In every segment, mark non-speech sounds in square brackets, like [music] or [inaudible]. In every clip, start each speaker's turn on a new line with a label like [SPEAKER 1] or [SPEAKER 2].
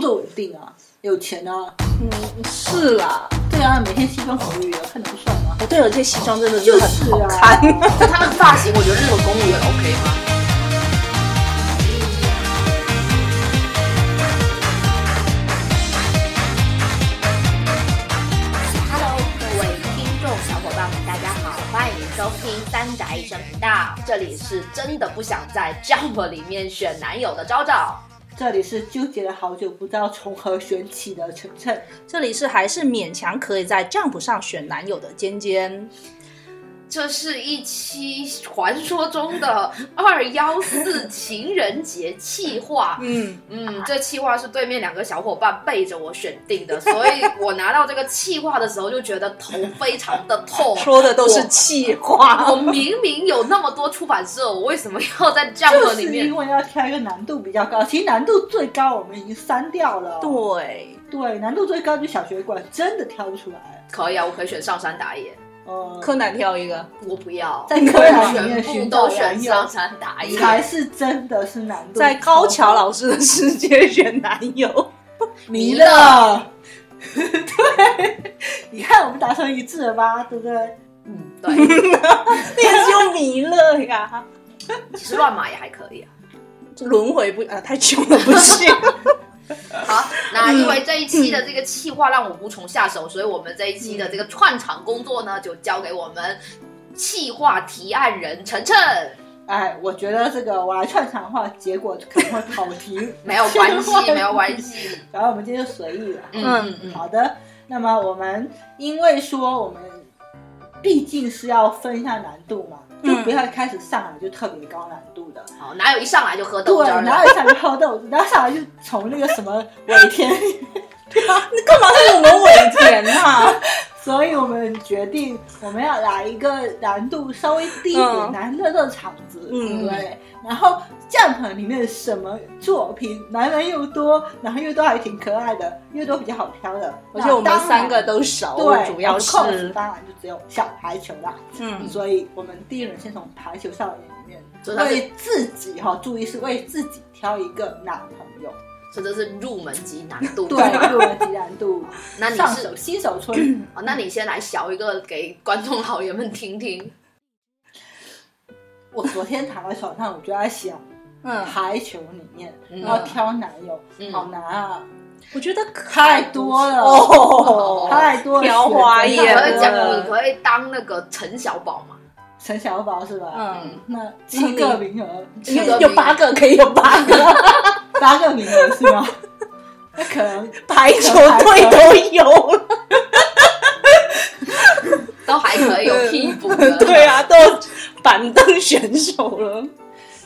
[SPEAKER 1] 作稳定啊，有钱啊，
[SPEAKER 2] 嗯，
[SPEAKER 1] 是啦，对啊，每天西装革履啊，看着不帅吗？
[SPEAKER 2] 哦，对了，这西装真的
[SPEAKER 1] 就是是
[SPEAKER 2] 很好
[SPEAKER 1] 啊
[SPEAKER 2] 看。
[SPEAKER 3] 就他的发型，我觉得日本公务员 OK 吗？
[SPEAKER 4] Hello，各位听众小伙伴们，大家好，欢迎收听三宅一生频道，这里是真的不想在 Jump 里面选男友的昭昭。
[SPEAKER 1] [laughs] 这里是纠结了好久不知道从何选起的晨晨，
[SPEAKER 2] 这里是还是勉强可以在 Jump 上选男友的尖尖，
[SPEAKER 4] 这是一期传说中的二幺四情人节气话，
[SPEAKER 2] 嗯，
[SPEAKER 4] 嗯，这气话是对面两个小伙伴背着我选定的，所以我拿到这个气话的时候就觉得头非常的
[SPEAKER 2] [laughs]
[SPEAKER 4] 痛。
[SPEAKER 2] 说的都是气话。
[SPEAKER 4] 我明明有那么多出版社，我为什么要在 Jump
[SPEAKER 1] 就
[SPEAKER 4] 里
[SPEAKER 1] 是
[SPEAKER 4] 面
[SPEAKER 1] 因为要挑一个难度比较高，其实难度最高我们已经删掉了。
[SPEAKER 2] 对，
[SPEAKER 1] 对，难度最高就小学馆，真的挑不出来。
[SPEAKER 4] 可以啊，我可以选上山打野，
[SPEAKER 1] 呃，
[SPEAKER 2] 柯南挑一个，
[SPEAKER 4] 我不要，
[SPEAKER 1] 在柯南里
[SPEAKER 4] 全
[SPEAKER 1] 面
[SPEAKER 4] 部
[SPEAKER 1] 寻
[SPEAKER 4] 都
[SPEAKER 1] 找
[SPEAKER 4] 选
[SPEAKER 1] 男
[SPEAKER 4] 上
[SPEAKER 1] 友，
[SPEAKER 4] 山打野。
[SPEAKER 1] [laughs] 才是真的是难度。
[SPEAKER 2] 在高桥老师的世界选男友。
[SPEAKER 1] 迷了， [laughs] 对，你看我们达成一致了吧，对不对？
[SPEAKER 4] 嗯，
[SPEAKER 2] [laughs]
[SPEAKER 4] 对，
[SPEAKER 2] 那个就弥勒呀，
[SPEAKER 4] 其实乱码也还可以啊。
[SPEAKER 2] 轮回不啊，太久了不 [laughs] 行。
[SPEAKER 4] 好，
[SPEAKER 1] 嗯
[SPEAKER 4] 那因为这一期的这个企划让我无从下手，所以我们这一期的这个串场工作呢，就交给我们企划提案人晨晨。，
[SPEAKER 1] 哎，我觉得这个我来串场的话，结果可能会跑题
[SPEAKER 4] 没有关系，没有关。系。
[SPEAKER 1] 然后我们今天就随意了。
[SPEAKER 4] 嗯嗯嗯，
[SPEAKER 1] 好的，那么我们因为说我们毕竟是要分一下难度嘛，
[SPEAKER 4] 嗯
[SPEAKER 1] 就不要一开始上来就特别高难度的。
[SPEAKER 4] 好，哪有一上来就喝
[SPEAKER 1] 对
[SPEAKER 4] 豆汁，儿
[SPEAKER 1] 然后
[SPEAKER 4] 的？
[SPEAKER 1] 一下就泡豆子，然后上来就从那个什么尾田，
[SPEAKER 2] 你干嘛在我们尾田啊呐？ [laughs]
[SPEAKER 1] 所以我们决定我们要来一个难度稍微低一点、
[SPEAKER 2] 嗯
[SPEAKER 1] 难的的场子，
[SPEAKER 2] 嗯
[SPEAKER 1] 对。然后 Jump 里面什么作品，男人又多，然后又都还挺可爱的，又都比较好挑的。
[SPEAKER 2] 而且我
[SPEAKER 1] 那
[SPEAKER 2] 们
[SPEAKER 1] 当然
[SPEAKER 2] 三个都熟，
[SPEAKER 1] 对，
[SPEAKER 2] 主要
[SPEAKER 1] 然后扣子
[SPEAKER 2] 是
[SPEAKER 1] 当然就只有小排球啦。
[SPEAKER 2] 嗯
[SPEAKER 1] 所以我们第一轮先从排球少年里面，
[SPEAKER 4] 就他是
[SPEAKER 1] 为自己哈、注意是为自己挑一个男朋友，
[SPEAKER 4] 这真是入门级难度。
[SPEAKER 1] 对，入门级难
[SPEAKER 2] [laughs]
[SPEAKER 1] 度，
[SPEAKER 4] 那你
[SPEAKER 1] 上
[SPEAKER 4] 是
[SPEAKER 1] 手新手村
[SPEAKER 4] 哦，那你先来小一个给观众老爷们听听。
[SPEAKER 1] 我昨天躺在床上，我就在想
[SPEAKER 2] 嗯，
[SPEAKER 1] 排球里面
[SPEAKER 4] 嗯
[SPEAKER 1] 要挑男友，
[SPEAKER 4] 嗯
[SPEAKER 1] 好难啊，
[SPEAKER 2] 我觉得
[SPEAKER 1] 太多了
[SPEAKER 2] 哦，
[SPEAKER 1] 太多了
[SPEAKER 2] 挑花
[SPEAKER 1] 选
[SPEAKER 4] 你
[SPEAKER 1] 择
[SPEAKER 2] 耶
[SPEAKER 1] 太
[SPEAKER 4] 可以
[SPEAKER 1] 多
[SPEAKER 4] 讲，
[SPEAKER 1] 了
[SPEAKER 4] 你可以当那个陈小宝嘛？
[SPEAKER 1] 陈小宝是吧？
[SPEAKER 2] 嗯，
[SPEAKER 1] 那七个名额，
[SPEAKER 4] 七个
[SPEAKER 2] 有有八个可以有八个，
[SPEAKER 1] 八个名额是
[SPEAKER 2] [laughs]
[SPEAKER 1] 吗？那可能
[SPEAKER 2] 排球队都有了，
[SPEAKER 4] 都还可以有替补的。
[SPEAKER 2] [laughs] 对啊，都有板凳选手了。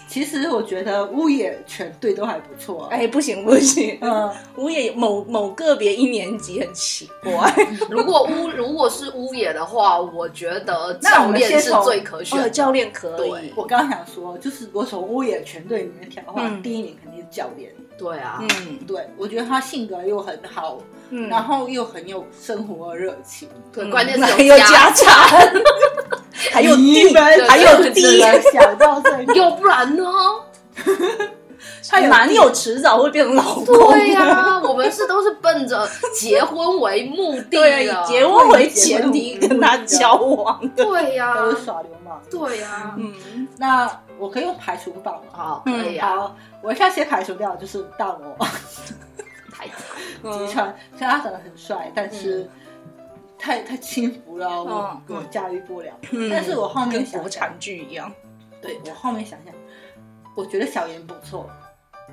[SPEAKER 1] 其实我觉得乌野全队都还不错，啊
[SPEAKER 2] [laughs] 哎，不行不行，
[SPEAKER 1] 嗯，
[SPEAKER 2] [laughs] 我也某某个别一年级很奇怪，
[SPEAKER 4] 如果乌如果是乌野的话，我觉得
[SPEAKER 1] 那我
[SPEAKER 4] 教
[SPEAKER 1] 们
[SPEAKER 4] 练
[SPEAKER 1] 先
[SPEAKER 4] 是
[SPEAKER 1] 从
[SPEAKER 4] 最可选
[SPEAKER 2] 哦，
[SPEAKER 4] 的。
[SPEAKER 2] 教练可
[SPEAKER 4] 对
[SPEAKER 2] 以，
[SPEAKER 1] 我刚想说，就是我从乌野全队里面挑的话，
[SPEAKER 2] 嗯
[SPEAKER 1] 第一名肯定是教练。
[SPEAKER 4] 对啊，
[SPEAKER 2] 嗯
[SPEAKER 1] 对，我觉得他性格又很好，
[SPEAKER 2] 嗯，
[SPEAKER 1] 然后又很有生活热情。
[SPEAKER 4] 对，
[SPEAKER 2] 嗯
[SPEAKER 4] 关键
[SPEAKER 2] 还 [laughs]
[SPEAKER 4] 是
[SPEAKER 2] 有家，
[SPEAKER 4] 家
[SPEAKER 2] 产，还有
[SPEAKER 1] 你
[SPEAKER 2] 地，
[SPEAKER 1] 们
[SPEAKER 2] 还有
[SPEAKER 1] 真的
[SPEAKER 2] 地
[SPEAKER 1] 只能想到这个，
[SPEAKER 4] 要不然呢？
[SPEAKER 1] 他有
[SPEAKER 2] 男友迟早会变成老公。
[SPEAKER 4] 对呀、我们是都是奔着结婚为目的
[SPEAKER 2] 对
[SPEAKER 4] 的
[SPEAKER 2] 呀，以结婚为前提跟他交往的。
[SPEAKER 4] 对呀、
[SPEAKER 1] [laughs] 都是耍流氓。
[SPEAKER 4] 啊对呀、
[SPEAKER 2] 嗯，
[SPEAKER 1] 那我可以用排除法吗？
[SPEAKER 4] 好，可以啊，
[SPEAKER 1] 好，我一下先排除掉，就是大魔
[SPEAKER 4] 太惨了
[SPEAKER 1] [laughs]
[SPEAKER 2] 嗯
[SPEAKER 1] 吉川，虽然他长得很帅，但是太太轻浮了，我
[SPEAKER 2] 嗯
[SPEAKER 1] 我驾驭不了。
[SPEAKER 2] 嗯
[SPEAKER 1] 但是我后面
[SPEAKER 2] 跟
[SPEAKER 1] 想
[SPEAKER 2] 国产剧一样，
[SPEAKER 1] 对我后面想想，我觉得小严不错，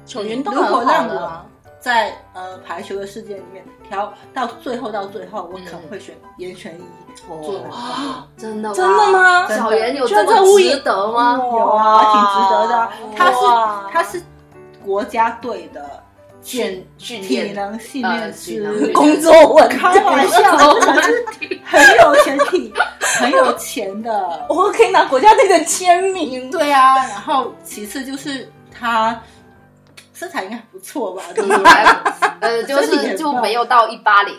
[SPEAKER 2] 球员都
[SPEAKER 1] 如果让
[SPEAKER 2] 很好啊
[SPEAKER 1] 我
[SPEAKER 2] 了。
[SPEAKER 1] 在呃排球的世界里面挑到最后到最后，我可能
[SPEAKER 4] 嗯
[SPEAKER 1] 会选岩泉一做
[SPEAKER 4] 哦
[SPEAKER 1] 男
[SPEAKER 4] 啊真的吗
[SPEAKER 2] 真的？吗？
[SPEAKER 1] 真的
[SPEAKER 4] 小严有
[SPEAKER 2] 居然
[SPEAKER 4] 这
[SPEAKER 2] 在
[SPEAKER 4] 么
[SPEAKER 2] 屋
[SPEAKER 4] 值
[SPEAKER 2] 里
[SPEAKER 4] 得吗？
[SPEAKER 1] 有啊，挺值得的啊。他
[SPEAKER 2] 哇
[SPEAKER 1] 是他是国家队的
[SPEAKER 4] 训训
[SPEAKER 1] 体
[SPEAKER 4] 练
[SPEAKER 1] 能训练师
[SPEAKER 4] 呃体，能
[SPEAKER 2] 工作稳定
[SPEAKER 1] 开玩笑，很有钱体，很有钱的。
[SPEAKER 2] 我可以拿国家队的签名。
[SPEAKER 1] 对啊，然后其次就是他身材应该还不错吧，对不对？
[SPEAKER 4] 呃，就
[SPEAKER 1] 身体
[SPEAKER 4] 是
[SPEAKER 1] 很
[SPEAKER 4] 就
[SPEAKER 1] 棒
[SPEAKER 4] 没有到一八零，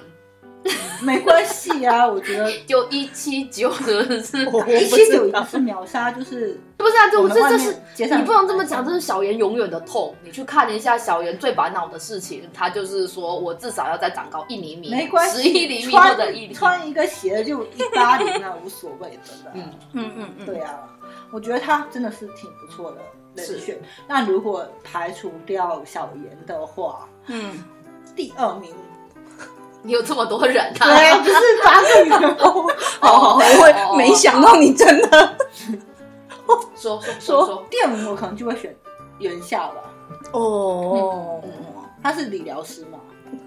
[SPEAKER 1] 没关系啊，我觉得
[SPEAKER 4] 就一七九的是，
[SPEAKER 1] 我一七九也是秒杀，就是
[SPEAKER 4] [laughs] 不是啊？
[SPEAKER 1] 我
[SPEAKER 4] 就
[SPEAKER 1] 们
[SPEAKER 4] 这
[SPEAKER 1] 外
[SPEAKER 4] 这
[SPEAKER 1] 面
[SPEAKER 4] 是
[SPEAKER 1] 街上
[SPEAKER 4] 你不能这么讲，这是小严永远的痛。你去看一下小严最烦恼的事情，他就是说我至少要再长高一厘米，
[SPEAKER 1] 没关
[SPEAKER 4] [laughs] 十
[SPEAKER 1] 系，
[SPEAKER 4] 一厘米或
[SPEAKER 1] 穿
[SPEAKER 4] 者一厘米。
[SPEAKER 1] 穿一个鞋就一八零那无所谓，真的。
[SPEAKER 4] 嗯
[SPEAKER 2] 嗯嗯嗯，
[SPEAKER 1] 对啊，我觉得他真的是挺不错的
[SPEAKER 4] 是
[SPEAKER 1] 人选。那如果排除掉小严的话，
[SPEAKER 2] 嗯，
[SPEAKER 1] 第二名，
[SPEAKER 4] 你有这么多人 [laughs]
[SPEAKER 1] 对，
[SPEAKER 4] 啊？
[SPEAKER 1] 不是八个员工，
[SPEAKER 2] [laughs]
[SPEAKER 4] 哦，
[SPEAKER 2] 我也没想到你真的
[SPEAKER 4] 说说说
[SPEAKER 1] 说
[SPEAKER 4] 说，
[SPEAKER 1] 第二名我可能就会选袁夏吧，
[SPEAKER 2] 哦，
[SPEAKER 1] 他是理疗师
[SPEAKER 2] [laughs]
[SPEAKER 1] 嘛，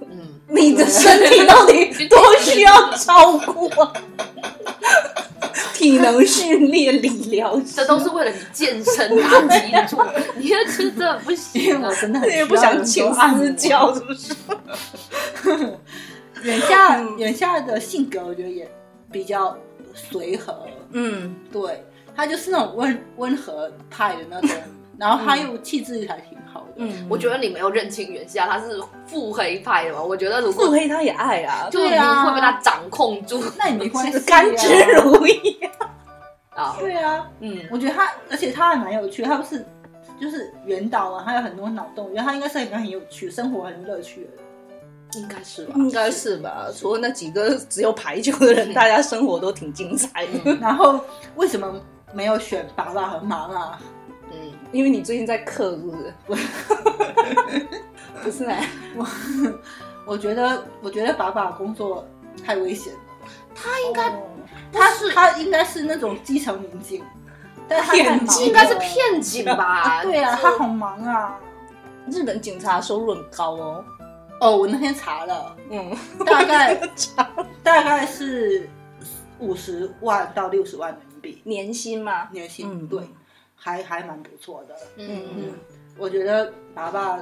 [SPEAKER 4] 嗯，
[SPEAKER 2] 你的身体到 [laughs] 底多需要照顾啊？体能训练、理疗师，
[SPEAKER 4] 这都是为了你健身打基础，你要吃这不行
[SPEAKER 1] 因 [laughs] 为
[SPEAKER 4] 啊
[SPEAKER 1] 我！真的很
[SPEAKER 2] 你也不想请私
[SPEAKER 1] 私教。
[SPEAKER 2] 教，是不是？
[SPEAKER 1] 袁夏，
[SPEAKER 2] [laughs] 嗯
[SPEAKER 1] 袁夏的性格我觉得也比较随和，
[SPEAKER 2] 嗯
[SPEAKER 1] 对他就是那种温温和派的
[SPEAKER 2] [laughs]
[SPEAKER 1] 那种，然后他又气质还挺好的。
[SPEAKER 2] 嗯，
[SPEAKER 4] 我觉得你没有认清袁夏，他是腹黑派的嘛。我觉得如
[SPEAKER 2] 腹
[SPEAKER 4] 果
[SPEAKER 2] 黑他也爱啊，
[SPEAKER 4] 就你
[SPEAKER 1] 对啊
[SPEAKER 4] 会被他掌控住
[SPEAKER 1] 那也没关系、啊，
[SPEAKER 2] 甘之如饴。
[SPEAKER 4] 啊，
[SPEAKER 1] 对啊，
[SPEAKER 4] 嗯，
[SPEAKER 1] 我觉得他，而且他还蛮有趣的，他不是就是圆导啊嘛，他有很多脑洞，我觉得他应该是一个很有趣、生活很有乐趣的人。
[SPEAKER 4] 应该是吧。
[SPEAKER 2] [laughs] 应该是吧，除了那几个只有排球的人，大家生活都挺精彩
[SPEAKER 4] 嗯
[SPEAKER 2] 的。
[SPEAKER 1] 然后为什么没有选爸爸和妈妈？
[SPEAKER 4] 嗯，
[SPEAKER 2] 因为你最近在嗑，是不是？ [laughs] 不是啊，
[SPEAKER 1] [laughs] 我觉得，我觉得爸爸工作太危险了。
[SPEAKER 4] 他应该
[SPEAKER 1] 他
[SPEAKER 4] 是
[SPEAKER 1] 他应该是那种基层民警，但是他太忙
[SPEAKER 2] 骗
[SPEAKER 1] 了
[SPEAKER 2] 技
[SPEAKER 4] 应该是骗警吧？
[SPEAKER 1] 对啊，
[SPEAKER 4] 这
[SPEAKER 1] 他好忙啊。
[SPEAKER 2] 日本警察收入很高哦。
[SPEAKER 1] 哦，我那天查了，
[SPEAKER 4] [laughs]
[SPEAKER 2] 嗯，
[SPEAKER 1] 大概大概是五十万到六十万人民币
[SPEAKER 2] 年薪嘛，
[SPEAKER 1] 年薪，
[SPEAKER 2] 嗯
[SPEAKER 1] 对，还还蛮不错的。
[SPEAKER 4] 嗯
[SPEAKER 1] 嗯
[SPEAKER 4] 嗯，，
[SPEAKER 1] 我觉得爸爸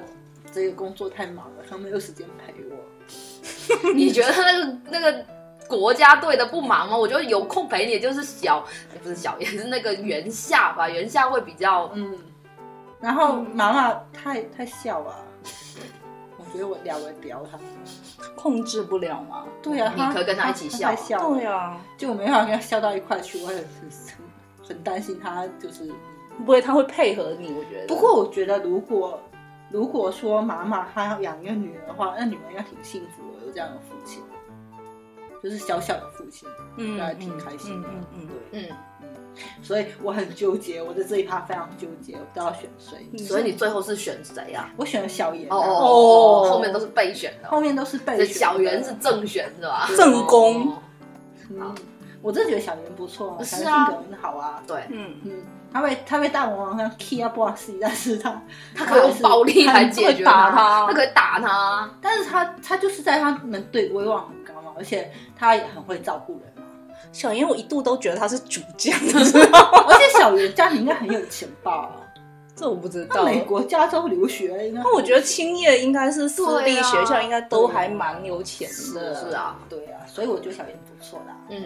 [SPEAKER 1] 这个工作太忙了，他没有时间陪我。
[SPEAKER 4] 你觉得那个那个国家队的不忙吗？我觉得有空陪你就是小，不是小，也是那个袁夏吧。袁夏会比较，
[SPEAKER 1] 嗯，然后
[SPEAKER 2] 嗯
[SPEAKER 1] 妈妈太太笑啊，我觉得我聊得聊他。
[SPEAKER 2] 控制不了嘛。
[SPEAKER 1] 对啊，
[SPEAKER 4] 你
[SPEAKER 1] 他
[SPEAKER 4] 可以跟他一起笑
[SPEAKER 1] 他太笑了
[SPEAKER 2] 对啊，
[SPEAKER 1] 就我没办法跟他笑到一块去，我也很很很担心他就是。
[SPEAKER 2] 不会，他会配合你，我觉得。
[SPEAKER 1] 不过我觉得如果如果说妈妈她要养一个女儿的话，那女儿应该挺幸福的，有这样的父亲，就是小小的父亲，
[SPEAKER 2] 嗯，嗯，
[SPEAKER 1] 大家挺开心的。
[SPEAKER 2] 嗯嗯嗯
[SPEAKER 1] 对，
[SPEAKER 4] 嗯，
[SPEAKER 1] 所以我很纠结，我的这一趴非常纠结，我不知道选谁。
[SPEAKER 2] 嗯
[SPEAKER 4] 所以你最后是选谁啊？
[SPEAKER 1] 我选了小严、啊，
[SPEAKER 4] 哦哦
[SPEAKER 2] 哦
[SPEAKER 4] 哦，后面都是备选的
[SPEAKER 1] 后。面都是备
[SPEAKER 4] 这
[SPEAKER 1] 选。
[SPEAKER 4] 小袁是，正选是吧？
[SPEAKER 2] 正宫
[SPEAKER 4] 哦，
[SPEAKER 1] 嗯，我真的觉得小严不错，小
[SPEAKER 4] 是
[SPEAKER 1] 严
[SPEAKER 4] 啊
[SPEAKER 1] 性格很好啊。
[SPEAKER 4] 对，
[SPEAKER 2] 嗯，
[SPEAKER 1] 嗯，他被他被大魔王上 k i a boss，但是他
[SPEAKER 4] 他可以用暴力来解决
[SPEAKER 2] 他会打他
[SPEAKER 4] 他可以打他。
[SPEAKER 1] 但是他他就是在他们队威望很高嘛，而且他也很会照顾人
[SPEAKER 4] [laughs]
[SPEAKER 1] 嘛，
[SPEAKER 2] 小严我一度都觉得他是主将，你知道吗
[SPEAKER 1] 而且小袁家庭应该很有钱
[SPEAKER 4] [laughs]
[SPEAKER 1] 吧？
[SPEAKER 2] 这我不知
[SPEAKER 1] 他
[SPEAKER 2] 道。
[SPEAKER 1] 美国加州留学应该，
[SPEAKER 2] 那我觉得青叶应该是私立
[SPEAKER 4] 对啊
[SPEAKER 2] 学校，应该都还蛮有钱的。
[SPEAKER 4] 是啊，
[SPEAKER 1] 对啊，所以我觉得小袁不错啦。
[SPEAKER 4] 嗯，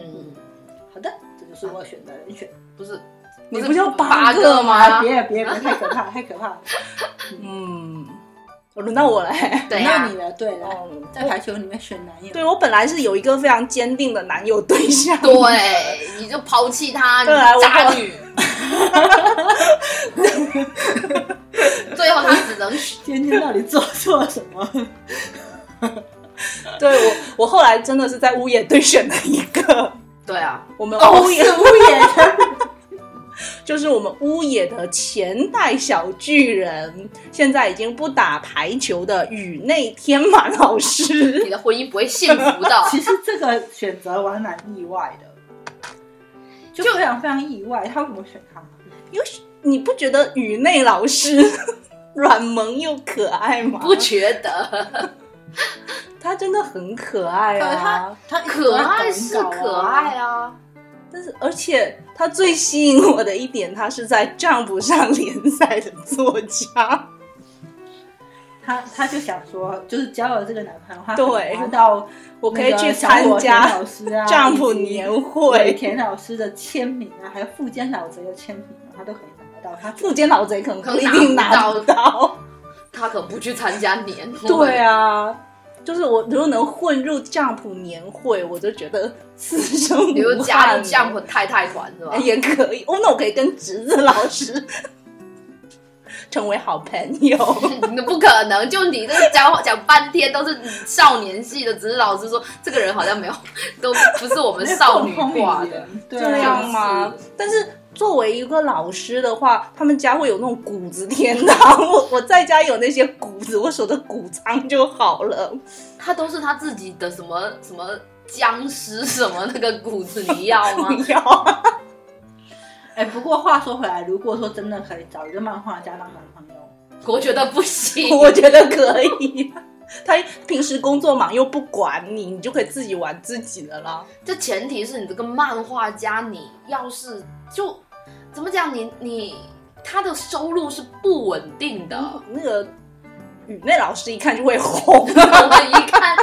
[SPEAKER 1] 好的，这就是我选的人选。
[SPEAKER 4] 不是，
[SPEAKER 2] 你不就八
[SPEAKER 4] 八
[SPEAKER 2] 个
[SPEAKER 4] 吗？
[SPEAKER 1] 别别别，太可
[SPEAKER 4] [laughs]
[SPEAKER 1] 怕，太可怕了。
[SPEAKER 2] 嗯，轮到我来。
[SPEAKER 4] 对啊哦
[SPEAKER 1] 那
[SPEAKER 4] 呀
[SPEAKER 1] 你，的对了，在排球里面选男友，
[SPEAKER 2] 对我本来是有一个非常坚定的男友对象，
[SPEAKER 4] 对，你就抛弃他，
[SPEAKER 2] 对啊
[SPEAKER 4] 你渣
[SPEAKER 2] [laughs]
[SPEAKER 4] 女。最后他只能选
[SPEAKER 1] 今天到底做错了什么？
[SPEAKER 2] 对我我后来真的是在屋野队选了一个，
[SPEAKER 4] 对啊，
[SPEAKER 2] 我们
[SPEAKER 1] 哦，
[SPEAKER 2] 屋
[SPEAKER 1] 是
[SPEAKER 2] 野、
[SPEAKER 1] 无言。
[SPEAKER 2] [laughs] 就是我们屋野的前代小巨人，现在已经不打排球的宇内天满老师。
[SPEAKER 4] 你的婚姻不会幸福的。
[SPEAKER 2] [laughs]
[SPEAKER 1] 其实这个选择我还蛮意外的，就非常非常意外，他为什么选他？
[SPEAKER 2] 你不觉得宇内老师 [laughs] 软萌又可爱吗？
[SPEAKER 4] 不觉得
[SPEAKER 2] [laughs] 他真的很可爱啊！
[SPEAKER 1] 他
[SPEAKER 4] 可爱是可爱，
[SPEAKER 2] [laughs]
[SPEAKER 4] 啊，
[SPEAKER 2] 但是而且他最吸引我的一点，他是在账簿上联赛的作家。
[SPEAKER 4] [laughs]
[SPEAKER 1] 他他就想说，就是交了这个男朋友，他
[SPEAKER 2] 对
[SPEAKER 1] 拿到
[SPEAKER 2] 我
[SPEAKER 1] 我
[SPEAKER 2] 可以去参加
[SPEAKER 1] 老师啊，
[SPEAKER 2] 丈夫年
[SPEAKER 1] 尾
[SPEAKER 2] 会。
[SPEAKER 1] 田老师的签名啊，还有富坚老贼的签名啊，他都可以拿到。他
[SPEAKER 2] 富坚老贼可能
[SPEAKER 4] 可
[SPEAKER 2] 不
[SPEAKER 4] 能
[SPEAKER 2] 一定拿
[SPEAKER 4] 拿
[SPEAKER 2] 不
[SPEAKER 4] 不
[SPEAKER 2] 到。
[SPEAKER 4] 他可不去参加年会。
[SPEAKER 2] 对啊，就是我如果能混入 Jump 年会，我就觉得此生
[SPEAKER 4] 比如
[SPEAKER 2] 无
[SPEAKER 4] 加
[SPEAKER 2] 憾。
[SPEAKER 4] 入 Jump 太太团是吧？
[SPEAKER 2] [laughs] 也可以，哦，那我可以跟侄子老师 [laughs] 成为好朋友。
[SPEAKER 4] [laughs] 那不可能，就你这个讲讲半天都是少年系的，只是老师说这个人好像没有， [laughs] 都不是我们少女挂的。，
[SPEAKER 1] [laughs] 对
[SPEAKER 2] [laughs] 这
[SPEAKER 1] 啊
[SPEAKER 2] 样吗？但是作为一个老师的话，他们家会有那种谷子天堂， [laughs] 我我在家有那些谷子，我守着谷仓就好了。
[SPEAKER 4] 他都是他自己的什么什么僵尸什么那个骨子，你要吗？
[SPEAKER 2] [laughs] 不要，
[SPEAKER 1] 哎，不过话说回来，如果说真的可以找一个漫画家当男朋友，
[SPEAKER 4] 我觉得不行。
[SPEAKER 2] 我觉得可以。他平时工作忙又不管你，你就可以自己玩自己的啦。
[SPEAKER 4] 这前提是你这个漫画家，你要是就怎么讲，你你他的收入是不稳定的。
[SPEAKER 2] 嗯那个语内老师一看就会红，
[SPEAKER 4] 我们一看，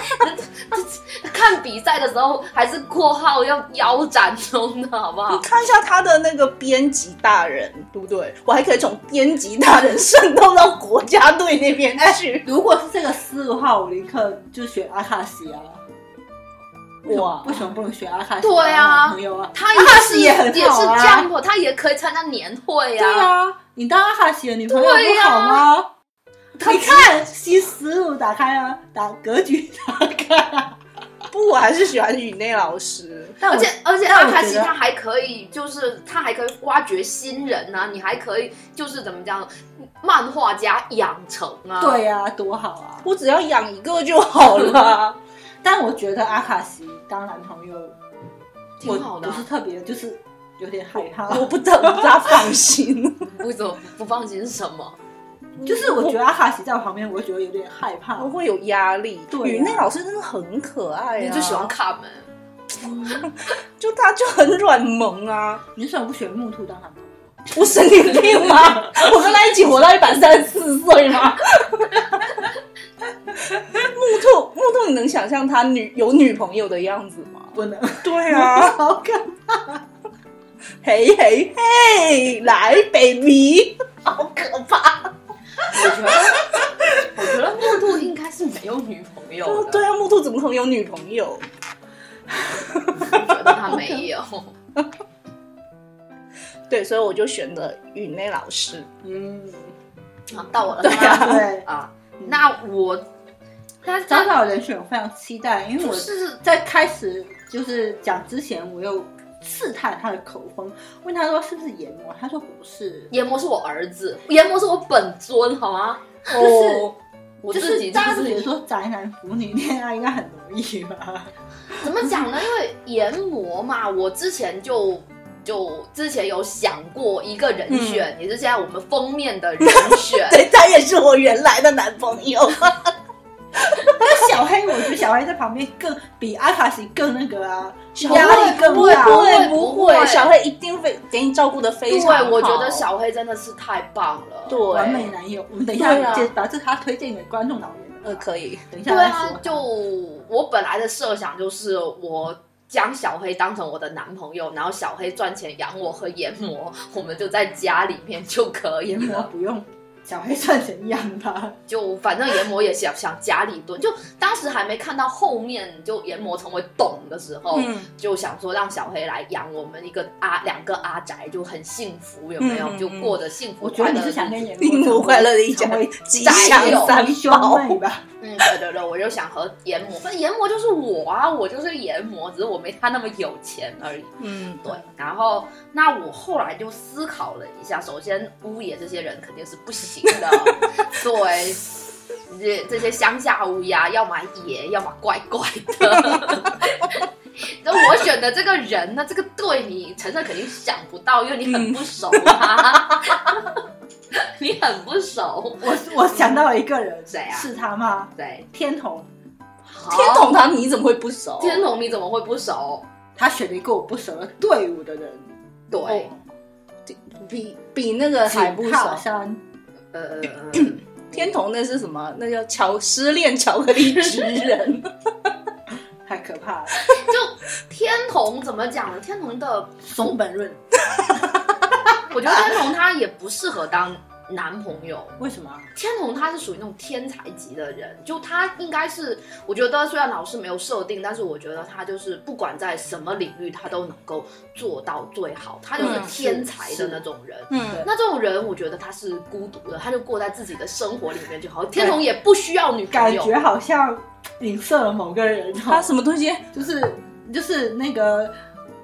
[SPEAKER 4] 看比赛的时候还是括号要腰斩中的好不
[SPEAKER 2] 你
[SPEAKER 4] 好？
[SPEAKER 2] 看一下他的那个编辑大人，对不对？我还可以从编辑大人渗透到国家队那边去。
[SPEAKER 1] 如果是这个诗的话，我立刻就选阿卡西啊。
[SPEAKER 2] [laughs] 哇
[SPEAKER 1] 为什么不能选阿卡西？
[SPEAKER 4] 对啊
[SPEAKER 1] 男朋友啊，
[SPEAKER 4] 他
[SPEAKER 1] 阿
[SPEAKER 4] 也
[SPEAKER 1] 卡
[SPEAKER 4] 是
[SPEAKER 1] 西也很
[SPEAKER 4] 也是
[SPEAKER 1] 好啊
[SPEAKER 4] Jump，他也可以参加年会
[SPEAKER 1] 对
[SPEAKER 4] 啊。
[SPEAKER 1] 啊，你当阿卡西的女朋友
[SPEAKER 4] 对
[SPEAKER 1] 不
[SPEAKER 4] 啊
[SPEAKER 1] 好吗？你看西思路打开啊，打格局打开啊。
[SPEAKER 2] 不，我还是喜欢语内老师。
[SPEAKER 1] 但
[SPEAKER 4] 而
[SPEAKER 1] 我
[SPEAKER 4] 且而且，
[SPEAKER 1] 但
[SPEAKER 4] 阿
[SPEAKER 1] 我
[SPEAKER 4] 卡
[SPEAKER 1] 觉
[SPEAKER 4] 西
[SPEAKER 1] 得
[SPEAKER 4] 他还可以，就是他还可以挖掘新人呐、你还可以就是怎么讲，漫画家养成 [laughs] 啊。，
[SPEAKER 1] 对呀、多好啊！
[SPEAKER 2] 我只要养一个就好 [laughs] 了。
[SPEAKER 1] 但我觉得阿卡西当男朋友，
[SPEAKER 4] 挺好的啊
[SPEAKER 1] 我不是特别，就是有点害怕。
[SPEAKER 2] 我不得不大放心，
[SPEAKER 4] 为什么不放心什么？
[SPEAKER 1] 就是我觉得阿卡西在我旁边，我会觉得有点害怕
[SPEAKER 2] 我。 [laughs] 会有压力。
[SPEAKER 1] 对啊
[SPEAKER 2] 语内老师真的很可爱、啊，
[SPEAKER 4] 你就喜欢，卡门，
[SPEAKER 2] 就他就很软萌啊。
[SPEAKER 1] 你为什么不选木兔当男朋友？
[SPEAKER 2] 我神经病吗？ [laughs] 我跟他一起活到一百三十四岁吗？ [laughs] 木兔，木兔，你能想象他女有女朋友的样子吗？
[SPEAKER 1] 不能，
[SPEAKER 2] 对啊，
[SPEAKER 1] [laughs] 好可
[SPEAKER 2] 嘿嘿嘿，来，baby，
[SPEAKER 4] 好可怕。我觉得，我觉得木兔应该是没有女朋友的，
[SPEAKER 2] 对啊，木兔怎么可能有女朋友？
[SPEAKER 4] 我觉得他没有。
[SPEAKER 2] 对，所以我就选了语内老师。
[SPEAKER 1] 嗯，
[SPEAKER 4] 啊，到我了，
[SPEAKER 2] 对啊。
[SPEAKER 4] 是吗
[SPEAKER 1] 对。
[SPEAKER 4] 啊，那我他
[SPEAKER 1] 找
[SPEAKER 4] 他
[SPEAKER 1] 到人选，我非常期待，因为
[SPEAKER 4] 就
[SPEAKER 1] 我
[SPEAKER 4] 是
[SPEAKER 1] 在开始就是讲之前，我又试探他的口风，问他说是不是研磨，他说不是，
[SPEAKER 4] 研磨是我儿子，研磨是我本尊，好吗？
[SPEAKER 1] 是
[SPEAKER 4] 我
[SPEAKER 1] 就
[SPEAKER 4] 自己
[SPEAKER 1] 是大家
[SPEAKER 4] 就
[SPEAKER 1] 都
[SPEAKER 4] 是
[SPEAKER 1] 觉得说宅男腐女恋爱应该很容易吧？
[SPEAKER 4] 怎么讲呢？因为研磨嘛，我之前就就之前有想过一个人选，也是现在我们封面的人选
[SPEAKER 2] [laughs] [laughs] 对，他也是我原来的男朋友。
[SPEAKER 1] 但小黑，我觉得小黑在旁边更比阿卡西更那个啊，
[SPEAKER 2] [laughs] 小
[SPEAKER 1] 压力更大。
[SPEAKER 2] 不会
[SPEAKER 4] 不
[SPEAKER 2] 不
[SPEAKER 4] 会
[SPEAKER 2] 会，小黑一定会给你照顾的非
[SPEAKER 4] 对
[SPEAKER 2] 常好。，
[SPEAKER 4] 我觉得小黑真的是太棒了。
[SPEAKER 2] 对
[SPEAKER 1] 完美男友，我们等一下
[SPEAKER 2] 对啊
[SPEAKER 1] 介把这他推荐给观众老爷们。
[SPEAKER 2] 呃可以，
[SPEAKER 1] 等一下
[SPEAKER 4] 对
[SPEAKER 1] 再
[SPEAKER 4] 啊
[SPEAKER 1] 说，。
[SPEAKER 4] 就我本来的设想就是我。将小黑当成我的男朋友，然后小黑赚钱养我和研磨，我们就在家里面就可以
[SPEAKER 1] 研磨
[SPEAKER 4] 了。
[SPEAKER 1] 不用小黑赚钱养他，
[SPEAKER 4] 就反正研磨也想想家里蹲，就当时还没看到后面就研磨成为董的时候，
[SPEAKER 2] 嗯，
[SPEAKER 4] 就想说让小黑来养我们一个阿两个阿宅，就很幸福，有没有？
[SPEAKER 2] 嗯嗯
[SPEAKER 4] 就过得幸福。
[SPEAKER 1] 我觉得你
[SPEAKER 4] 快乐
[SPEAKER 1] 是想
[SPEAKER 4] 的日
[SPEAKER 1] 跟
[SPEAKER 4] 子
[SPEAKER 1] 研
[SPEAKER 2] 幸
[SPEAKER 1] 磨
[SPEAKER 2] 福快乐的一 [laughs] 家
[SPEAKER 1] 成为
[SPEAKER 2] 吉
[SPEAKER 4] 宅
[SPEAKER 2] 祥
[SPEAKER 4] 友
[SPEAKER 2] 三
[SPEAKER 1] 兄
[SPEAKER 2] 宝。
[SPEAKER 1] 妹吧？
[SPEAKER 4] 嗯，对对对，我就想和研磨，反正研磨就是我啊，我就是研磨，只是我没他那么有钱而已。
[SPEAKER 2] 嗯，
[SPEAKER 4] 对，然后那我后来就思考了一下，首先乌野这些人肯定是不行
[SPEAKER 2] [laughs]
[SPEAKER 4] 的，对，这这些乡下乌鸦，要么野，要么怪怪的。
[SPEAKER 2] [laughs]
[SPEAKER 4] 那我选的这个人呢，这个队你承认肯定想不到，因为你很不熟啊，你很不熟，
[SPEAKER 1] 我我想到了一个人，
[SPEAKER 4] 谁啊
[SPEAKER 1] 是他吗？
[SPEAKER 4] 对，
[SPEAKER 1] 天童，
[SPEAKER 4] 好
[SPEAKER 2] 天童堂你怎么会不熟？
[SPEAKER 4] 天童你怎么会不熟？
[SPEAKER 1] 他选了一个我不熟的队伍的人，
[SPEAKER 4] 对，
[SPEAKER 2] 哦比比那个还不
[SPEAKER 1] 井
[SPEAKER 2] 熟
[SPEAKER 1] 靠。山，
[SPEAKER 4] 呃，
[SPEAKER 2] 天童那是什么？那叫巧失恋巧克力之人。
[SPEAKER 1] 太可怕了。
[SPEAKER 4] 天童怎么讲呢？天童的
[SPEAKER 1] 松本润，
[SPEAKER 4] 我觉得天童他也不适合当男朋友。
[SPEAKER 1] 为什么？啊
[SPEAKER 4] 天童他是属于那种天才级的人，就他应该是，我觉得虽然老师没有设定，但是我觉得他就是不管在什么领域，他都能够做到最好，他就是
[SPEAKER 2] 嗯
[SPEAKER 4] 天才的那种人。
[SPEAKER 2] [laughs] 嗯
[SPEAKER 4] 那这种人，我觉得他是孤独的，他就过在自己的生活里面就好。天童也不需要女朋
[SPEAKER 1] 感
[SPEAKER 4] 友，
[SPEAKER 1] 觉好像影射了某个人
[SPEAKER 2] 他
[SPEAKER 1] 哦，
[SPEAKER 2] 什么东西？
[SPEAKER 1] 就是就是那个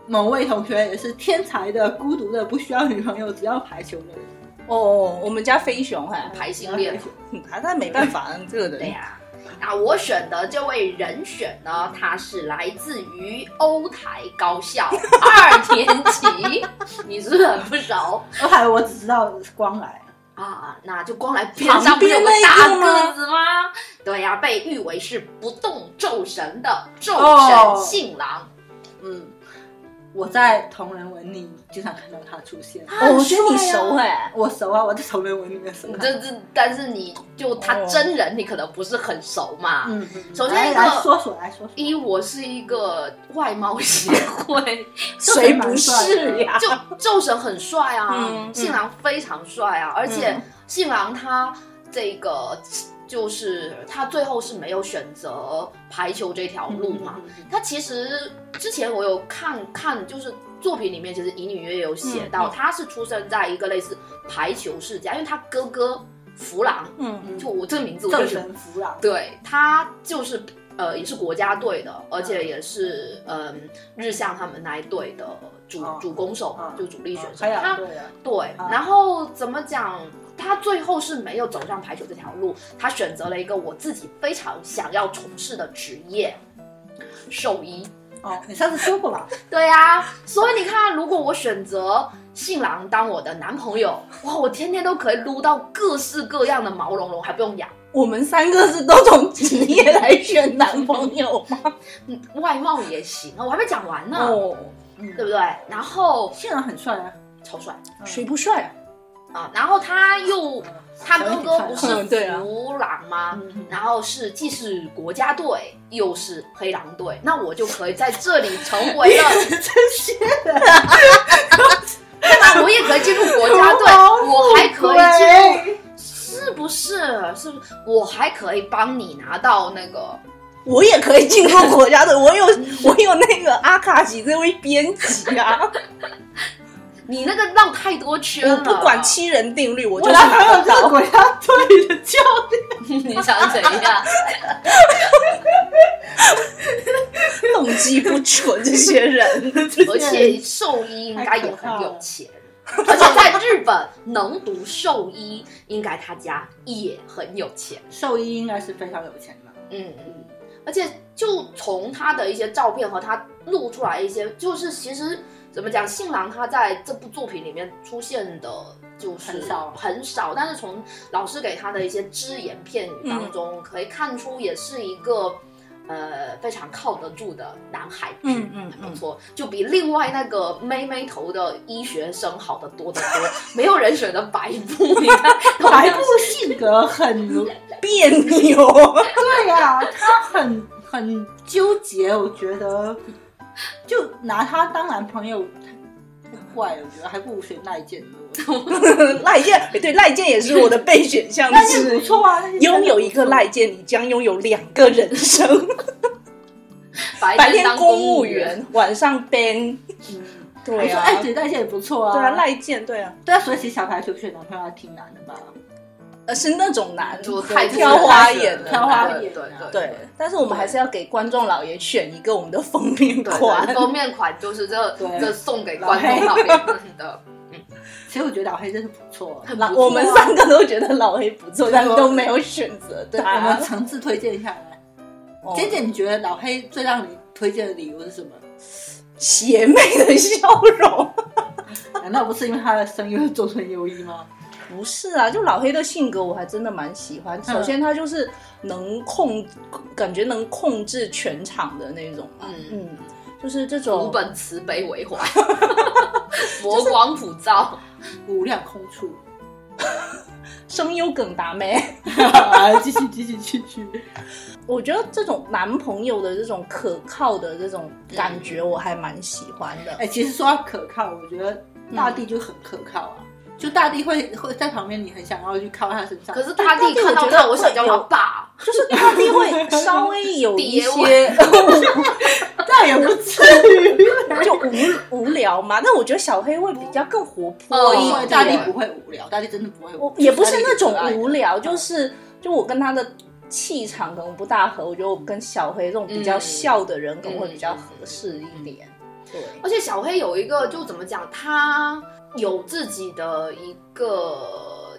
[SPEAKER 1] 某位同学也是天才的、孤独的、不需要女朋友，只要排球的人。
[SPEAKER 2] 哦，我们家飞熊哎，
[SPEAKER 4] 排性恋。
[SPEAKER 2] 嗯他他没办法，这个人。
[SPEAKER 4] 对呀、那我选的这位人选呢，他是来自于欧台高校二年级， [laughs] 你是不是很不熟
[SPEAKER 1] 我哦还我只知道光来，
[SPEAKER 4] 啊？那就光来边上不是有
[SPEAKER 2] 旁边那
[SPEAKER 4] 大
[SPEAKER 2] 一个吗
[SPEAKER 4] 个子吗？对呀、被誉为是不动咒神的咒
[SPEAKER 1] 哦
[SPEAKER 4] 神信郎。
[SPEAKER 1] 嗯，我在同人文里经常看到他出现。
[SPEAKER 2] 哦，我觉得你
[SPEAKER 4] 帅啊
[SPEAKER 2] 熟哎，
[SPEAKER 1] 我熟啊，我在同人文里面熟
[SPEAKER 4] 你
[SPEAKER 1] 他。
[SPEAKER 4] 这这，但是你就他
[SPEAKER 2] 哦
[SPEAKER 4] 真人，你可能不是很熟嘛。
[SPEAKER 1] 嗯，嗯
[SPEAKER 4] 首先
[SPEAKER 1] 来
[SPEAKER 4] 一个
[SPEAKER 1] 来说说来说说，
[SPEAKER 4] 一，我是一个外貌协会，
[SPEAKER 2] 谁不是呀？
[SPEAKER 4] 就咒神很帅啊，
[SPEAKER 2] 嗯
[SPEAKER 4] 信郎非常帅啊，而且
[SPEAKER 2] 嗯
[SPEAKER 4] 信郎他这个就是他最后是没有选择排球这条路嘛。
[SPEAKER 1] 嗯嗯嗯
[SPEAKER 4] 他其实之前我有看看，就是作品里面其实隐隐约约有写到，
[SPEAKER 2] 嗯嗯
[SPEAKER 4] 他是出生在一个类似排球世家，因为他哥哥福郎，
[SPEAKER 2] 嗯，
[SPEAKER 1] 嗯
[SPEAKER 4] 就我这个名字我就
[SPEAKER 1] 正
[SPEAKER 4] 觉得
[SPEAKER 1] 神啊扶老，
[SPEAKER 4] 对他就是呃也是国家队的，而且也是嗯日向他们那一队的主、
[SPEAKER 1] 嗯
[SPEAKER 4] 主攻手嘛，
[SPEAKER 1] 嗯
[SPEAKER 4] 就主力选手。
[SPEAKER 1] 还有
[SPEAKER 4] 他
[SPEAKER 1] 对啊，
[SPEAKER 4] 对，
[SPEAKER 1] 嗯
[SPEAKER 4] 然后怎么讲？他最后是没有走上排球这条路，他选择了一个我自己非常想要从事的职业——兽医。
[SPEAKER 1] 哦，你上次说过吧？
[SPEAKER 4] 对呀、所以你看，如果我选择信郎当我的男朋友，哇，我天天都可以撸到各式各样的毛茸茸，还不用养。
[SPEAKER 2] 我们三个是都从职业来选男朋友吗？
[SPEAKER 4] 嗯，外貌也行啊，我还没讲完呢。
[SPEAKER 2] 哦，
[SPEAKER 1] 嗯
[SPEAKER 4] 对，不对？然后
[SPEAKER 1] 现然很帅啊，
[SPEAKER 4] 超帅
[SPEAKER 1] 嗯
[SPEAKER 2] 谁不帅啊？
[SPEAKER 4] 啊！然后他又他哥哥不是
[SPEAKER 2] 嗯对啊
[SPEAKER 4] 弗朗吗？
[SPEAKER 1] 嗯
[SPEAKER 4] 然后是既是国家队又是黑狼队，那我就可以在这里成为了 [laughs] 这些人，对吧？我也可以进入国家队，我还可以进入，
[SPEAKER 1] 以
[SPEAKER 4] 是不是？是不是？我还可以帮你拿到那个
[SPEAKER 2] 我也可以进入国家队，我有我有那个阿卡西这位编辑啊，
[SPEAKER 4] 你那个绕太多圈
[SPEAKER 2] 我
[SPEAKER 4] 了，
[SPEAKER 2] 不管七人定律，我就
[SPEAKER 1] 我
[SPEAKER 2] 是
[SPEAKER 1] 男朋友
[SPEAKER 2] 拿得
[SPEAKER 1] 就是
[SPEAKER 2] 到。
[SPEAKER 1] 国家队的教练，
[SPEAKER 4] 你想怎样？
[SPEAKER 2] 动机不纯，这些人
[SPEAKER 4] 而且兽医应该也很有钱，而且在日本能读兽医，应该他家也很有钱。
[SPEAKER 1] 兽医应该是非常有钱的，
[SPEAKER 4] 嗯，而且就从他的一些照片和他露出来一些，就是其实怎么讲，信郎他在这部作品里面出现的。就是
[SPEAKER 1] 很少
[SPEAKER 4] 很少，但是从老师给他的一些只言片语当中，可以看出也是一个呃非常靠得住的男孩子。
[SPEAKER 2] 嗯嗯嗯
[SPEAKER 4] 不错，就比另外那个妹妹头的医学生好得多得多。没有人选择白
[SPEAKER 2] [laughs]
[SPEAKER 4] 布，你看
[SPEAKER 1] 白布性格 [laughs] 很
[SPEAKER 2] 别扭。 [laughs]
[SPEAKER 1] 对呀、他很很纠结，我觉得就拿他当男朋友太怪了，我觉得还不如选赖健呢。 [laughs] 我觉得
[SPEAKER 2] 赖健，哎对，赖健也是我的备选项
[SPEAKER 1] 赖健
[SPEAKER 2] 之
[SPEAKER 1] 不
[SPEAKER 2] 一。
[SPEAKER 1] 错啊，赖健
[SPEAKER 2] 拥有一个赖健，你将拥有两个人生：
[SPEAKER 4] 白
[SPEAKER 2] 白
[SPEAKER 4] 天
[SPEAKER 2] 天
[SPEAKER 4] 当
[SPEAKER 2] 公
[SPEAKER 4] 务
[SPEAKER 2] 务员，晚上 ban。
[SPEAKER 1] 嗯，
[SPEAKER 2] 对啊，
[SPEAKER 1] 哎，姐赖健也不错啊，
[SPEAKER 2] 对啊，赖健，对啊，
[SPEAKER 1] 对啊，所以其实小排球选男朋友还挺难的吧？
[SPEAKER 2] 呃，是那种男，
[SPEAKER 4] 就太
[SPEAKER 2] 挑花眼的，
[SPEAKER 1] 挑花眼
[SPEAKER 4] 对对
[SPEAKER 2] 对，但是我们还是要给观众老爷选一个我们的封面
[SPEAKER 4] 对
[SPEAKER 2] 款
[SPEAKER 4] 对，。封面款就是这
[SPEAKER 1] 对
[SPEAKER 4] 这送给观众老爷们的，
[SPEAKER 1] 其实我觉得老黑真是不错，啊
[SPEAKER 4] 很不
[SPEAKER 1] 老
[SPEAKER 2] [laughs]
[SPEAKER 4] 错
[SPEAKER 2] 我们三个都觉得老黑不错，但都没有选择
[SPEAKER 1] 我
[SPEAKER 2] 他
[SPEAKER 1] 们。
[SPEAKER 2] [laughs]
[SPEAKER 1] 诚挚推荐下来。
[SPEAKER 2] 哦
[SPEAKER 1] 姐姐，你觉得老黑最让你推荐的理由是什么？ [laughs]
[SPEAKER 2] 邪魅的笑容。 [laughs]
[SPEAKER 1] 难道不是因为他的声优是佐藤优一吗？
[SPEAKER 2] 不是啊，就老黑的性格我还真的蛮喜欢。
[SPEAKER 4] 嗯
[SPEAKER 2] 首先他就是能控，感觉能控制全场的那种嘛。
[SPEAKER 4] 嗯
[SPEAKER 2] 嗯，就是这
[SPEAKER 4] 无
[SPEAKER 2] 种
[SPEAKER 4] 本慈悲为怀， [laughs] 佛光普照，
[SPEAKER 1] 无量空
[SPEAKER 2] [laughs]
[SPEAKER 1] 处。
[SPEAKER 2] 声优梗达妹。 [laughs]
[SPEAKER 1] 啊，继续继续继续。
[SPEAKER 2] 我觉得这种男朋友的这种可靠的这种感
[SPEAKER 4] 嗯
[SPEAKER 2] 觉，我还蛮喜欢的。
[SPEAKER 1] 哎、其实说到可靠，我觉得大地就很可靠啊。就大地会会在旁边，你很想要去靠他身上。
[SPEAKER 4] 可是大地看到他，我想叫他爸。
[SPEAKER 2] 就是大地会稍微有一
[SPEAKER 4] 跌
[SPEAKER 2] [laughs] 些
[SPEAKER 1] 那也不至于，
[SPEAKER 2] 就无无聊嘛。那我觉得小黑会比较更活泼
[SPEAKER 4] 哦
[SPEAKER 2] 一
[SPEAKER 1] 因为
[SPEAKER 2] 点，
[SPEAKER 1] 大地不会无聊，大地真的不会无
[SPEAKER 2] 我
[SPEAKER 1] 聊，
[SPEAKER 2] 也不是那种
[SPEAKER 1] 大地挺可爱的
[SPEAKER 2] 无聊，就是就我跟他的气场可能不大合，我觉得我跟小黑这种比较笑的人可能会比较合适一点。对，
[SPEAKER 4] 而且小黑有一个，就怎么讲，他有自己的一个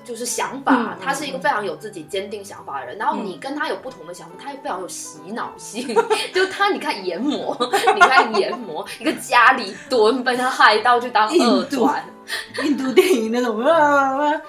[SPEAKER 4] 就是想法，
[SPEAKER 2] 嗯
[SPEAKER 4] 他是一个非常有自己坚定想法的人。然后
[SPEAKER 2] 嗯
[SPEAKER 4] 你跟他有不同的想法，他又非常有洗脑性。 [laughs] 就他，你看研磨， [laughs] 你看研磨，一个家里蹲被他害到去当二转。
[SPEAKER 1] [laughs] 印度电影那种。啊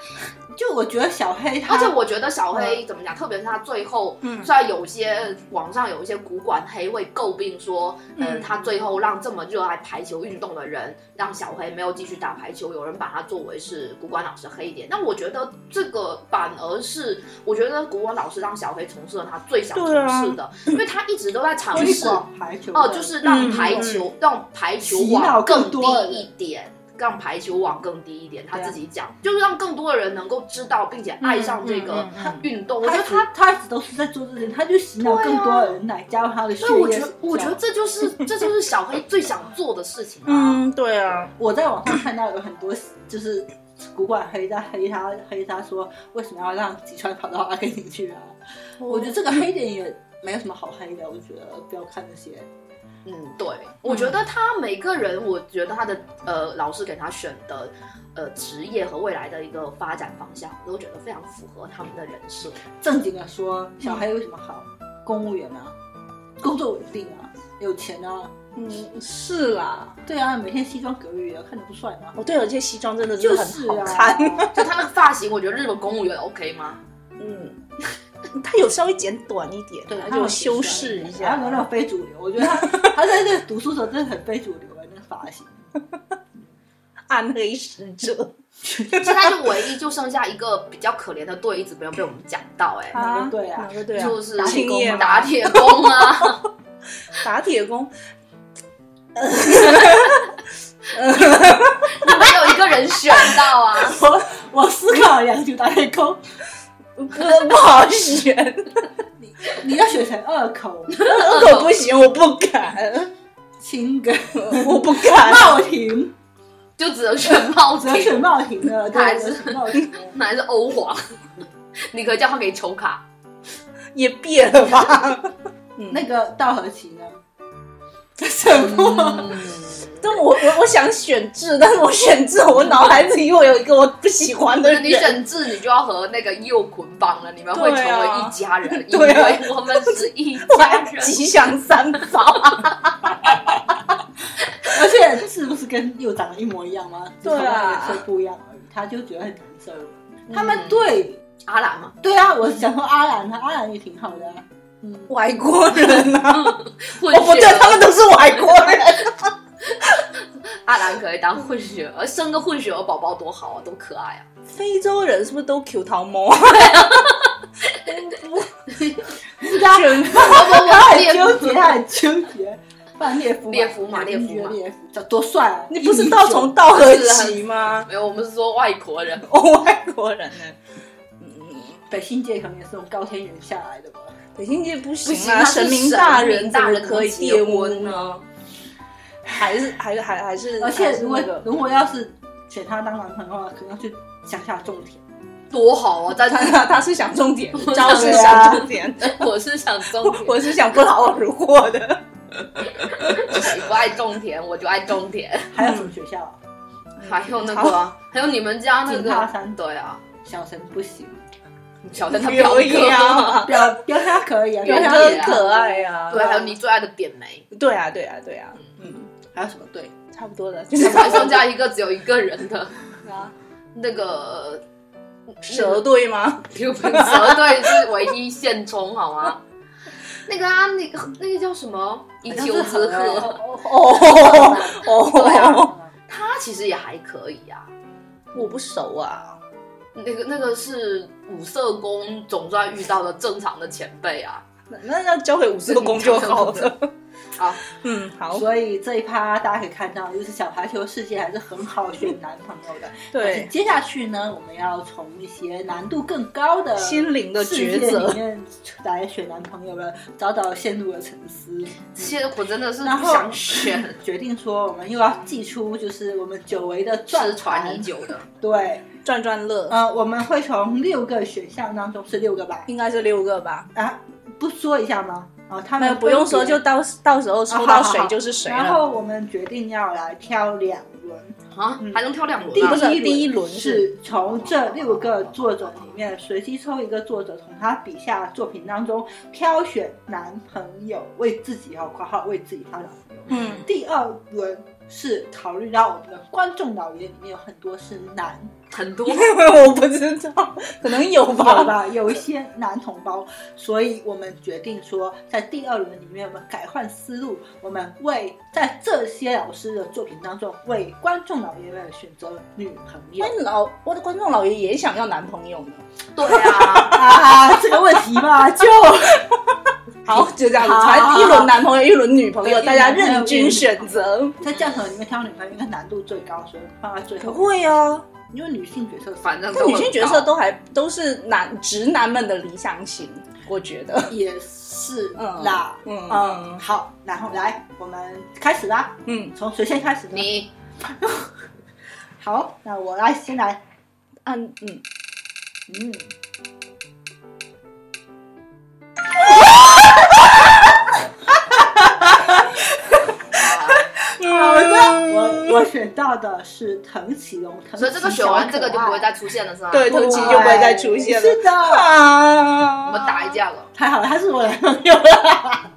[SPEAKER 1] 就我觉得小黑他，
[SPEAKER 4] 而且我觉得小黑怎么讲，特别是他最后，
[SPEAKER 2] 嗯
[SPEAKER 4] 虽然有些网上有一些古管黑会诟病说，嗯，
[SPEAKER 2] 嗯
[SPEAKER 4] 他最后让这么热爱排球运动的人，让小黑没有继续打排球，有人把他作为是古管老师黑一点。但我觉得这个反而是，我觉得古管老师让小黑从事了他最想从
[SPEAKER 2] 对啊
[SPEAKER 4] 事的，因为他一直都在尝
[SPEAKER 1] 推
[SPEAKER 4] 试。
[SPEAKER 1] 广排球
[SPEAKER 4] 哦，
[SPEAKER 1] 的
[SPEAKER 4] 就是让
[SPEAKER 2] 嗯
[SPEAKER 4] 排
[SPEAKER 2] 嗯
[SPEAKER 4] 球、让排球
[SPEAKER 1] 洗脑
[SPEAKER 4] 网
[SPEAKER 1] 更
[SPEAKER 4] 低
[SPEAKER 1] 多
[SPEAKER 4] 一点，让排球网更低一点。他
[SPEAKER 1] 对啊
[SPEAKER 4] 自己讲，就是让更多的人能够知道并且爱上这个
[SPEAKER 2] 嗯嗯嗯嗯
[SPEAKER 4] 运动。我觉
[SPEAKER 1] 他一
[SPEAKER 4] 得
[SPEAKER 1] 直
[SPEAKER 4] 他，
[SPEAKER 1] 他一直都是在做这件，他就洗脑更多人来加入他的学业。
[SPEAKER 4] 所以我觉得，我觉
[SPEAKER 1] 这样
[SPEAKER 4] 得这就是这就是小黑最想做的事情啊。
[SPEAKER 2] 嗯，对啊，
[SPEAKER 1] 我在网上看到有很多就是古管黑在黑他黑他说为什么要让吉川跑到阿根廷去啊？
[SPEAKER 4] 哦
[SPEAKER 1] 我觉得这个黑点也没有什么好黑的，我觉得不要看那些。
[SPEAKER 4] 嗯，对，我觉得他每个人，我觉得他的呃老师给他选的。呃，职业和未来的一个发展方向，我都觉得非常符合他们的人设。
[SPEAKER 1] 正经的说，小黑为什么好？公务员啊，工作稳定啊，有钱啊，
[SPEAKER 2] 嗯是啦，
[SPEAKER 1] 对啊，每天西装革履啊，看着不帅吗？
[SPEAKER 2] 哦对，有些西装真的
[SPEAKER 1] 就是是
[SPEAKER 2] 很
[SPEAKER 1] 啊
[SPEAKER 2] 好看，，
[SPEAKER 4] 就他那个发型，我觉得日本公务员 OK 吗？
[SPEAKER 2] 嗯， [laughs] 他有稍微剪短一点，
[SPEAKER 1] 对，
[SPEAKER 2] 他就修饰
[SPEAKER 1] 他
[SPEAKER 2] 一下
[SPEAKER 1] 没有。那种非主流，我觉得他他在这读书的时候真的很非主流啊，那个发型。
[SPEAKER 2] 暗黑使者，
[SPEAKER 4] 现在就唯一就剩下一个比较可怜的队，一直没有被我们讲到、哎、
[SPEAKER 1] 哪个队啊
[SPEAKER 2] 哪个队 [laughs] 啊？
[SPEAKER 4] 就是
[SPEAKER 2] 打铁工吗
[SPEAKER 4] 打铁工
[SPEAKER 2] [laughs]
[SPEAKER 4] 啊，
[SPEAKER 2] 打铁工，
[SPEAKER 4] 你没有一个人选到啊。
[SPEAKER 1] 我我思考了两球打太空，
[SPEAKER 2] 不不好选， [laughs]
[SPEAKER 1] 你要选成二口
[SPEAKER 2] 我可不行，我不敢，
[SPEAKER 1] 青梗，
[SPEAKER 2] 我不敢。
[SPEAKER 1] 茂廷，
[SPEAKER 4] 就只能选帽
[SPEAKER 1] 只
[SPEAKER 4] 子，
[SPEAKER 1] 能选茂廷
[SPEAKER 2] [laughs]
[SPEAKER 1] 了，对，
[SPEAKER 4] 他还
[SPEAKER 1] 只能
[SPEAKER 4] 是
[SPEAKER 1] 选茂廷了。
[SPEAKER 4] 那还是欧皇。你可以叫他给你抽卡，
[SPEAKER 2] 也别了吧。嗯，
[SPEAKER 1] 那个道和奇呢？
[SPEAKER 2] [laughs] 什么？
[SPEAKER 4] 嗯，
[SPEAKER 2] [laughs] 但我我我想选智，但是我选智，我脑海里又有一个我不喜欢的人。
[SPEAKER 4] 你选智，你就要和那个右捆绑了，你们会成
[SPEAKER 2] 对啊
[SPEAKER 4] 为一家人，因
[SPEAKER 2] 对啊
[SPEAKER 4] 为我们是一
[SPEAKER 2] 我
[SPEAKER 4] 家
[SPEAKER 2] 还 [laughs]
[SPEAKER 4] 人。
[SPEAKER 2] 吉祥三宝，
[SPEAKER 1] 而且是不是跟又长得一模一样吗？
[SPEAKER 2] 对啊嗯
[SPEAKER 1] 只是头发颜色不一样而已，他就觉得很难受了。他们对
[SPEAKER 4] 阿兰嘛，
[SPEAKER 1] 对啊，我想说阿兰，阿兰也挺好的啊。嗯，
[SPEAKER 2] [laughs] 外国人 [laughs] 啊！
[SPEAKER 4] 混
[SPEAKER 2] 哦，不
[SPEAKER 4] 血
[SPEAKER 2] 对，他们都是外国人。
[SPEAKER 4] 阿兰可以当混血儿，生个混血儿宝宝多好啊，多可爱
[SPEAKER 2] [laughs]
[SPEAKER 4] 啊！
[SPEAKER 2] 非洲人是不是都 Q 桃猫啊？
[SPEAKER 1] 他很纠
[SPEAKER 2] 选
[SPEAKER 4] 我我我
[SPEAKER 1] 结，他很纠结。不然列夫嘛，
[SPEAKER 4] 列夫嘛
[SPEAKER 1] 列
[SPEAKER 4] 列夫嘛
[SPEAKER 1] 列夫，这多帅啊！
[SPEAKER 2] 你不是
[SPEAKER 1] 1.9
[SPEAKER 2] 到从道和奇吗？
[SPEAKER 4] 没有，我们是说外国人。
[SPEAKER 2] 哦，外国人呢？
[SPEAKER 1] 北新界可能也是从高天原下来的吧？
[SPEAKER 2] 北京界不
[SPEAKER 4] 不
[SPEAKER 2] 行
[SPEAKER 4] 行
[SPEAKER 2] 啊，
[SPEAKER 4] 那是
[SPEAKER 2] 神明
[SPEAKER 4] 神
[SPEAKER 2] 大
[SPEAKER 4] 明
[SPEAKER 2] 人
[SPEAKER 4] 大
[SPEAKER 2] 怎么
[SPEAKER 4] 人
[SPEAKER 2] 可以
[SPEAKER 4] 怎么
[SPEAKER 2] 玷
[SPEAKER 4] 结
[SPEAKER 2] 污
[SPEAKER 4] 婚
[SPEAKER 2] 呢？还是还还还是，
[SPEAKER 1] 而
[SPEAKER 2] 还
[SPEAKER 1] 且
[SPEAKER 2] 是
[SPEAKER 1] 如果
[SPEAKER 2] 那个
[SPEAKER 1] 如果要是选他当男朋友的话，可能要去乡下种田。
[SPEAKER 4] 多好啊！但
[SPEAKER 2] 他
[SPEAKER 4] 是
[SPEAKER 2] 他他是想重点，
[SPEAKER 4] 想
[SPEAKER 2] 招是
[SPEAKER 1] 对啊
[SPEAKER 2] 想重点的，
[SPEAKER 4] [laughs] 我是想种田，
[SPEAKER 2] [laughs] 我是想不劳而获的。
[SPEAKER 4] 你不爱种田，我就爱种田。
[SPEAKER 1] 还有什么学校啊？
[SPEAKER 4] 还有那个，还有你们家那
[SPEAKER 1] 金塔
[SPEAKER 4] 个
[SPEAKER 1] 山，
[SPEAKER 4] 对啊，
[SPEAKER 1] 小神不行，
[SPEAKER 4] 小陈他表
[SPEAKER 2] 表
[SPEAKER 4] 哥，
[SPEAKER 2] 呀，
[SPEAKER 1] 表表他可以啊，
[SPEAKER 4] 表
[SPEAKER 2] 表
[SPEAKER 1] 表他
[SPEAKER 4] 哥
[SPEAKER 2] 哥啊可爱呀，
[SPEAKER 4] 对，还啊有你最爱的扁
[SPEAKER 1] [laughs]
[SPEAKER 4] 梅，
[SPEAKER 2] 对啊，对啊，对啊，嗯，
[SPEAKER 1] 还有什么队？
[SPEAKER 2] 差不多了，就
[SPEAKER 4] 你
[SPEAKER 2] 是
[SPEAKER 4] 们还剩下一个只有一个人的
[SPEAKER 2] 啊
[SPEAKER 4] 那个
[SPEAKER 2] 蛇队吗？
[SPEAKER 4] 刘本蛇
[SPEAKER 1] [laughs]
[SPEAKER 4] 队是唯一现充好吗？那个啊，那个那个叫什么一 [laughs] 丘之貉，
[SPEAKER 2] 哦 [laughs] 哦，
[SPEAKER 1] 啊，
[SPEAKER 4] 他其实也还可以啊。
[SPEAKER 2] 我不熟啊，
[SPEAKER 4] 那个那个是五色宫总算遇到了正常的前辈啊，
[SPEAKER 2] [laughs] 那那要交给五色公就好了。
[SPEAKER 4] 好，
[SPEAKER 2] 嗯，好，
[SPEAKER 1] 所以这一趴大家可以看到，就是小排球世界还是很好选男朋友的。但是
[SPEAKER 2] 对，
[SPEAKER 1] 接下去呢，我们要从一些难度更高的
[SPEAKER 2] 心灵的
[SPEAKER 1] 世界
[SPEAKER 2] 抉择
[SPEAKER 1] 里面来选男朋友了，早早陷入了沉思。
[SPEAKER 4] 这些我真的是
[SPEAKER 1] 然
[SPEAKER 4] 不
[SPEAKER 1] 后
[SPEAKER 4] 想选，
[SPEAKER 1] 决定说，我们又要祭出就是我们久违的转
[SPEAKER 4] 失传已
[SPEAKER 1] 盘
[SPEAKER 4] 久的。
[SPEAKER 1] 对，
[SPEAKER 2] 转转乐、
[SPEAKER 1] 呃，我们会从六个选项当中是六个吧？
[SPEAKER 2] 应该是六个吧？
[SPEAKER 1] 啊，不说一下吗？啊，他
[SPEAKER 2] 没有，
[SPEAKER 1] 们
[SPEAKER 2] 不用说，
[SPEAKER 1] 分别
[SPEAKER 2] 就到到时候抽到谁就是谁啊了。
[SPEAKER 1] 然后我们决定要来挑两轮，
[SPEAKER 4] 啊，还能挑两
[SPEAKER 1] 第
[SPEAKER 4] 轮
[SPEAKER 2] 不
[SPEAKER 4] 啊？
[SPEAKER 2] 是
[SPEAKER 1] 一
[SPEAKER 2] 第一轮
[SPEAKER 1] 是从这六个作者里面随机抽一个作者，从他笔下作品当中挑选男朋友，为自己哦（括号为自己挑男朋友）。
[SPEAKER 2] 嗯，
[SPEAKER 1] 第二轮是考虑到我们的观众老爷里面有很多是男
[SPEAKER 4] 很多
[SPEAKER 2] [laughs] 我不知道，可能有
[SPEAKER 1] 有
[SPEAKER 2] 吧。
[SPEAKER 1] 吧，有一些男同胞，所以我们决定说，在第二轮里面，我们改换思路，我们为在这些老师的作品当中，为观众老爷们选择女朋友
[SPEAKER 2] [laughs] 哎，老我的观众老爷也想要男朋友呢。
[SPEAKER 4] 对啊，
[SPEAKER 1] 啊，这个问题嘛，就
[SPEAKER 2] [laughs] 好，就这样子，
[SPEAKER 1] 好
[SPEAKER 2] 才一轮男朋友，一轮女朋友，
[SPEAKER 1] 对
[SPEAKER 2] 大家
[SPEAKER 1] 一轮男朋
[SPEAKER 2] 任
[SPEAKER 1] 友
[SPEAKER 2] 君选择。
[SPEAKER 1] 在教程里面挑女朋友，应该难度最高，所以放在最后，
[SPEAKER 2] 不会啊，
[SPEAKER 1] 因为女性角色
[SPEAKER 4] 反正
[SPEAKER 2] 但
[SPEAKER 4] 都
[SPEAKER 2] 女性角色
[SPEAKER 4] 很高
[SPEAKER 2] 都还都是男直男们的理想型，我觉得。 [laughs]
[SPEAKER 1] 也是
[SPEAKER 2] 嗯
[SPEAKER 1] 啦，
[SPEAKER 2] 嗯
[SPEAKER 1] 嗯，好，然后来，我们开始啦，
[SPEAKER 2] 嗯，
[SPEAKER 1] 从谁先开始呢？
[SPEAKER 4] 你
[SPEAKER 1] 好，那我来先来，
[SPEAKER 2] 按嗯，
[SPEAKER 1] 嗯，
[SPEAKER 4] 啊
[SPEAKER 2] 好的
[SPEAKER 1] 我我选到的是藤启龙，藤
[SPEAKER 4] 所以这个
[SPEAKER 1] 崎
[SPEAKER 4] 选
[SPEAKER 1] 小
[SPEAKER 4] 完
[SPEAKER 1] 可
[SPEAKER 4] 这个就
[SPEAKER 1] 爱
[SPEAKER 4] 不会再出现了，是吗？
[SPEAKER 2] 对，
[SPEAKER 1] 对
[SPEAKER 2] 藤崎就不会再出现了。
[SPEAKER 1] 是的，
[SPEAKER 2] 啊，
[SPEAKER 4] 我们打一。架了，
[SPEAKER 1] 太好了，他是我男朋友了。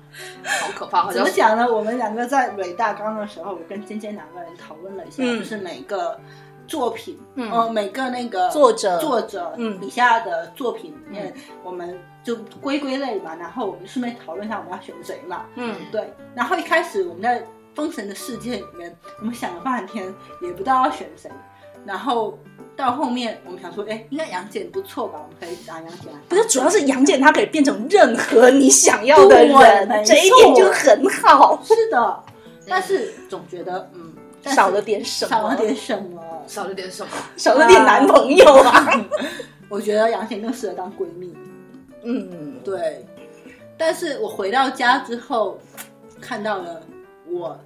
[SPEAKER 4] 好可怕，好
[SPEAKER 1] 怎
[SPEAKER 4] 像
[SPEAKER 1] 么讲呢？我们两个在蕊大纲的时候，我跟尖尖两个人讨论了一下，
[SPEAKER 2] 嗯
[SPEAKER 1] 就是每个作品，
[SPEAKER 2] 嗯
[SPEAKER 1] 呃，每个那个
[SPEAKER 2] 作者
[SPEAKER 1] 作者
[SPEAKER 2] 嗯
[SPEAKER 1] 笔下的作品里面，我们就归归类嘛，然后我们顺便讨论一下我们要选谁嘛。
[SPEAKER 2] 嗯，
[SPEAKER 1] 对，然后一开始我们在《封神的世界》里面，我们想了半天，也不知道要选谁。然后到后面，我们想说，哎，应该杨戬不错吧？我们可以拿杨戬来。
[SPEAKER 2] 不是，主要是杨戬她可以变成任何你想要的
[SPEAKER 1] 对没错
[SPEAKER 2] 人，这一点就很好，
[SPEAKER 1] 是的，
[SPEAKER 4] 嗯
[SPEAKER 1] 但是总觉得嗯，但是
[SPEAKER 2] 嗯少了点什么，啊
[SPEAKER 1] 少了点什
[SPEAKER 2] [laughs]
[SPEAKER 1] 么。
[SPEAKER 4] 少了点什么。
[SPEAKER 2] 少了点男朋友啊。
[SPEAKER 1] 我觉得杨戬更适合当闺蜜。
[SPEAKER 2] 嗯，
[SPEAKER 1] 对，但是我回到家之后，看到了我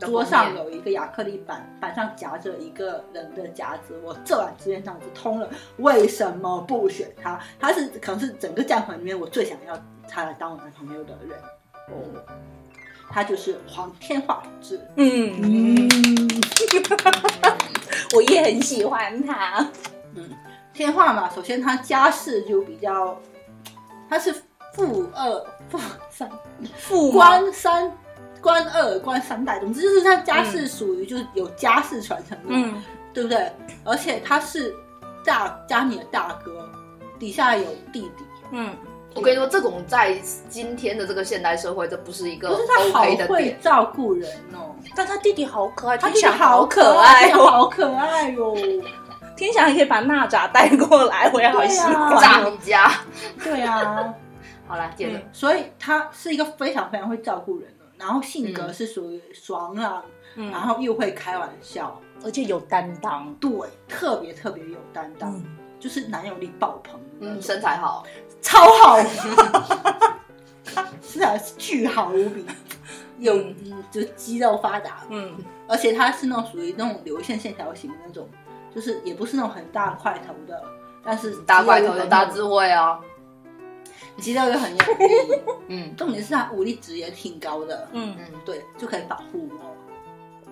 [SPEAKER 4] 的
[SPEAKER 1] 桌
[SPEAKER 4] 封
[SPEAKER 1] 上
[SPEAKER 4] 面
[SPEAKER 1] 有一个亚克力板，板上夹着一个人的夹子，我这晚之间脑子通了，为什么不选他？他是可能是整个战团里面我最想要他来当我男朋友的人，
[SPEAKER 4] 哦，
[SPEAKER 1] 他就是黄天化之。
[SPEAKER 2] 嗯，
[SPEAKER 1] 嗯，
[SPEAKER 2] 我也很喜欢他。
[SPEAKER 1] 天化嘛，首先他家世就比较，他是富二富三
[SPEAKER 2] 父官
[SPEAKER 1] 官三、官二、官三代，总之就是他家世属于就是有家世传承的，
[SPEAKER 2] 嗯
[SPEAKER 1] 对不对？而且他是大家里的大哥，底下有弟弟，
[SPEAKER 2] 嗯，
[SPEAKER 4] 我跟你说，这种在今天的这个现代社会，这不是一个
[SPEAKER 1] 可是他好
[SPEAKER 4] OK 的
[SPEAKER 1] 会
[SPEAKER 4] 点。
[SPEAKER 1] 照顾人哦，
[SPEAKER 2] 但他弟弟好可爱，
[SPEAKER 1] 他
[SPEAKER 2] 天
[SPEAKER 1] 弟弟
[SPEAKER 2] 翔好
[SPEAKER 1] 可他
[SPEAKER 2] 爱
[SPEAKER 1] 弟弟
[SPEAKER 2] 哦，
[SPEAKER 1] 好可爱哟、 [laughs]
[SPEAKER 2] 天翔也可以把娜扎带过来，我也好喜
[SPEAKER 1] 对啊
[SPEAKER 2] 欢。
[SPEAKER 4] 炸你家！
[SPEAKER 1] 对啊，
[SPEAKER 4] 好了，接着，
[SPEAKER 1] 所以他是一个非常非常会照顾人的，然后性格是属于爽朗，
[SPEAKER 2] 嗯
[SPEAKER 1] 然后又会开玩笑，
[SPEAKER 2] 而且有担当。
[SPEAKER 1] 对，特别特别有担当，
[SPEAKER 2] 嗯
[SPEAKER 1] 就是男友力爆棚，
[SPEAKER 4] 嗯，身材好，
[SPEAKER 1] 超好， [laughs] 是啊，巨好无比，有嗯，就肌肉发达，
[SPEAKER 2] 嗯
[SPEAKER 1] 而且它是那种属于那种流线线条型的那种，就是也不是那种很大块头的，但是
[SPEAKER 4] 大
[SPEAKER 1] 块
[SPEAKER 4] 块头有大智慧啊。
[SPEAKER 1] 肌肉又很有力，
[SPEAKER 4] 嗯
[SPEAKER 1] 重点是它武力值也挺高的，
[SPEAKER 2] 嗯
[SPEAKER 4] 嗯，
[SPEAKER 1] 对，就可以保护我。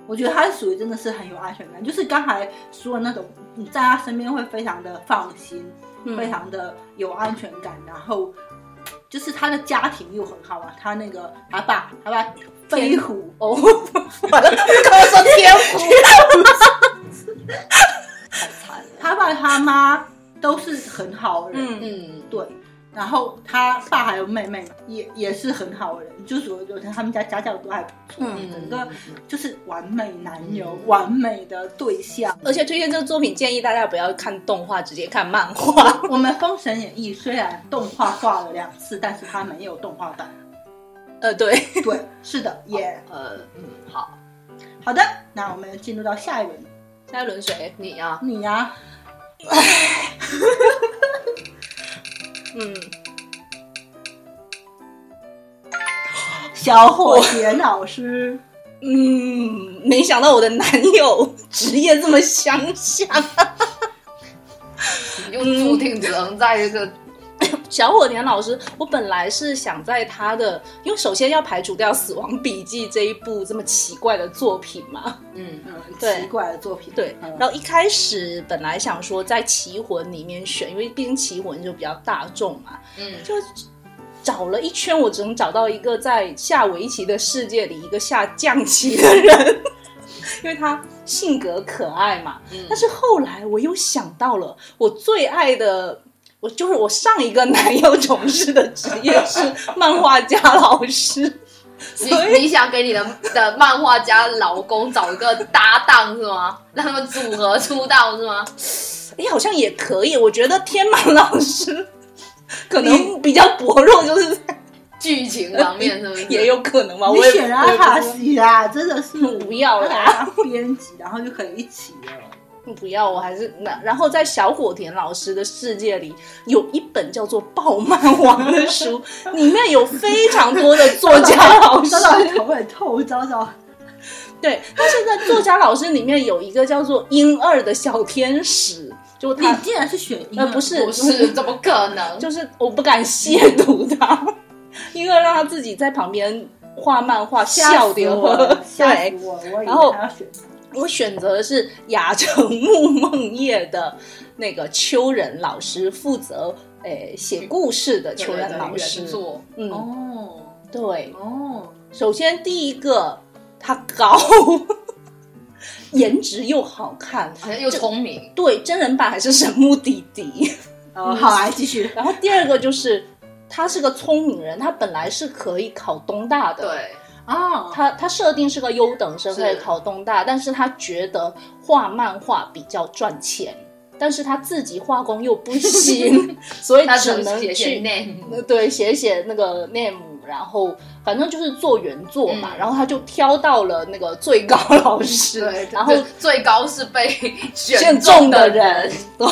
[SPEAKER 1] 我觉得它属于真的是很有安全感，就是刚才说的那种，你在他身边会非常的放心，
[SPEAKER 2] 嗯
[SPEAKER 1] 非常的有安全感，然后就是他的家庭又很好啊，他那个他爸他爸飞虎
[SPEAKER 2] 哦，完了，跟我说天赋。
[SPEAKER 4] [laughs] 太惨了。
[SPEAKER 1] 他爸他妈都是很好人，
[SPEAKER 2] 嗯
[SPEAKER 4] 嗯，
[SPEAKER 1] 对，然后他爸还有妹妹嘛也也是很好的人，就是我觉得他们家家教都还不错，
[SPEAKER 2] 嗯
[SPEAKER 1] 整个就是完美男友，完美的对象。
[SPEAKER 2] 而且推荐这个作品，建议大家不要看动画，直接看漫画。
[SPEAKER 1] 我们《封神演义》虽然动画化了两次，但是它没有动画版，
[SPEAKER 2] [laughs] 呃，对， [laughs]
[SPEAKER 1] 对，是的，也
[SPEAKER 4] 呃，嗯，好，
[SPEAKER 1] 好的。那我们进入到下一轮，
[SPEAKER 2] 下一轮谁？
[SPEAKER 4] 你呀、
[SPEAKER 1] 你呀、
[SPEAKER 2] 嗯，
[SPEAKER 1] 小火杰老
[SPEAKER 2] [laughs]
[SPEAKER 1] 师，
[SPEAKER 2] 嗯，没想到我的男友职业这么相像。
[SPEAKER 4] 你就注定只能在这个
[SPEAKER 2] 小火田老师，我本来是想在他的，因为首先要排除掉《死亡笔记》这一部这么奇怪的作品嘛，
[SPEAKER 4] 嗯
[SPEAKER 1] 嗯，
[SPEAKER 2] 对
[SPEAKER 1] 奇怪的作品，
[SPEAKER 2] 对。
[SPEAKER 1] 嗯
[SPEAKER 2] 然后一开始本来想说在《棋魂》里面选，因为毕竟《棋魂》就比较大众嘛，
[SPEAKER 4] 嗯
[SPEAKER 2] 就找了一圈，我只能找到一个在下围棋的世界里一个下象棋的人， [laughs] 因为他性格可爱嘛。
[SPEAKER 4] 嗯
[SPEAKER 2] 但是后来我又想到了我最爱的，我就是我上一个男友从事的职业是漫画家老师， [laughs] 所
[SPEAKER 4] 你你想给你的的漫画家老公找一个搭档是吗？让他们组合出道是吗？
[SPEAKER 2] 哎，好像也可以。我觉得天马老师 [laughs] 可能比较薄弱，就是在
[SPEAKER 4] 剧情方面是不是？
[SPEAKER 2] [laughs] 也有可能吧。
[SPEAKER 1] 你
[SPEAKER 2] 我也
[SPEAKER 1] 选啊
[SPEAKER 2] 我
[SPEAKER 1] 阿
[SPEAKER 2] 也不知道
[SPEAKER 1] 卡西啦，真的是
[SPEAKER 2] 不要啦
[SPEAKER 1] 啦，编辑，然后就可以一起了。
[SPEAKER 2] 不要，我还是那。然后在小火田老师的世界里，有一本叫做《暴漫王》
[SPEAKER 1] [laughs]
[SPEAKER 2] 的书，里面有非常多的作家老师
[SPEAKER 1] 糟。糟头很痛，糟糟。
[SPEAKER 2] 对，但是在作家老师里面有一个叫做英二的小天使，就
[SPEAKER 1] 你
[SPEAKER 2] 他
[SPEAKER 1] 竟然是选一
[SPEAKER 2] 呃
[SPEAKER 1] 个
[SPEAKER 2] 不是
[SPEAKER 4] 不是，怎么可能？
[SPEAKER 2] 就是我不敢亵渎他，英二让他自己在旁边画漫画，
[SPEAKER 1] 吓
[SPEAKER 2] 笑
[SPEAKER 1] 死
[SPEAKER 2] 掉
[SPEAKER 1] 我
[SPEAKER 2] 了
[SPEAKER 1] 了，。吓
[SPEAKER 2] 对
[SPEAKER 1] 死，我！我以为
[SPEAKER 2] 然后
[SPEAKER 1] 他要选
[SPEAKER 2] 我选择的是亚城木梦叶的那个秋人老师，负责诶写故事的秋人老师
[SPEAKER 4] 原。作
[SPEAKER 2] 嗯，
[SPEAKER 1] 哦
[SPEAKER 2] 对，
[SPEAKER 1] 哦，
[SPEAKER 2] 首先第一个他高， [laughs] 颜值又好看，
[SPEAKER 4] 好像又聪明，
[SPEAKER 2] 对，真人版还是神木弟弟。
[SPEAKER 1] 呃好，来继续。
[SPEAKER 2] 嗯然后第二个就是他是个聪明人，他本来是可以考东大的，
[SPEAKER 4] 对，
[SPEAKER 1] 哦，
[SPEAKER 2] 他他设定是个优等生，
[SPEAKER 4] 是
[SPEAKER 2] 可以考东大，但是他觉得画漫画比较赚钱，但是他自己画工又不
[SPEAKER 4] [laughs]
[SPEAKER 2] 行，所以
[SPEAKER 4] 他
[SPEAKER 2] 只
[SPEAKER 4] 能
[SPEAKER 2] 能
[SPEAKER 4] 写写
[SPEAKER 2] 去
[SPEAKER 4] 内
[SPEAKER 2] 呃对写写那个 name，然后反正就是做原作嘛，
[SPEAKER 4] 嗯
[SPEAKER 2] 然后他就挑到了那个最高老师，
[SPEAKER 4] 对，
[SPEAKER 2] 然后
[SPEAKER 4] 就最高是被
[SPEAKER 2] 选
[SPEAKER 4] 选
[SPEAKER 2] 中的
[SPEAKER 4] 的
[SPEAKER 2] 人，对。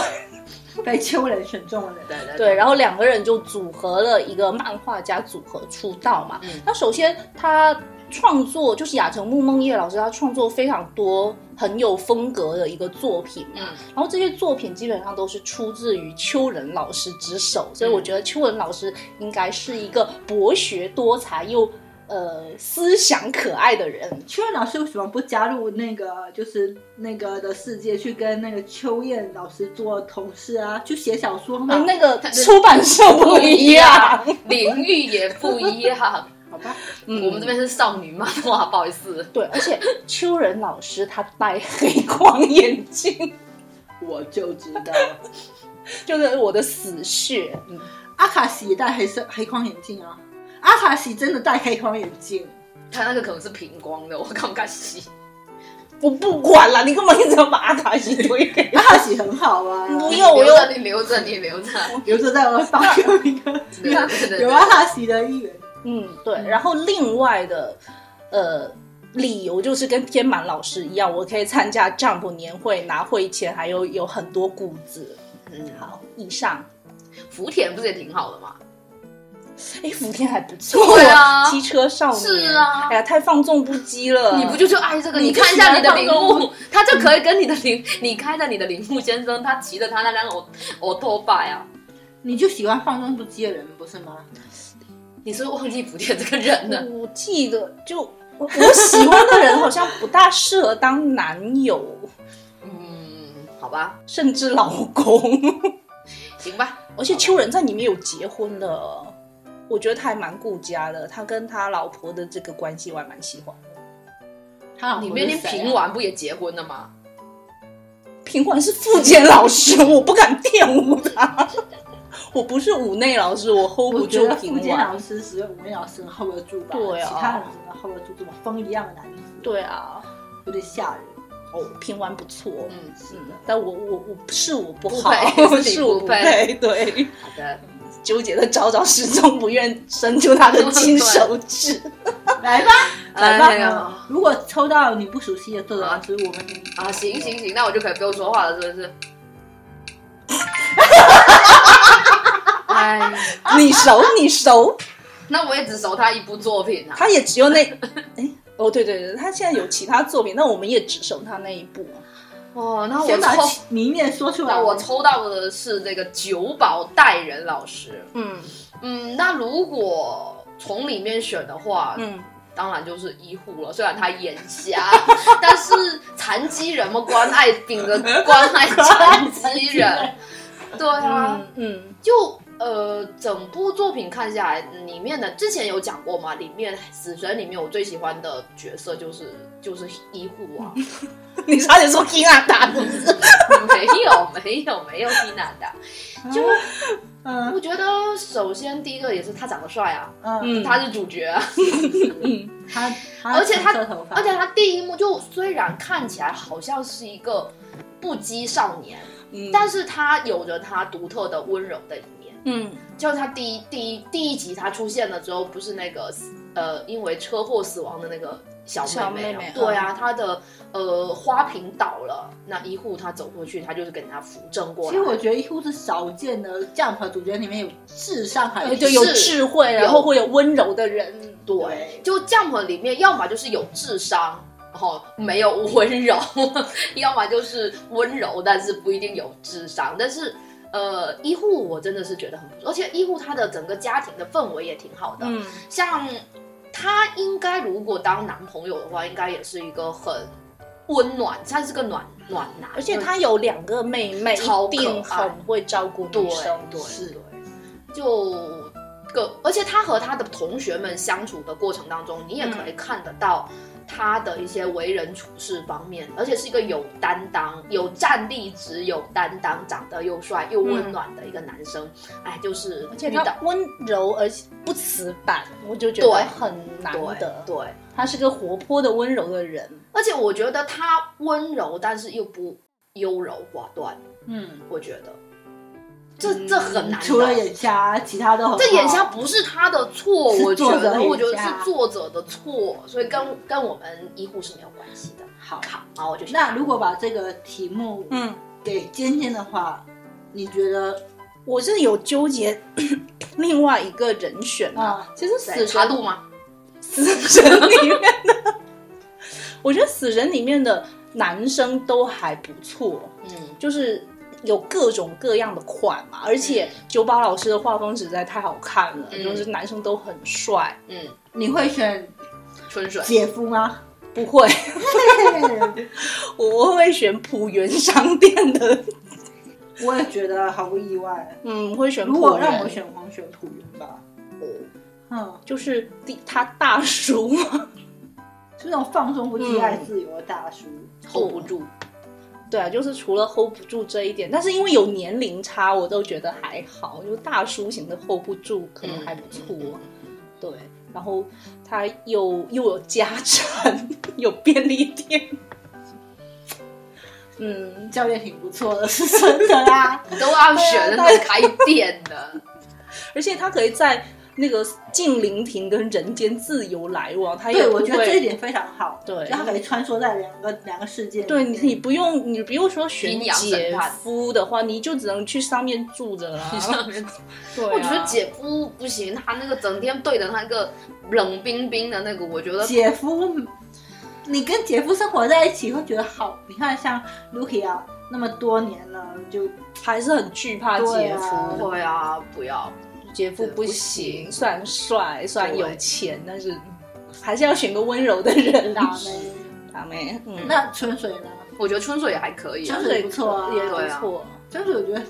[SPEAKER 1] 被秋人选中了。
[SPEAKER 4] 对对
[SPEAKER 2] 对，然后两个人就组合了一个漫画家组合出道嘛。
[SPEAKER 4] 嗯
[SPEAKER 2] 那首先他创作就是亚城木梦叶老师，他创作非常多很有风格的一个作品嘛。
[SPEAKER 4] 嗯
[SPEAKER 2] 然后这些作品基本上都是出自于秋人老师之手，所
[SPEAKER 4] 嗯
[SPEAKER 2] 以我觉得秋人老师应该是一个博学多才又呃思想可爱的人。
[SPEAKER 1] 秋燕老师为什么不加入那个就是那个的世界去跟那个秋燕老师做同事啊？去写小说嘛？
[SPEAKER 2] 哎那个
[SPEAKER 4] 他
[SPEAKER 2] 出版社不一样，
[SPEAKER 4] 领域也不一样。
[SPEAKER 1] 好吧，
[SPEAKER 2] 嗯
[SPEAKER 4] 我们这边是少女漫画，不好意思，
[SPEAKER 2] 对，而且秋人老师他戴黑框眼镜。
[SPEAKER 1] 我就知道
[SPEAKER 2] 就是我的死穴。
[SPEAKER 1] [laughs] 阿卡西也戴黑色黑框眼镜啊，阿卡西真的戴黑框眼镜。
[SPEAKER 4] 他那个可能是平光的，我敢不敢洗？
[SPEAKER 2] 我不管了，你干嘛一直要把阿卡西推给 [laughs]
[SPEAKER 1] 阿卡西很好啊，
[SPEAKER 2] 不用，我
[SPEAKER 4] 留
[SPEAKER 2] 又
[SPEAKER 4] 着你留着你留着，
[SPEAKER 1] 留着在我发有一个
[SPEAKER 4] 对对对
[SPEAKER 1] 有
[SPEAKER 4] 对
[SPEAKER 1] 阿卡西的一员。
[SPEAKER 2] 嗯对。然后另外的呃理由就是跟天满老师一样，我可以参加 Jump 年会拿会钱，还有有很多谷子。
[SPEAKER 4] 嗯，好，
[SPEAKER 2] 好，以上。
[SPEAKER 4] 福田不是也挺好的吗？
[SPEAKER 2] 哎，福田还不错
[SPEAKER 4] 对啊
[SPEAKER 2] 机车少年
[SPEAKER 4] 是啊
[SPEAKER 2] 哎呀，太放纵不羁了。
[SPEAKER 4] 你不就就爱这个？
[SPEAKER 2] 嗯你
[SPEAKER 4] 你看一下你的铃
[SPEAKER 2] 就喜欢放
[SPEAKER 4] 木， [laughs] 他就可以跟你的铃，你开着你的铃木先生，他骑着他那辆欧欧托巴呀。
[SPEAKER 1] 你就喜欢放纵不羁的人，不是吗？
[SPEAKER 4] 你是不是忘记福田这个人了？
[SPEAKER 2] 我记得就我我喜欢的人好像不大适合当男友，
[SPEAKER 4] 嗯，好吧，
[SPEAKER 2] 甚至老公。
[SPEAKER 4] 行吧，
[SPEAKER 2] 而且秋人在里面有结婚的，我觉得他还蛮顾家的，他跟他老婆的这个关系我还蛮喜欢的。
[SPEAKER 1] 他老婆
[SPEAKER 4] 里面
[SPEAKER 1] 是
[SPEAKER 4] 连
[SPEAKER 1] 谁啊
[SPEAKER 4] 平丸不也结婚了吗？
[SPEAKER 2] 平环是富坚老师，我不敢玷污他。 [laughs] 我不是五内老师，我 hold 不
[SPEAKER 1] 我觉
[SPEAKER 2] 住
[SPEAKER 1] 得
[SPEAKER 2] 平
[SPEAKER 1] 傅坚
[SPEAKER 2] 环
[SPEAKER 1] 老。师只有五位老师能 hold 得住吧，
[SPEAKER 2] 对啊
[SPEAKER 1] 其他人只能 hold 得住这种风一样的男子，
[SPEAKER 2] 对啊，
[SPEAKER 1] 有点吓人。
[SPEAKER 2] 哦，平环不错，
[SPEAKER 4] 嗯，
[SPEAKER 2] 嗯，但我我我是我不
[SPEAKER 4] 不
[SPEAKER 2] 好，
[SPEAKER 4] 配
[SPEAKER 2] 是我
[SPEAKER 4] 不
[SPEAKER 2] 不
[SPEAKER 4] 配
[SPEAKER 2] 配，对，
[SPEAKER 4] 好的，
[SPEAKER 2] 纠结的找找，始终不愿伸出他的金手指。
[SPEAKER 1] 来吧，来吧。
[SPEAKER 4] 哎呀
[SPEAKER 1] 如果抽到你不熟悉的作者之物，我们给你
[SPEAKER 4] 啊，行行行，那我就可以不用说话了，是不是？ [laughs] 哎，
[SPEAKER 2] 你熟，你熟，
[SPEAKER 4] 那我也只熟他一部作品啊。
[SPEAKER 2] 他也只有
[SPEAKER 4] [laughs]
[SPEAKER 2] 那，哎，哦，对对对，他现在有其他作品，但我们也只收他那一部啊。
[SPEAKER 4] 哦，那我
[SPEAKER 1] 先把
[SPEAKER 4] 抽，
[SPEAKER 1] 名面说出来。
[SPEAKER 4] 那我抽到的是这个久保代人老师。
[SPEAKER 2] 嗯
[SPEAKER 4] 嗯，那如果从里面选的话，
[SPEAKER 2] 嗯，
[SPEAKER 4] 当然就是医护了。虽然他眼瞎， [laughs] 但是残疾人嘛，关爱秉着关 [laughs] 爱残疾人，对啊，
[SPEAKER 2] 嗯嗯， [laughs]
[SPEAKER 4] 就呃，整部作品看下来，里面的之前有讲过嘛，里面死神里面我最喜欢的角色就是就是医护啊，
[SPEAKER 2] 你差点说啊金娜达，
[SPEAKER 4] 没有没有没有蒂娜的，就
[SPEAKER 1] 嗯
[SPEAKER 4] 我觉得首先第一个也是他长得帅啊，
[SPEAKER 1] 嗯，
[SPEAKER 2] 嗯，
[SPEAKER 4] 他是主角啊，
[SPEAKER 1] 他他
[SPEAKER 4] 而且他
[SPEAKER 1] 的头发，
[SPEAKER 4] 而且他第一幕就虽然看起来好像是一个不羁少年，
[SPEAKER 2] 嗯
[SPEAKER 4] 但是他有着他独特的温柔的一面。
[SPEAKER 2] 嗯
[SPEAKER 4] 就是他第一第一第一集他出现了之后，不是那个呃因为车祸死亡的那个小
[SPEAKER 2] 小
[SPEAKER 4] 妹
[SPEAKER 2] 妹
[SPEAKER 4] 啊
[SPEAKER 1] 嗯
[SPEAKER 2] 妹
[SPEAKER 4] 对啊，他的呃花瓶倒了，那医护他走过去，他就是给他扶正过来。
[SPEAKER 1] 其实我觉得一乎是少见的 Jump 主角里面有智商还
[SPEAKER 2] 呃
[SPEAKER 1] 有
[SPEAKER 2] 就有
[SPEAKER 4] 是
[SPEAKER 2] 智慧，然后会有温柔的人。
[SPEAKER 4] 对，就 Jump 里面要么就是有智商。然后没有温柔，要么就是温柔，但是不一定有智商。但是，呃，医护我真的是觉得很不错，而且医护他的整个家庭的氛围也挺好的。
[SPEAKER 2] 嗯
[SPEAKER 4] 像他应该如果当男朋友的话，应该也是一个很温暖，他是个暖暖男，
[SPEAKER 2] 而且他有两个妹妹，
[SPEAKER 4] 超
[SPEAKER 2] 一定
[SPEAKER 4] 可爱
[SPEAKER 2] 很会照顾
[SPEAKER 4] 对
[SPEAKER 2] 女生。
[SPEAKER 4] 对对
[SPEAKER 1] 是
[SPEAKER 4] 就个，而且他和他的同学们相处的过程当中，你也可
[SPEAKER 2] 嗯
[SPEAKER 4] 以看得到。他的一些为人处事方面，而且是一个有担当、有战力值、有担当、长得又帅又温暖的一个男生，哎，就是
[SPEAKER 2] 嗯而且
[SPEAKER 4] 遇
[SPEAKER 2] 他
[SPEAKER 4] 到
[SPEAKER 2] 温柔而且不死板，我就觉得
[SPEAKER 4] 对
[SPEAKER 2] 很难
[SPEAKER 4] 对
[SPEAKER 2] 得。
[SPEAKER 4] 对，
[SPEAKER 2] 他是个活泼的、温柔的人。
[SPEAKER 4] 而且我觉得他温柔，但是又不优柔寡断，
[SPEAKER 1] 嗯，
[SPEAKER 4] 我觉得这这很难的。
[SPEAKER 1] 除了眼瞎，其他都很好
[SPEAKER 4] 这眼瞎不是他的错，
[SPEAKER 1] 是
[SPEAKER 4] 我觉
[SPEAKER 1] 作者眼
[SPEAKER 4] 得，
[SPEAKER 1] 瞎
[SPEAKER 4] 我觉得是作者的错，所以跟跟我们医护是没有关系的。
[SPEAKER 1] 好。
[SPEAKER 4] 好，然后我就选
[SPEAKER 1] 那如果把这个题目
[SPEAKER 2] 嗯，
[SPEAKER 1] 给尖尖的话，你觉得
[SPEAKER 2] 我是有纠结 [coughs] 另外一个人选啊。
[SPEAKER 1] 啊？
[SPEAKER 2] 其实死
[SPEAKER 4] 对茶
[SPEAKER 2] 神
[SPEAKER 4] 度吗？
[SPEAKER 2] 死神里面的，我觉得死神里面的男生都还不错，
[SPEAKER 4] 嗯，
[SPEAKER 2] 就是有各种各样的款嘛，而且九保老师的画风实在太好看了，
[SPEAKER 4] 嗯
[SPEAKER 2] 就是男生都很帅。
[SPEAKER 4] 嗯，
[SPEAKER 1] 你会选
[SPEAKER 4] 春水
[SPEAKER 1] 姐夫吗？
[SPEAKER 2] 不会，我会选浦原商店的，
[SPEAKER 1] 我也觉得毫不意外。
[SPEAKER 2] 嗯，会选
[SPEAKER 1] 如
[SPEAKER 2] 浦
[SPEAKER 1] 果
[SPEAKER 2] 原。
[SPEAKER 1] 让我选，我选土原吧。嗯，
[SPEAKER 2] 就是第他大叔嘛，
[SPEAKER 1] 是那种放松不羁、爱自由的大叔。
[SPEAKER 4] hold 不住，
[SPEAKER 2] 对啊，就是除了 hold 不住这一点，但是因为有年龄差，我都觉得还好，就大叔型的 hold 不住可
[SPEAKER 1] 嗯
[SPEAKER 2] 能还不
[SPEAKER 4] 嗯
[SPEAKER 2] 错，对。然后他又又有家产，有便利店，嗯，
[SPEAKER 1] 教练挺不错的，是真的啦。
[SPEAKER 4] 啊你都要选那个开店
[SPEAKER 1] [laughs]
[SPEAKER 4] 的，
[SPEAKER 2] 而且他可以在那个近邻亭跟人间自由来往，他也
[SPEAKER 1] 对，
[SPEAKER 2] 不
[SPEAKER 1] 我
[SPEAKER 2] 会
[SPEAKER 1] 觉得这一点非常好。
[SPEAKER 2] 对
[SPEAKER 1] 就他可以穿梭在两个两个世界里。
[SPEAKER 2] 对你，你不用，你不用说选
[SPEAKER 4] 阴阳审
[SPEAKER 2] 姐
[SPEAKER 4] 判
[SPEAKER 2] 夫的话，你就只能去上面住着
[SPEAKER 4] [laughs]
[SPEAKER 2] 啦。对、啊，
[SPEAKER 4] 我觉得姐夫不行，他那个整天对着那个冷冰冰的那个，我觉得
[SPEAKER 1] 姐夫，你跟姐夫生活在一起会觉得好。你看，像 Lucky 啊，那么多年了，就
[SPEAKER 2] 还是很惧怕姐夫，
[SPEAKER 1] 对
[SPEAKER 4] 会啊，不要，
[SPEAKER 2] 姐夫不
[SPEAKER 4] 不
[SPEAKER 2] 行，
[SPEAKER 4] 行
[SPEAKER 2] 虽然帅，虽然
[SPEAKER 4] 对
[SPEAKER 2] 有钱，但是还是要选个温柔的人
[SPEAKER 1] 打
[SPEAKER 2] 啦。
[SPEAKER 1] [laughs] 妹。
[SPEAKER 2] 大妹，嗯，
[SPEAKER 1] 那春水呢？
[SPEAKER 4] 我觉得春水也还可以啊，
[SPEAKER 1] 春水不错啊
[SPEAKER 2] 也
[SPEAKER 4] 对
[SPEAKER 2] 不
[SPEAKER 4] 啊
[SPEAKER 2] 错。
[SPEAKER 1] 春水我觉得，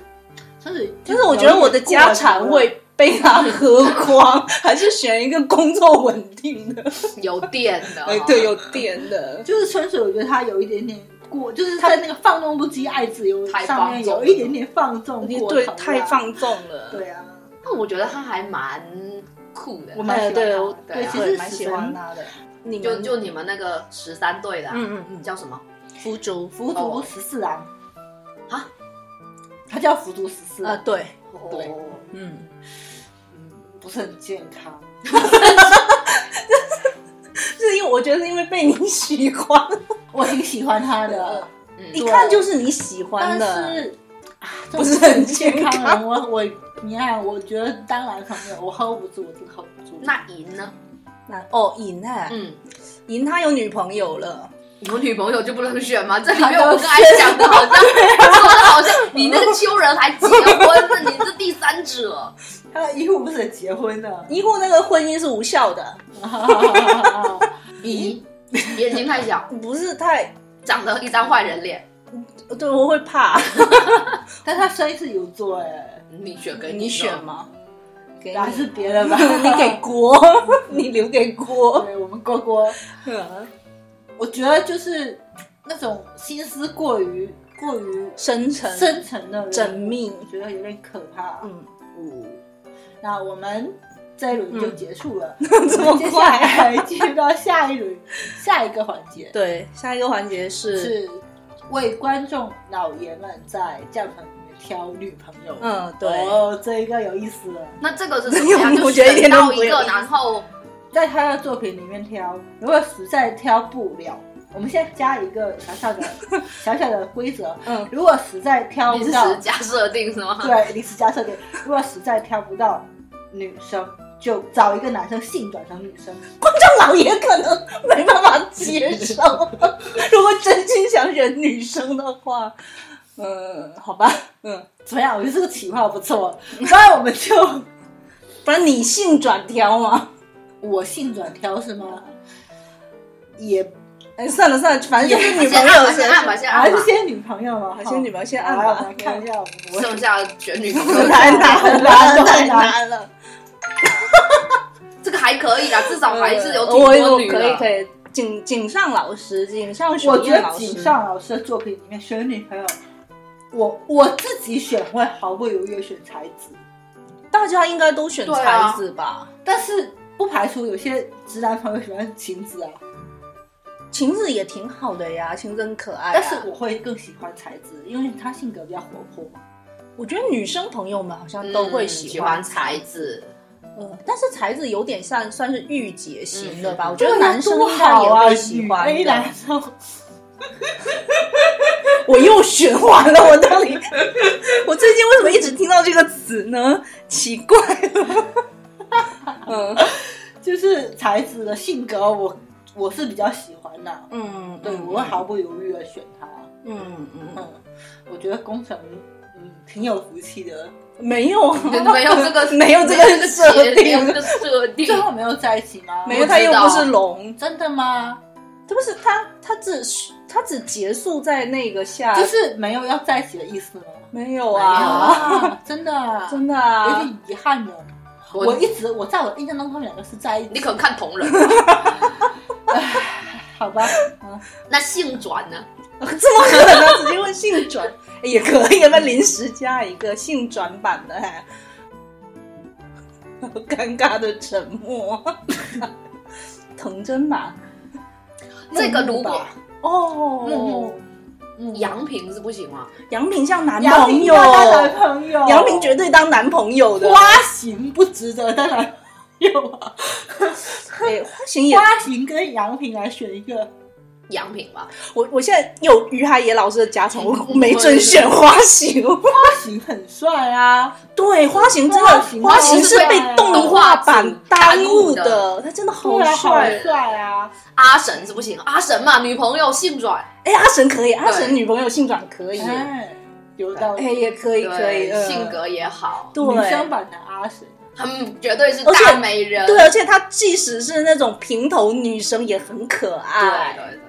[SPEAKER 1] 春水
[SPEAKER 2] 但是我觉得我的家产会被他喝光， [laughs] 还是选一个工作稳定的，，
[SPEAKER 4] 有店的
[SPEAKER 2] 哎，对，有店的。
[SPEAKER 1] 就是春水，我觉得他有一点点过，就是在那个放纵不羁、爱自由
[SPEAKER 4] 太
[SPEAKER 1] 上面
[SPEAKER 4] 放纵
[SPEAKER 1] 有一点点放纵过头
[SPEAKER 2] 对，
[SPEAKER 1] 了
[SPEAKER 2] 太放纵了。
[SPEAKER 1] 对啊，
[SPEAKER 4] 那我觉得他还蛮酷的。
[SPEAKER 1] 我
[SPEAKER 2] 哎，
[SPEAKER 1] 蛮喜欢
[SPEAKER 2] 对，
[SPEAKER 1] 他
[SPEAKER 2] 我
[SPEAKER 1] 的
[SPEAKER 4] 对啊
[SPEAKER 1] 其
[SPEAKER 2] 对
[SPEAKER 1] 实
[SPEAKER 2] 蛮喜
[SPEAKER 1] 死神
[SPEAKER 2] 欢他的。你们
[SPEAKER 4] 就就你们那个十三队的、啊，
[SPEAKER 2] 嗯嗯嗯
[SPEAKER 4] 叫什么？
[SPEAKER 2] 福州
[SPEAKER 1] 福足十四郎
[SPEAKER 4] 啊，
[SPEAKER 1] 他叫福足十四
[SPEAKER 2] 啊，
[SPEAKER 1] 郎，
[SPEAKER 2] 对，
[SPEAKER 1] 对
[SPEAKER 4] 哦
[SPEAKER 2] 嗯，
[SPEAKER 1] 不是很健康。
[SPEAKER 2] 是因为我觉得是因为被你喜欢，
[SPEAKER 1] 我挺喜欢他 [laughs] 的，
[SPEAKER 2] 一看就是你喜欢
[SPEAKER 1] 但
[SPEAKER 2] 的，
[SPEAKER 1] 是啊，
[SPEAKER 2] 不是很健
[SPEAKER 1] 这种健
[SPEAKER 2] 康。
[SPEAKER 1] 康人，啊我我你看，我觉得当然可能我 hold 不住，我真的 hold 不住。
[SPEAKER 4] 那赢呢？
[SPEAKER 2] 那哦，尹哎，
[SPEAKER 4] 嗯，
[SPEAKER 2] 尹他有女朋友了，
[SPEAKER 4] 有女朋友就不能选吗？这里面我刚才讲
[SPEAKER 2] [laughs]
[SPEAKER 4] 的好像说的好像你那个秋人还结婚呢，你是第三者。
[SPEAKER 1] 他一户不是结婚的，
[SPEAKER 2] 一户那个婚姻是无效的，
[SPEAKER 4] 咦，眼睛太小，
[SPEAKER 2] 不是太
[SPEAKER 4] 长得一张坏人脸，
[SPEAKER 2] 对，我会怕。
[SPEAKER 1] [laughs] 但他生意是有做哎，
[SPEAKER 4] 你选给
[SPEAKER 2] 你选？吗？给。
[SPEAKER 1] 还是别 [laughs] 的吧
[SPEAKER 2] [laughs] 你给锅，你留给锅。
[SPEAKER 1] 对我们郭郭，
[SPEAKER 2] 嗯
[SPEAKER 1] 我觉得就是那种心思过于过于
[SPEAKER 2] 深层
[SPEAKER 1] 深沉的人
[SPEAKER 2] 缜，密，
[SPEAKER 1] 我觉得有点可怕。
[SPEAKER 2] 嗯，
[SPEAKER 1] 那我们这一轮就结束
[SPEAKER 2] [laughs]
[SPEAKER 1] 了，
[SPEAKER 2] 这么
[SPEAKER 1] 接下
[SPEAKER 2] 快？
[SPEAKER 1] 来进入到下一轮下一个环节，
[SPEAKER 2] 对，下一个环节是，
[SPEAKER 1] 是为观众老爷们在教程里面挑女朋友。
[SPEAKER 2] 嗯，对，
[SPEAKER 1] 哦，这一个有意思了，
[SPEAKER 4] 那这个是怎么样？就
[SPEAKER 2] 我觉得一点
[SPEAKER 4] 选
[SPEAKER 2] 都
[SPEAKER 4] 到
[SPEAKER 2] 不有
[SPEAKER 4] 一个，
[SPEAKER 2] 意思
[SPEAKER 4] 然后
[SPEAKER 1] 在他的作品里面挑，如果实在挑不了，我们现在加一个小小
[SPEAKER 2] [laughs]
[SPEAKER 1] 的小小的规则，
[SPEAKER 2] 嗯，
[SPEAKER 1] 如果实在挑
[SPEAKER 4] 临
[SPEAKER 1] 不
[SPEAKER 4] 时
[SPEAKER 1] 到，
[SPEAKER 4] 加设定是吗？
[SPEAKER 1] 对，临时加设点，如果实在挑不到女生，就找一个男生性转成女生。
[SPEAKER 2] 这老爷可能没办法接 [laughs] 受。如果真心想选女生的话，嗯，好吧，嗯，
[SPEAKER 1] 怎么样？我觉得这个企划不错，那我们就
[SPEAKER 2] [laughs] 不然你性转挑嘛？
[SPEAKER 1] 我性转挑是吗？也
[SPEAKER 2] 哎，算了算了，反正就是女朋
[SPEAKER 4] 先按
[SPEAKER 2] 友
[SPEAKER 4] 吧，先按吧，先
[SPEAKER 1] 还
[SPEAKER 4] 按吧
[SPEAKER 1] 是。先女朋友嘛，
[SPEAKER 2] 好先女朋友先按
[SPEAKER 1] 按吧，我
[SPEAKER 2] 吧
[SPEAKER 1] 们来，看一下我们
[SPEAKER 4] 剩下选女朋
[SPEAKER 2] 这 [laughs]
[SPEAKER 4] 友，
[SPEAKER 2] 太难了，太难了。
[SPEAKER 4] 这个还可以啦，至少还是有挺
[SPEAKER 2] 我
[SPEAKER 4] 多
[SPEAKER 2] 有
[SPEAKER 4] 女
[SPEAKER 2] 可以
[SPEAKER 4] 的。
[SPEAKER 2] 可以，井井上老师，井上雄
[SPEAKER 1] 我觉
[SPEAKER 2] 彦
[SPEAKER 1] 得
[SPEAKER 2] 老师，
[SPEAKER 1] 井上老师的作品里面选女朋友，我我自己选会毫不犹豫地选才子，
[SPEAKER 2] 大家应该都选
[SPEAKER 4] 对啊
[SPEAKER 2] 才子吧？
[SPEAKER 1] 但是不排除有些直男朋友喜欢晴子啊，
[SPEAKER 2] 晴子也挺好的呀，晴子很可爱啊、
[SPEAKER 1] 但是我会更喜欢才子，因为他性格比较活泼。
[SPEAKER 2] 我觉得女生朋友们好像都会
[SPEAKER 4] 嗯
[SPEAKER 2] 喜
[SPEAKER 4] 喜欢才子，
[SPEAKER 2] 呃，但是才子有点像算是御姐型的吧，啊
[SPEAKER 4] 嗯
[SPEAKER 2] 我觉得男生应该也会喜欢
[SPEAKER 1] 女 A
[SPEAKER 2] 的。
[SPEAKER 1] 啊男生，
[SPEAKER 2] [laughs] 我又循环了，我到底 [laughs] 我最近为什么一直听到这个词呢？ [laughs] 奇怪了。 [laughs] 嗯
[SPEAKER 1] 就是才子的性格我，我是比较喜欢的，
[SPEAKER 2] 嗯，
[SPEAKER 1] 对我会毫不犹豫的选他。
[SPEAKER 2] 嗯嗯嗯，
[SPEAKER 1] 嗯，我觉得工程嗯挺有福气的，
[SPEAKER 2] [laughs] 没有啊，
[SPEAKER 4] 没有这个，
[SPEAKER 2] [laughs] 没有这
[SPEAKER 4] 没有
[SPEAKER 2] 个设
[SPEAKER 4] 这个节没有
[SPEAKER 2] 定
[SPEAKER 4] 这，个设定
[SPEAKER 1] 最。后没有在一起吗？
[SPEAKER 2] 没
[SPEAKER 4] 我
[SPEAKER 2] 有，
[SPEAKER 4] 知
[SPEAKER 2] 他又
[SPEAKER 4] 道
[SPEAKER 2] 不是龙，
[SPEAKER 1] 真的吗？
[SPEAKER 2] 他不是他，他只他只结束在那个下，
[SPEAKER 1] 就是没有要在一起的意思吗？
[SPEAKER 2] 没有
[SPEAKER 4] 没
[SPEAKER 2] 啊，
[SPEAKER 1] 啊， [laughs] 真的啊，
[SPEAKER 2] 真的
[SPEAKER 1] 有
[SPEAKER 2] 啊，
[SPEAKER 1] 点遗憾呢。
[SPEAKER 4] 我
[SPEAKER 1] 我一直我在我印象当中，他们两个是在一
[SPEAKER 4] 你
[SPEAKER 1] 起，
[SPEAKER 4] 可能看同人，
[SPEAKER 2] [laughs]
[SPEAKER 1] 好 [laughs] 吧？
[SPEAKER 4] 那性转呢？
[SPEAKER 2] [laughs] 这么可能啊？直接问性转哎也可以，要不要临时加一个性转版的？ [laughs] 哎好尴尬的沉默， [laughs] 藤真吧？
[SPEAKER 4] 这个
[SPEAKER 1] 木
[SPEAKER 4] 如
[SPEAKER 1] 木吧
[SPEAKER 4] 果
[SPEAKER 2] 哦
[SPEAKER 1] 木，
[SPEAKER 4] 杨平是不行吗？
[SPEAKER 2] 杨明像男
[SPEAKER 1] 嗯杨
[SPEAKER 2] 朋
[SPEAKER 1] 明
[SPEAKER 2] 友
[SPEAKER 1] 要，当男朋友，
[SPEAKER 2] 杨明绝对当男朋友的，
[SPEAKER 1] 花型不值得当男朋友啊。
[SPEAKER 2] 哎花型也
[SPEAKER 1] 花型跟杨平来选一个，
[SPEAKER 4] 杨平吧，
[SPEAKER 2] 我我现在有于海野老师的加成，我我 [laughs] 没准选花型。
[SPEAKER 1] 花型很帅啊，
[SPEAKER 2] 对，花型真
[SPEAKER 1] 花
[SPEAKER 2] 的，
[SPEAKER 1] 型
[SPEAKER 2] 花型是被动画版耽误
[SPEAKER 4] 动画
[SPEAKER 2] 的，他真的好
[SPEAKER 1] 对啊，好
[SPEAKER 2] 帅。
[SPEAKER 1] 帅啊！
[SPEAKER 4] 阿神是不行，阿神嘛，女朋友性转，
[SPEAKER 2] 哎，阿神可以，阿神
[SPEAKER 4] 对嗯
[SPEAKER 2] 女朋友性转可以，哎，
[SPEAKER 1] 哎，有道理。
[SPEAKER 2] 也可以，可以，
[SPEAKER 4] 对，
[SPEAKER 2] 呃
[SPEAKER 4] 性格也好，
[SPEAKER 2] 对，
[SPEAKER 1] 女生版的阿神，
[SPEAKER 4] 嗯，绝对是
[SPEAKER 2] 而且
[SPEAKER 4] 大美人，
[SPEAKER 2] 对，而啊且他即使是那种平头女生也很可
[SPEAKER 4] 对
[SPEAKER 2] 爱，
[SPEAKER 4] 对对，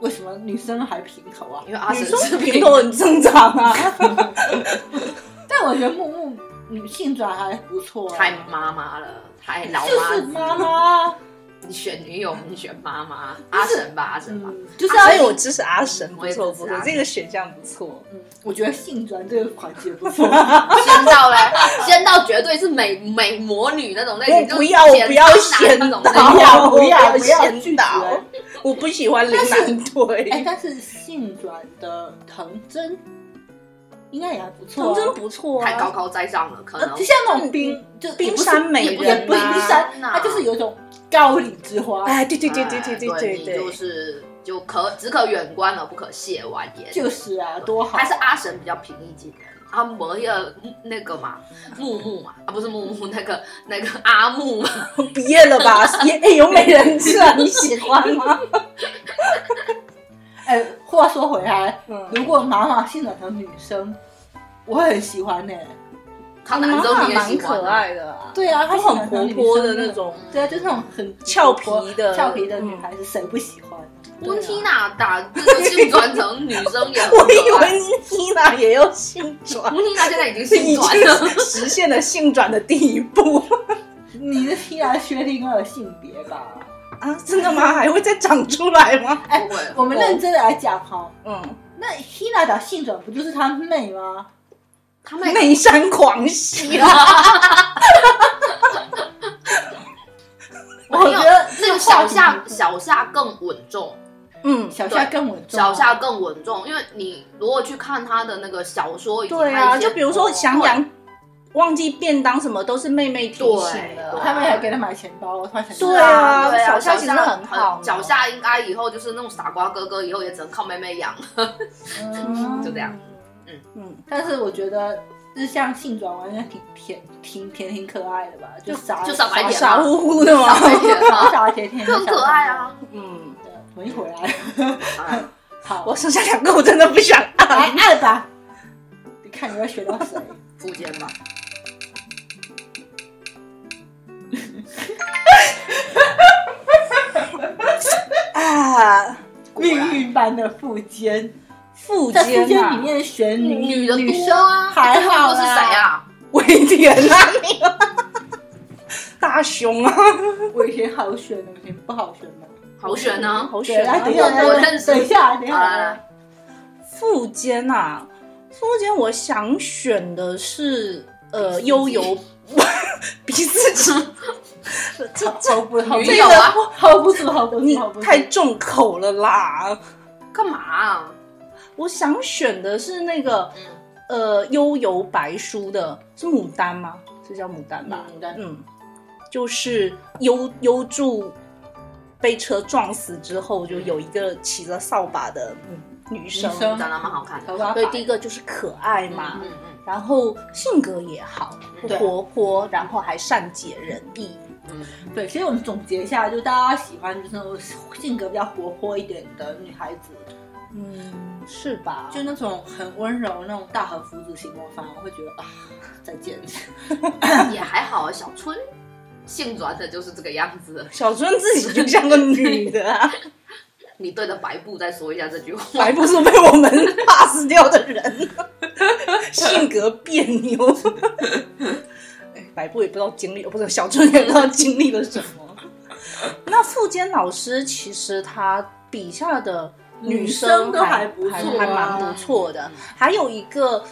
[SPEAKER 1] 为什么女生还平头啊？
[SPEAKER 4] 因为阿
[SPEAKER 2] 女
[SPEAKER 4] 神是
[SPEAKER 2] 生平头很正常啊。
[SPEAKER 4] [laughs]
[SPEAKER 1] 但我觉得木木女性转还不错、啊，
[SPEAKER 4] 太妈妈了，太老妈
[SPEAKER 1] 就是
[SPEAKER 4] 子
[SPEAKER 1] 妈。妈，
[SPEAKER 4] 你选女友，你选妈妈，阿神吧，阿神吧。
[SPEAKER 1] 嗯，就是
[SPEAKER 2] 所以
[SPEAKER 1] 要
[SPEAKER 2] 我支持阿神，不
[SPEAKER 4] 嗯我也
[SPEAKER 2] 错不
[SPEAKER 4] 支持
[SPEAKER 2] 错
[SPEAKER 4] 阿，神
[SPEAKER 2] 这个选项不错。
[SPEAKER 1] 嗯，我觉得性转这个环节
[SPEAKER 2] [laughs]
[SPEAKER 1] 不错，哎
[SPEAKER 2] 嗯
[SPEAKER 4] 仙道嘞， [laughs] 仙道绝对是美美魔女那种类型，
[SPEAKER 2] 我
[SPEAKER 4] 就是
[SPEAKER 2] 不要，我
[SPEAKER 4] 剪
[SPEAKER 2] 不要
[SPEAKER 4] 刀
[SPEAKER 2] 先
[SPEAKER 4] 男那
[SPEAKER 2] 导，
[SPEAKER 4] 种类型
[SPEAKER 1] 不要不要
[SPEAKER 2] 我
[SPEAKER 1] 不要
[SPEAKER 2] 先
[SPEAKER 1] 拒
[SPEAKER 2] 导
[SPEAKER 1] 绝，
[SPEAKER 2] 我不
[SPEAKER 4] [laughs]
[SPEAKER 2] 喜欢林南
[SPEAKER 1] 哎
[SPEAKER 2] 腿。
[SPEAKER 1] 但是性转的藤真应该也还不错、
[SPEAKER 2] 童
[SPEAKER 1] 啊。
[SPEAKER 2] 真不错
[SPEAKER 4] 太高
[SPEAKER 2] 啊，
[SPEAKER 4] 高在上了，可
[SPEAKER 1] 呃，
[SPEAKER 4] 能
[SPEAKER 1] 就像那种冰，就
[SPEAKER 2] 冰
[SPEAKER 1] 也不是
[SPEAKER 2] 山美
[SPEAKER 1] 也不
[SPEAKER 2] 人
[SPEAKER 1] 也不是
[SPEAKER 2] 啊
[SPEAKER 1] 冰山，它就是有一种高岭之花，
[SPEAKER 2] 哎，对对对对对
[SPEAKER 4] 对
[SPEAKER 2] 对
[SPEAKER 4] 你就
[SPEAKER 2] 对，
[SPEAKER 4] 是就可只可远观而不可亵玩焉。
[SPEAKER 1] 就是啊，多好
[SPEAKER 4] 还。是阿神比较平易近人，阿摩耶那个嘛，
[SPEAKER 2] 嗯
[SPEAKER 4] 木木嘛，啊不是木木，那个那个阿木嘛，
[SPEAKER 2] 毕业了吧？也哎，有美人计
[SPEAKER 4] [laughs]
[SPEAKER 2] 啊，你喜欢吗？
[SPEAKER 1] 哎，话说回来，
[SPEAKER 2] 嗯，
[SPEAKER 1] 如果妈妈性转成女生，我会很喜欢呢、
[SPEAKER 4] 他男生你也
[SPEAKER 2] 蛮
[SPEAKER 4] 喜欢
[SPEAKER 2] 可
[SPEAKER 4] 啊，
[SPEAKER 2] 爱的啊，
[SPEAKER 1] 对啊，她
[SPEAKER 2] 就
[SPEAKER 1] 性转
[SPEAKER 2] 很活
[SPEAKER 1] 成女
[SPEAKER 2] 泼的
[SPEAKER 1] 生
[SPEAKER 2] 那。种。
[SPEAKER 1] 对啊，就那种很
[SPEAKER 2] 俏皮的嗯
[SPEAKER 1] 俏皮的女孩子，谁不喜欢呢？
[SPEAKER 4] 温缇娜啊打这个性转成女生也
[SPEAKER 2] [laughs] [laughs]
[SPEAKER 4] 很
[SPEAKER 2] 我以
[SPEAKER 4] 可爱。
[SPEAKER 2] 为妮娜也要性 [laughs] 转，
[SPEAKER 4] 温缇娜现在已经
[SPEAKER 2] 已
[SPEAKER 4] 性
[SPEAKER 2] 经
[SPEAKER 4] 转了，
[SPEAKER 2] 实现了性转的第一步
[SPEAKER 1] 你是听然薛定谔的性别吧？
[SPEAKER 2] 啊！真的吗？还会再长出来吗？
[SPEAKER 1] 哎
[SPEAKER 4] 不会
[SPEAKER 1] 我们认真的来讲哈，
[SPEAKER 2] 嗯，
[SPEAKER 1] 那 Hina 的性转不就是她妹吗？
[SPEAKER 4] 他们
[SPEAKER 2] 内山狂喜 [laughs] 啊！
[SPEAKER 1] 我觉得
[SPEAKER 4] 那个小夏小夏更稳重，
[SPEAKER 2] 嗯，
[SPEAKER 1] 小夏更稳重，
[SPEAKER 4] 小夏更稳重，因为你如果去看他的那个小说以及
[SPEAKER 2] 对
[SPEAKER 4] 他
[SPEAKER 2] 啊，
[SPEAKER 4] 一些
[SPEAKER 2] 就比如说想想，忘记便当什么都是妹妹提醒的
[SPEAKER 4] 对
[SPEAKER 1] 他
[SPEAKER 2] 啊。
[SPEAKER 1] 妹还给她买钱包，我突然想起来
[SPEAKER 2] 对啊
[SPEAKER 4] 对啊，
[SPEAKER 2] 小夏其实很好嘛
[SPEAKER 4] 小夏应该以后就是那种傻瓜哥哥，以后也只能靠妹妹养。
[SPEAKER 2] [laughs]
[SPEAKER 1] 嗯
[SPEAKER 4] 就这样。
[SPEAKER 2] 嗯
[SPEAKER 4] 嗯
[SPEAKER 2] 嗯，
[SPEAKER 1] 但是我觉得日向性转完全挺甜挺甜挺可爱的吧，就傻
[SPEAKER 4] 就傻白甜
[SPEAKER 2] 傻乎乎的嘛。
[SPEAKER 1] 傻 [laughs]
[SPEAKER 4] 更
[SPEAKER 1] 傻甜甜，
[SPEAKER 4] 可爱啊！
[SPEAKER 2] 嗯，
[SPEAKER 1] 对！我一回来，好，
[SPEAKER 2] 我剩下两个我真的不想按。
[SPEAKER 1] 来按吧，你看你要选到谁？
[SPEAKER 4] 福建吧，
[SPEAKER 2] 啊，
[SPEAKER 1] 命运般的富坚，
[SPEAKER 2] 富
[SPEAKER 1] 在富
[SPEAKER 2] 坚
[SPEAKER 1] 坚
[SPEAKER 2] 啊
[SPEAKER 1] 里，面选女
[SPEAKER 4] 女的
[SPEAKER 1] 女
[SPEAKER 4] 多
[SPEAKER 1] 生
[SPEAKER 4] 啊，
[SPEAKER 1] 还好
[SPEAKER 4] 这个是谁？啊？
[SPEAKER 2] [laughs] 维田啊，你大熊啊，
[SPEAKER 1] 我以前好选的，我以前不好选的。
[SPEAKER 4] 好选呢？
[SPEAKER 2] 好
[SPEAKER 1] 对，
[SPEAKER 2] 选
[SPEAKER 1] 来
[SPEAKER 2] 啊
[SPEAKER 1] 等！一下，
[SPEAKER 4] 我
[SPEAKER 1] 等一
[SPEAKER 4] 认
[SPEAKER 1] 下，
[SPEAKER 4] 识
[SPEAKER 1] 等一下，等一
[SPEAKER 4] 好来
[SPEAKER 1] 下
[SPEAKER 4] 来，
[SPEAKER 2] 富坚啊，富坚，我想选的是呃悠游 [laughs] 比自
[SPEAKER 4] [laughs]
[SPEAKER 2] 己，这
[SPEAKER 1] 好不好？
[SPEAKER 4] 女友啊，
[SPEAKER 1] hold 不住，hold 不
[SPEAKER 2] 你
[SPEAKER 1] 住，hold 不住。
[SPEAKER 2] 太重口了啦！
[SPEAKER 4] 干嘛啊？
[SPEAKER 2] 我想选的是那个
[SPEAKER 4] 嗯，
[SPEAKER 2] 呃悠游白书的，是牡丹吗？是叫牡丹吧？
[SPEAKER 1] 嗯对
[SPEAKER 2] 嗯，就是优优助被车撞死之后，就有一个骑着扫把的女生。
[SPEAKER 1] 女生
[SPEAKER 4] 长得蛮好看的。
[SPEAKER 1] 头发
[SPEAKER 2] 所以
[SPEAKER 1] 白
[SPEAKER 2] 第一个就是可爱嘛，啊
[SPEAKER 4] 嗯嗯
[SPEAKER 2] 然后性格也好，
[SPEAKER 1] 对
[SPEAKER 2] 活泼，然后还善解人意。
[SPEAKER 4] 嗯，
[SPEAKER 1] 对，其实我们总结一下，就大家喜欢就是那种性格比较活泼一点的女孩子，
[SPEAKER 2] 嗯，是吧？
[SPEAKER 1] 就那种很温柔那种大和福子型，我反而会觉得啊，再见。
[SPEAKER 4] 嗯 [laughs] 也还好啊。小春性转的就是这个样子 [laughs] 的。
[SPEAKER 2] 小春自己就像个女的、啊，
[SPEAKER 4] 你对着白布再说一下这句话。
[SPEAKER 2] 白不是被我们 [laughs] pass 掉的人，性格别扭。哎白布也不知道经历，不是小春也不知道经历了什么。那富坚老师其实他笔下的女
[SPEAKER 1] 女生
[SPEAKER 2] 生
[SPEAKER 1] 都还
[SPEAKER 2] 还
[SPEAKER 1] 不错啊
[SPEAKER 2] 还还蛮不错的。还有一个，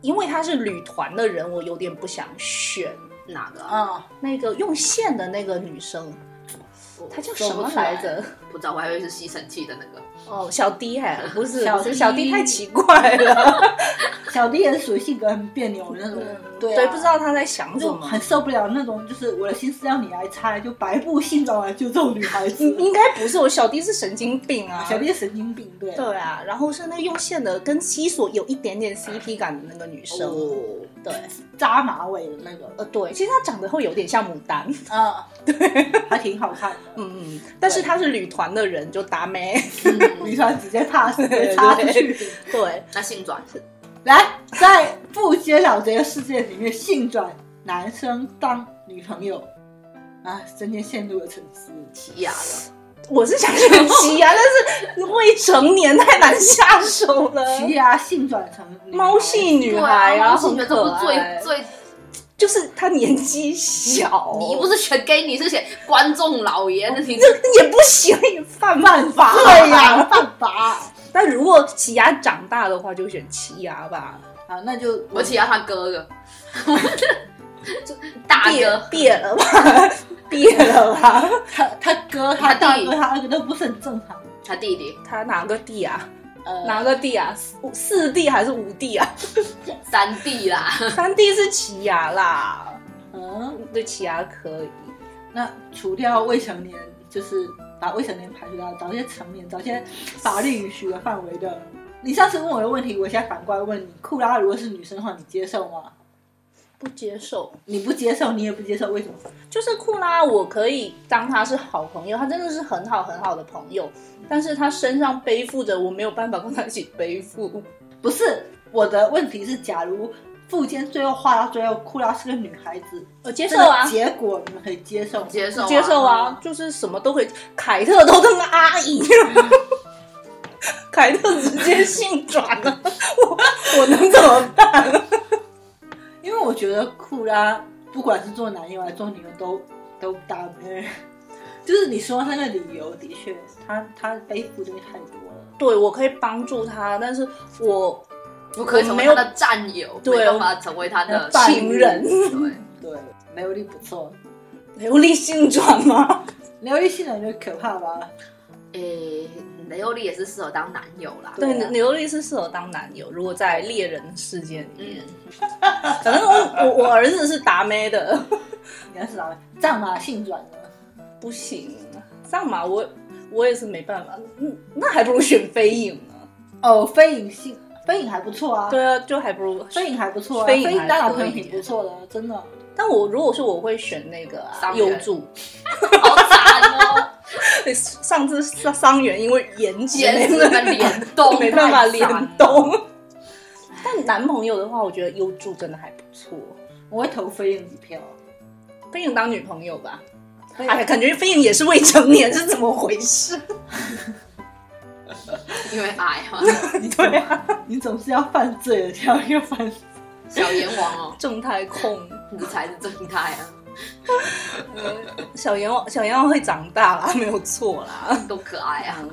[SPEAKER 2] 因为他是旅团的人，我有点不想选
[SPEAKER 4] 哪个啊？
[SPEAKER 1] 啊，
[SPEAKER 2] 那个用线的那个女生，她叫什么来着？
[SPEAKER 4] 不知道，我还以为是吸尘器的那个。
[SPEAKER 2] 哦，小 D 还不是
[SPEAKER 1] 小
[SPEAKER 2] 不是
[SPEAKER 1] D
[SPEAKER 2] 小 D 太奇怪了，
[SPEAKER 1] 小迪也是属于性格很别扭的那种，对啊
[SPEAKER 2] 对，不知道他在想什
[SPEAKER 1] 就
[SPEAKER 2] 么
[SPEAKER 1] 很。受不了那种，就是我的心思要你来猜，就白布性转完就这种女孩子
[SPEAKER 2] 应，应该不是我小 D 是神经病啊，
[SPEAKER 1] 小迪神经病，对，
[SPEAKER 2] 对啊，然后是那用线的跟西索有一点点 CP 感的那个女生，
[SPEAKER 4] 哦，
[SPEAKER 2] 对，
[SPEAKER 1] 扎马尾的那个，
[SPEAKER 2] 呃对，其实她长得会有点像牡丹，
[SPEAKER 1] 啊，对， [laughs] 还挺好看的。
[SPEAKER 2] 嗯嗯，但是她是旅团的人就达咩，
[SPEAKER 1] 女
[SPEAKER 4] 嗯
[SPEAKER 1] 团直接 pass 直接
[SPEAKER 2] 对
[SPEAKER 1] 插出去，
[SPEAKER 2] [laughs] 对，
[SPEAKER 4] [laughs] 那性转
[SPEAKER 1] 来，在不接老贼的世界里面性转男生当女朋友，啊，瞬间陷入了沉思。
[SPEAKER 4] 奇亚了。
[SPEAKER 2] 我是想选奇啊，但是未成年太难下手 [laughs] 了，
[SPEAKER 1] 奇亚性转成女孩
[SPEAKER 2] 猫系，女孩啊，
[SPEAKER 4] 啊，
[SPEAKER 2] 很
[SPEAKER 4] 性转这
[SPEAKER 2] 可
[SPEAKER 4] 部
[SPEAKER 2] 爱哦
[SPEAKER 4] 最，最
[SPEAKER 2] 就是她年纪小，
[SPEAKER 4] 你不是选给你，是选观众老
[SPEAKER 2] 哦
[SPEAKER 4] 爷子，你
[SPEAKER 2] 这也不行，也犯犯 [laughs] 法
[SPEAKER 1] 对
[SPEAKER 2] 啊
[SPEAKER 1] 呀， [laughs] 犯法。
[SPEAKER 2] 但如果奇牙长大的话，就选奇牙吧。
[SPEAKER 1] 好，啊那就
[SPEAKER 4] 我起要他哥
[SPEAKER 2] [laughs]
[SPEAKER 4] 哥，大
[SPEAKER 2] 别
[SPEAKER 4] 哥，
[SPEAKER 2] 别了吧， [laughs] 别了吧。
[SPEAKER 1] 他他哥、他
[SPEAKER 4] 他
[SPEAKER 1] 大
[SPEAKER 4] 弟
[SPEAKER 1] 哥、他二哥都不是很正常。
[SPEAKER 4] 他弟弟，
[SPEAKER 2] 他哪个弟啊？
[SPEAKER 1] 呃，
[SPEAKER 4] 嗯
[SPEAKER 2] 哪个地啊？五四地还是五地
[SPEAKER 4] [laughs]
[SPEAKER 2] 啊？
[SPEAKER 4] 三 D 啦，
[SPEAKER 2] 三地是奇牙啦，
[SPEAKER 1] 嗯，
[SPEAKER 2] 对奇牙可以。
[SPEAKER 1] 那除掉未成年，就是把未成年排除掉，找一些成年，找一些法律允许的范围的。你上次问我的问题，我现在反过来问你：库拉如果是女生的话，你接受吗？
[SPEAKER 2] 不接受，
[SPEAKER 1] 你不接受，你也不接受，为什么？
[SPEAKER 2] 就是库拉，我可以当他是好朋友，他真的是很好很好的朋友，但是他身上背负着我没有办法跟他一起背负。
[SPEAKER 1] 不是我的问题是，假如附件最后画到最后，库拉是个女孩子，
[SPEAKER 2] 我接
[SPEAKER 1] 接
[SPEAKER 2] 受啊，
[SPEAKER 1] 结果你们可以接受吗？
[SPEAKER 4] 接受
[SPEAKER 2] 接受啊，就是什么都可以，凯特都当阿姨了。凯特直接性转了，我我能怎么办？
[SPEAKER 1] 因为我觉得库拉不管是做男优还是做女优都都搭没人。就是你说那个理由，的确，他他背负的东西太多了。
[SPEAKER 2] 对我可以帮助他，但是我
[SPEAKER 4] 不可以成为他的战友，
[SPEAKER 2] 对
[SPEAKER 4] 没办法成为他的
[SPEAKER 1] 伴侣
[SPEAKER 2] 情人
[SPEAKER 4] 对，
[SPEAKER 1] 对，刘力不错，
[SPEAKER 2] 流利性转吗？
[SPEAKER 1] 刘力性能就可怕吧？
[SPEAKER 4] 诶，雷欧利也是适合当男友啦。
[SPEAKER 2] 对，
[SPEAKER 1] 对啊
[SPEAKER 2] 刘力是适合当男友，如果在猎人世界里面，反正我我我儿子是达妹的，
[SPEAKER 1] 你要是拿战马性转呢？
[SPEAKER 2] 不行，上马我我也是没办法，嗯，那还不如选飞影啊呢。
[SPEAKER 1] 哦，飞影性飞影还不错啊，
[SPEAKER 2] 对啊，就还不如
[SPEAKER 1] 飞影还不错啊，
[SPEAKER 2] 飞
[SPEAKER 1] 飞
[SPEAKER 2] 影还
[SPEAKER 1] 影当老朋友
[SPEAKER 2] 可以
[SPEAKER 1] 挺不错的，真的。
[SPEAKER 2] 但我如果是我会选那个啊
[SPEAKER 4] 伤
[SPEAKER 2] 优
[SPEAKER 4] 员
[SPEAKER 2] 助，
[SPEAKER 4] 好惨哦，
[SPEAKER 2] 对上次伤伤员因为颜值
[SPEAKER 4] 简直跟
[SPEAKER 1] [laughs]
[SPEAKER 4] 联动，
[SPEAKER 2] 没办法
[SPEAKER 4] 太
[SPEAKER 2] 联
[SPEAKER 4] 惨了。
[SPEAKER 2] 动。但男朋友的话，我觉得优助真的还不错。
[SPEAKER 1] 我会投飞影一票。
[SPEAKER 2] 飞影当女朋友吧，
[SPEAKER 1] 飞影
[SPEAKER 2] 哎，感觉飞影也是未成年，是怎么回事？
[SPEAKER 4] 因为矮嘛，
[SPEAKER 1] 你总
[SPEAKER 2] 对啊，
[SPEAKER 1] 你总是要犯罪的，挑一个犯罪。
[SPEAKER 4] 小阎王哦，
[SPEAKER 2] 正太控，
[SPEAKER 4] 你才是正太啊，
[SPEAKER 2] 小阎王小阎王会长大啦，没有错啦。
[SPEAKER 4] 多可爱啊！
[SPEAKER 1] 嗯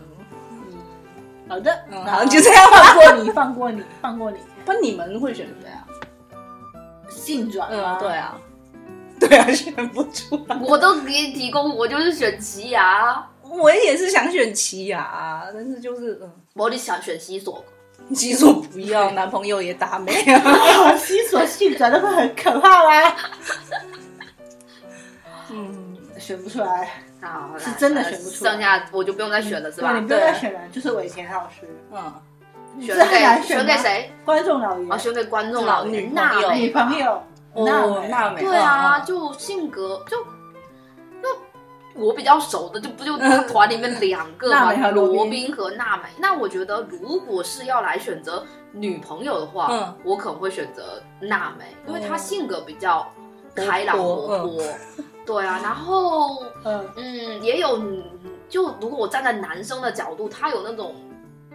[SPEAKER 1] 好的，
[SPEAKER 2] 嗯，
[SPEAKER 1] 那
[SPEAKER 2] 好，就这样吧。
[SPEAKER 1] 放过你，放过你，放过你。
[SPEAKER 2] 不，你们会选谁啊？
[SPEAKER 1] 性转
[SPEAKER 2] 嗯
[SPEAKER 1] 吗，
[SPEAKER 2] 对。啊， [laughs] 对啊，选不出来。
[SPEAKER 4] 我都给你提供，我就是选奇牙，
[SPEAKER 2] 我也是想选奇雅啊，但是就是嗯，
[SPEAKER 4] 我就想选西索。
[SPEAKER 2] 其实我不要，男朋友也打没啊。
[SPEAKER 1] 好，西索性转的会很可怕吗？
[SPEAKER 2] 嗯，
[SPEAKER 1] 选不出来，
[SPEAKER 4] 好，
[SPEAKER 1] 是
[SPEAKER 4] 来
[SPEAKER 1] 真的
[SPEAKER 4] 来
[SPEAKER 1] 选不出来嗯
[SPEAKER 4] 剩下我就不用再选了，是
[SPEAKER 1] 对，
[SPEAKER 4] 吧
[SPEAKER 1] 你？不用再选了，就是尾田老师，
[SPEAKER 2] 嗯，
[SPEAKER 4] 选
[SPEAKER 1] 这很难
[SPEAKER 4] 给
[SPEAKER 1] 选
[SPEAKER 4] 选
[SPEAKER 1] 吗
[SPEAKER 4] 给？谁？
[SPEAKER 1] 观众老爷
[SPEAKER 4] 啊，，选给观众
[SPEAKER 2] 老
[SPEAKER 4] 老爷
[SPEAKER 2] 女
[SPEAKER 4] 娜
[SPEAKER 2] 朋友
[SPEAKER 1] 女
[SPEAKER 4] 美吧
[SPEAKER 1] 朋友，
[SPEAKER 2] 哦，
[SPEAKER 1] 那
[SPEAKER 2] 娜美，
[SPEAKER 4] 对啊，
[SPEAKER 2] 嗯
[SPEAKER 4] 就性格就那我比较熟的，就
[SPEAKER 2] [laughs]
[SPEAKER 4] 不就这团里面两个
[SPEAKER 1] 娜
[SPEAKER 4] 嘛
[SPEAKER 1] 美和，罗宾
[SPEAKER 4] 罗宾和娜美。那我觉得，如果是要来选择女朋友的话，
[SPEAKER 2] 嗯
[SPEAKER 4] 我可能会选择娜美，因为她
[SPEAKER 2] 哦
[SPEAKER 4] 性格比较开朗
[SPEAKER 2] 活
[SPEAKER 4] 活
[SPEAKER 2] 泼嗯
[SPEAKER 4] 泼。对啊，然后
[SPEAKER 1] 嗯，
[SPEAKER 4] 嗯，也有女，就如果我站在男生的角度，他有那种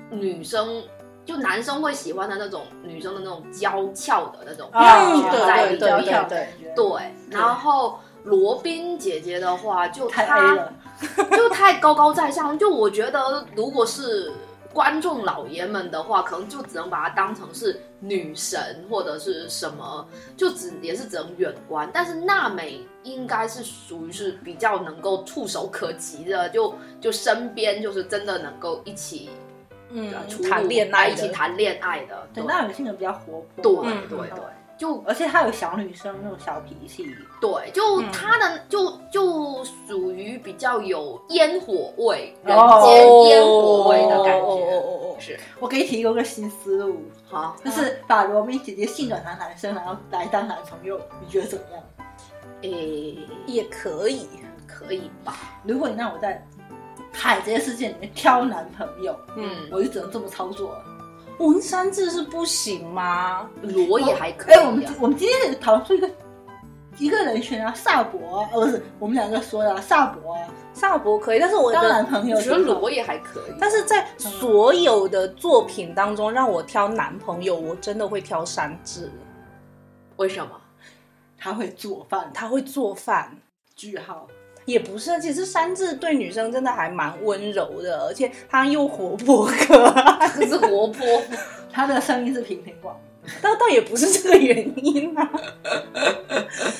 [SPEAKER 4] 女生，就男生会喜欢的那种女生的那种娇俏的那种感
[SPEAKER 2] 嗯
[SPEAKER 4] 觉在
[SPEAKER 2] 对
[SPEAKER 4] 里
[SPEAKER 2] 对对
[SPEAKER 4] 面。
[SPEAKER 2] 对对，
[SPEAKER 4] 对，然后罗宾姐姐的话，就
[SPEAKER 1] 太 A
[SPEAKER 4] 她
[SPEAKER 1] 了，
[SPEAKER 4] [laughs] 就太高高在上，就我觉得如果是观众老爷们的话，可能就只能把她当成是女神或者是什么，就只也是只能远观。但是娜美应该是属于是比较能够触手可及的，就就身边就是真的能够一起
[SPEAKER 2] 嗯
[SPEAKER 4] 呃出，入
[SPEAKER 2] 谈恋爱
[SPEAKER 4] 一起
[SPEAKER 2] 的，
[SPEAKER 4] 谈恋爱的，对
[SPEAKER 1] 对，娜美性格比较活泼，
[SPEAKER 4] 对
[SPEAKER 2] 嗯
[SPEAKER 4] 对
[SPEAKER 2] 嗯
[SPEAKER 4] 对，就
[SPEAKER 1] 而且她有小女生那种小脾气，
[SPEAKER 4] 对，就
[SPEAKER 2] 嗯
[SPEAKER 4] 他的、就就属于比较有烟火味，人
[SPEAKER 1] 哦
[SPEAKER 4] 间烟火味的感觉。
[SPEAKER 2] 哦哦哦哦哦
[SPEAKER 4] 是，
[SPEAKER 1] 我给你提供个新思路，
[SPEAKER 4] 好，
[SPEAKER 1] 就是把罗宾姐姐性转成男生，然后来当男朋友，你觉得怎么样？
[SPEAKER 4] 诶，
[SPEAKER 2] 也可以，
[SPEAKER 4] 可以吧？
[SPEAKER 1] 如果你让我在海这些事件里面挑男朋友，
[SPEAKER 4] 嗯，
[SPEAKER 1] 我就只能这么操作了。
[SPEAKER 2] 文山字是不行吗？
[SPEAKER 4] 罗也还可
[SPEAKER 1] 哎、
[SPEAKER 4] 以、
[SPEAKER 1] 我们
[SPEAKER 4] 啊。
[SPEAKER 1] 我们今天也讨论出一个一个人选啊，萨博啊，呃，不是我们两个说的、啊、萨博啊，
[SPEAKER 2] 萨博可以，但是我
[SPEAKER 1] 当
[SPEAKER 2] 的
[SPEAKER 1] 男朋友
[SPEAKER 4] 我
[SPEAKER 1] 挺
[SPEAKER 4] 觉
[SPEAKER 1] 好。
[SPEAKER 4] 得罗也还可以，
[SPEAKER 2] 但是在所有的作品当中，让我挑男朋友，我真的会挑山治。
[SPEAKER 4] 为什
[SPEAKER 2] [laughs]
[SPEAKER 4] 么？
[SPEAKER 1] 他会做饭，他
[SPEAKER 2] 他会做饭，
[SPEAKER 1] 句号。
[SPEAKER 2] 也不是，其实山治对女生真的还蛮温柔的，而且他又活泼可爱，
[SPEAKER 4] 可是活 [laughs] 泼，
[SPEAKER 1] 他的声音是平平广，
[SPEAKER 2] 倒倒也不是这个原因啊。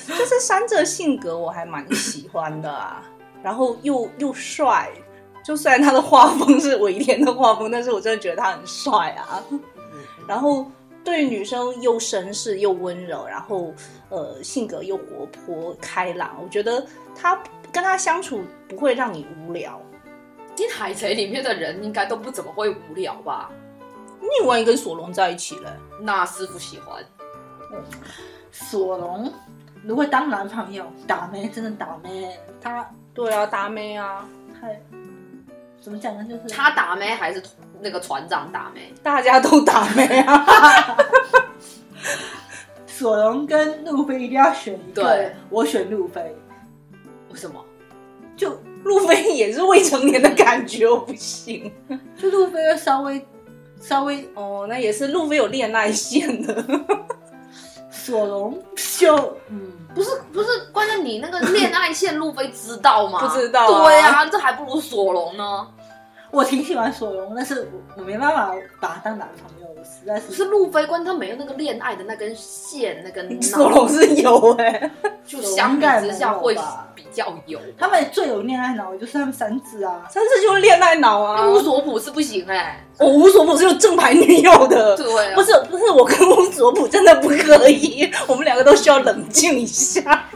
[SPEAKER 2] 就是山治的性格我还蛮喜欢的啊，然后又又帅，就虽然他的画风是尾田的画风，但是我真的觉得他很帅啊。 [laughs] 然后对女生又绅士又温柔，然后呃性格又活泼开朗，我觉得他跟他相处不会让你无聊。
[SPEAKER 4] 进海贼里面的人应该都不怎么会无聊吧？
[SPEAKER 2] 另外一个跟索隆在一起嘞，
[SPEAKER 4] 那师傅喜欢，
[SPEAKER 1] 索隆如果当男朋友打妹，真的打妹，他
[SPEAKER 2] 对啊，达妹啊，
[SPEAKER 1] 太怎么讲呢？就是
[SPEAKER 4] 他打妹还是那个船长打妹？
[SPEAKER 2] 大家都达妹啊。
[SPEAKER 1] 索隆跟路飞一定要选一个
[SPEAKER 4] 对，
[SPEAKER 1] 我选路飞，
[SPEAKER 4] 为什么？
[SPEAKER 1] 就
[SPEAKER 2] 路飞也是未成年的感觉，我不行。
[SPEAKER 1] 就路飞要稍微稍微
[SPEAKER 2] 哦，那也是路飞有恋爱线的， [laughs]
[SPEAKER 1] 索隆就嗯，
[SPEAKER 4] 不是不是，关键你那个恋爱线路飞知道吗？
[SPEAKER 2] [laughs] 不知道啊
[SPEAKER 4] 对啊，这还不如索隆呢。
[SPEAKER 1] 我挺喜欢索隆，但是我我没办法把他当男朋友，实在
[SPEAKER 4] 不
[SPEAKER 1] 是
[SPEAKER 4] 是路飞，关键他没有那个恋爱的那根
[SPEAKER 2] [laughs]
[SPEAKER 4] 线，那根
[SPEAKER 2] 索隆是有哎、
[SPEAKER 4] 就相比之下会比较油。
[SPEAKER 1] 他们最有恋爱脑就是他们三只啊，
[SPEAKER 2] 但是就是恋爱脑啊。
[SPEAKER 4] 乌索普是不行哎、
[SPEAKER 2] 我无所不是有正牌女友的，
[SPEAKER 4] 对啊
[SPEAKER 2] 不是不是，我跟乌索普真的不可以， [laughs] 我们两个都需要冷静一下。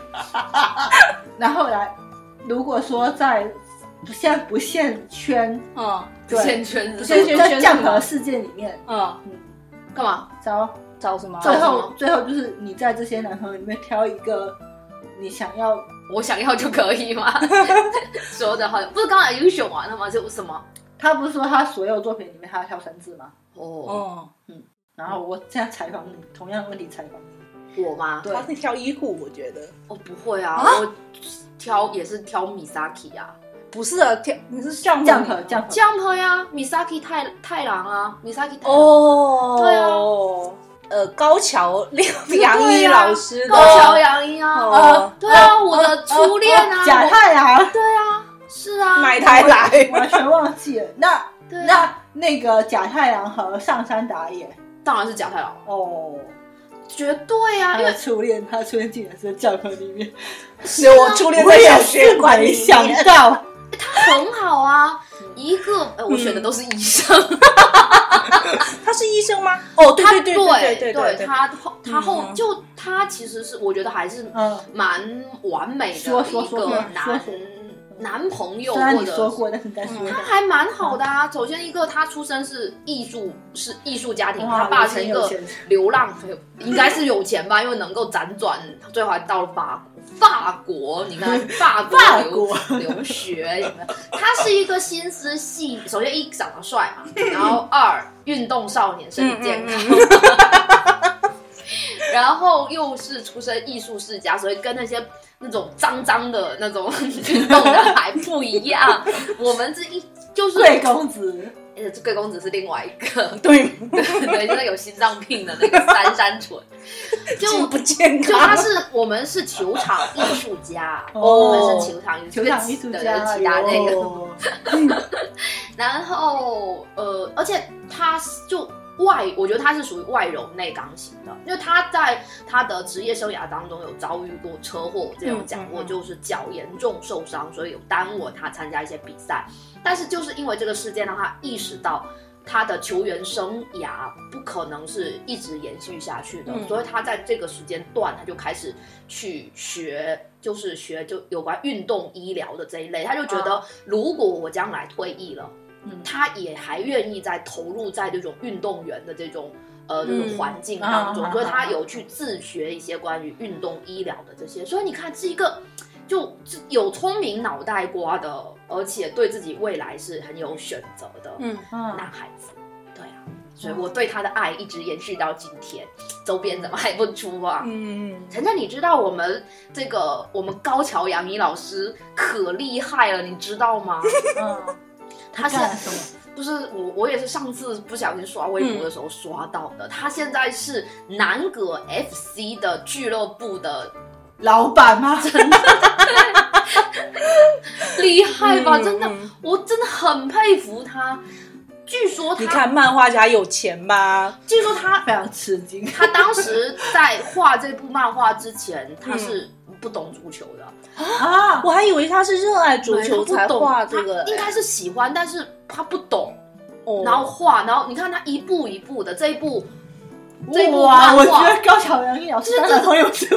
[SPEAKER 1] 然后来如果说在不限不限圈
[SPEAKER 2] 嗯
[SPEAKER 4] 不
[SPEAKER 1] 对
[SPEAKER 4] 限圈
[SPEAKER 2] 不
[SPEAKER 4] 子
[SPEAKER 2] 限圈
[SPEAKER 1] 在降河事件里面，
[SPEAKER 2] 嗯，
[SPEAKER 4] 干嘛？
[SPEAKER 1] 找
[SPEAKER 2] 找啊什么？
[SPEAKER 1] 最
[SPEAKER 4] 什
[SPEAKER 1] 后
[SPEAKER 4] 么
[SPEAKER 1] 最后就是你在这些男朋友里面挑一个你想要
[SPEAKER 4] 我想要就可以
[SPEAKER 2] [laughs]
[SPEAKER 4] 吗？说的好像不是刚才已经选完了吗？就什啊么？
[SPEAKER 1] 他不是说他所有作品里面他要挑三只吗？
[SPEAKER 4] 哦，
[SPEAKER 2] 嗯，
[SPEAKER 1] 然后我现在采访你，同样的问题采访你，
[SPEAKER 4] 我吗？
[SPEAKER 1] 对
[SPEAKER 2] 他是挑医护，我觉得
[SPEAKER 4] 哦，不会啊，我挑也是挑米萨基啊。
[SPEAKER 2] 不是啊，挑你是降
[SPEAKER 1] 降河降河，
[SPEAKER 4] Jump 呀，米萨基太太郎啊，米萨基太郎
[SPEAKER 2] 哦，
[SPEAKER 4] 对啊
[SPEAKER 2] 呃，高桥良良
[SPEAKER 4] 对
[SPEAKER 2] 一
[SPEAKER 4] 呀
[SPEAKER 2] 老师的
[SPEAKER 4] 高桥洋一啊，
[SPEAKER 2] 哦
[SPEAKER 4] 呃，对啊，我的初恋啊，
[SPEAKER 1] 假
[SPEAKER 4] 我
[SPEAKER 1] 太阳，
[SPEAKER 4] 对啊，是啊，
[SPEAKER 2] 买台来，
[SPEAKER 1] 完全忘记了。那
[SPEAKER 4] 对啊，
[SPEAKER 1] 那那个假太阳和上山打野
[SPEAKER 4] 当然是假太郎了，
[SPEAKER 1] 哦，
[SPEAKER 4] 绝对啊，
[SPEAKER 1] 他
[SPEAKER 4] 因为
[SPEAKER 1] 的初恋，他的初恋竟然是在教科里面，
[SPEAKER 2] 是我初恋在小学馆里
[SPEAKER 1] 没
[SPEAKER 2] 面
[SPEAKER 1] 想到，
[SPEAKER 4] 他很好啊，一个，呃我选的都是医生，
[SPEAKER 2] 他是医生吗？哦，对
[SPEAKER 4] 他
[SPEAKER 2] 对对
[SPEAKER 4] 对
[SPEAKER 2] 对对对，
[SPEAKER 4] 他后他后
[SPEAKER 2] 嗯，
[SPEAKER 4] 就他其实是我觉得还是
[SPEAKER 1] 嗯，
[SPEAKER 4] 蛮完美的
[SPEAKER 1] 说说
[SPEAKER 4] 一
[SPEAKER 1] 说
[SPEAKER 4] 个
[SPEAKER 1] 说说
[SPEAKER 4] 男
[SPEAKER 1] 说
[SPEAKER 4] 男朋友
[SPEAKER 1] 虽然
[SPEAKER 4] 或
[SPEAKER 1] 你说
[SPEAKER 4] 者。
[SPEAKER 1] 过，但是你再说一下
[SPEAKER 4] 他。还蛮好的啊。首先一个，他出生是艺术，是艺术家庭，
[SPEAKER 1] 哇
[SPEAKER 4] 他爸是一
[SPEAKER 1] 有
[SPEAKER 4] 个
[SPEAKER 1] 钱有钱
[SPEAKER 4] 流浪，应该是有钱吧，因为能够辗转，最后还到了法法国。你看
[SPEAKER 1] [laughs]
[SPEAKER 4] 法国
[SPEAKER 1] 法
[SPEAKER 4] 留
[SPEAKER 1] 国
[SPEAKER 4] 留学，有没有 [laughs] 他是一个心思细，首先一长得帅嘛，然后二运动少年，身体健康。
[SPEAKER 1] 嗯
[SPEAKER 4] [laughs] 然后又是出身艺术世家，所以跟那些那种脏脏的那种 [laughs] 运动的还不一
[SPEAKER 1] [laughs]
[SPEAKER 4] 样。我们这一就是
[SPEAKER 1] 贵，公子，
[SPEAKER 4] 呃，这贵公子是另外一个
[SPEAKER 2] 对，
[SPEAKER 4] 对对，就是有心脏病的那个三山纯，
[SPEAKER 2] 就
[SPEAKER 4] 就
[SPEAKER 2] 不健
[SPEAKER 4] 就他
[SPEAKER 2] 康。
[SPEAKER 4] 是我们是球场艺术家，我
[SPEAKER 1] 哦
[SPEAKER 4] 们是球场艺术
[SPEAKER 1] 球场艺术
[SPEAKER 4] 对
[SPEAKER 1] 家，
[SPEAKER 4] 其他那个。
[SPEAKER 1] 哦
[SPEAKER 4] 然后呃，而且他就外，我觉得他是属于外柔内刚型的，因为他在他的职业生涯当中有遭遇过车祸，我之前有讲
[SPEAKER 2] 嗯
[SPEAKER 4] 过，
[SPEAKER 2] 嗯嗯
[SPEAKER 4] 就是脚严重受伤，所以有耽误了他参加一些比赛。但是就是因为这个事件，让他意识到。他的球员生涯不可能是一直延续下去的，
[SPEAKER 2] 嗯
[SPEAKER 4] 所以他在这个时间段，他就开始去学，就是学就有关运动医疗的这一类。他就觉得，如果我将来退役了，
[SPEAKER 1] 嗯
[SPEAKER 4] 他也还愿意在投入在这种运动员的这种呃这
[SPEAKER 2] 嗯
[SPEAKER 4] 种环境当中，
[SPEAKER 1] 啊
[SPEAKER 4] 所以他有去自学一些关于运动医疗的这些。所以你看，是一个就是有聪明脑袋瓜的，而且对自己未来是很有选择的
[SPEAKER 2] 嗯，
[SPEAKER 1] 嗯
[SPEAKER 4] 男孩子。对啊，所以我对他的爱一直延续到今天，周边怎么还不出啊？
[SPEAKER 2] 嗯，
[SPEAKER 4] 晨晨，你知道我们这个我们高桥洋一老师可厉害了，你知道吗？
[SPEAKER 1] 嗯，
[SPEAKER 4] 他
[SPEAKER 1] [laughs]
[SPEAKER 4] 是
[SPEAKER 1] 干了什么？
[SPEAKER 4] 不是我，我也是上次不小心刷微博的时候刷到的。他现在是南葛 FC 的俱乐部的，
[SPEAKER 1] 老板吗？
[SPEAKER 4] 厉害吧？
[SPEAKER 2] 嗯
[SPEAKER 4] 真的，
[SPEAKER 2] 嗯
[SPEAKER 4] 我真的很佩服他。据说
[SPEAKER 2] 你
[SPEAKER 4] 他，
[SPEAKER 2] 看漫画家有钱吧？
[SPEAKER 4] [laughs] 据说他
[SPEAKER 1] 非常吃惊。
[SPEAKER 2] 嗯
[SPEAKER 4] 他当时在画这部漫画之前，他是不懂足球的，
[SPEAKER 1] 啊，
[SPEAKER 2] 我还以为他是热爱足球
[SPEAKER 4] 他
[SPEAKER 2] 才
[SPEAKER 4] 不懂
[SPEAKER 2] 画这个
[SPEAKER 4] 他，应该是喜欢，但是他不懂，
[SPEAKER 2] 哦
[SPEAKER 4] 然后画，然后你看他一步一步的这一
[SPEAKER 2] [laughs]
[SPEAKER 4] 步，这一步
[SPEAKER 1] 哇，
[SPEAKER 4] 漫
[SPEAKER 1] 我
[SPEAKER 4] 画
[SPEAKER 1] 觉，得高桥阳一老师真的很有哲理。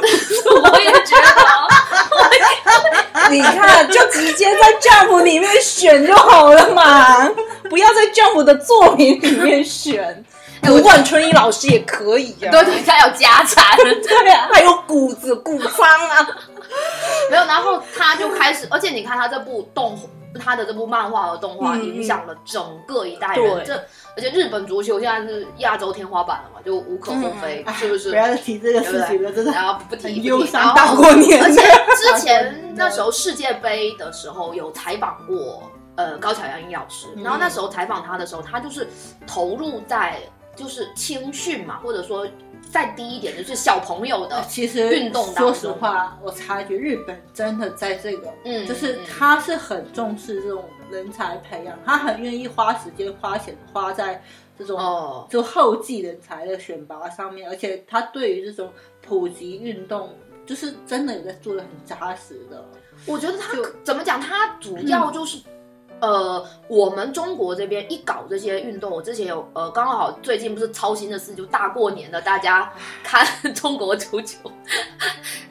[SPEAKER 4] 我也觉得。
[SPEAKER 2] 你看，就直接在 Jump 里面选就好了嘛，不要在 Jump 的作品里面选。古万春一老师也可以呀、
[SPEAKER 4] [laughs] 对对，他有家
[SPEAKER 2] [laughs]
[SPEAKER 4] 产，
[SPEAKER 2] 对啊，还有谷子、谷仓啊，
[SPEAKER 4] 没有，然后他就开始，而且你看他这部动，他的这部漫画和动画
[SPEAKER 2] 嗯嗯
[SPEAKER 4] 影响了整个一代人。
[SPEAKER 2] 对
[SPEAKER 4] 这而且日本足球现在是亚洲天花板了嘛，就无可厚非，是 [laughs] 不是？
[SPEAKER 1] 不要再提这个事情了，真的
[SPEAKER 4] 然后不提不
[SPEAKER 1] 很
[SPEAKER 4] 提
[SPEAKER 1] 忧伤。
[SPEAKER 4] 然
[SPEAKER 2] 大
[SPEAKER 4] 后
[SPEAKER 2] 过年
[SPEAKER 4] 而
[SPEAKER 2] 的
[SPEAKER 4] 且。之前那时候世界杯的时候有采访过呃高桥阳一老师，然后那时候采访他的时候，他就是投入在就是青训嘛，或者说再低一点就是小朋友
[SPEAKER 1] [laughs]
[SPEAKER 4] 的，
[SPEAKER 1] 呃其实
[SPEAKER 4] 运动当
[SPEAKER 1] 说
[SPEAKER 4] 中
[SPEAKER 1] 实话，我察觉日本真的在这个，
[SPEAKER 4] 嗯
[SPEAKER 1] 就是
[SPEAKER 4] 嗯
[SPEAKER 1] 他是很重视这种人才培养，他很愿意花时间、花钱花在这种
[SPEAKER 4] 哦
[SPEAKER 1] 就后继人才的选拔上面，而且他对于这种普及运动，就是真的有在做的很扎实的。
[SPEAKER 4] 我觉得他
[SPEAKER 1] 就嗯
[SPEAKER 4] 怎么讲，他主要就是。呃，我们中国这边一搞这些运动，我之前有呃，刚好最近不是操心的事，就大过年的，大家看中国足球， [laughs]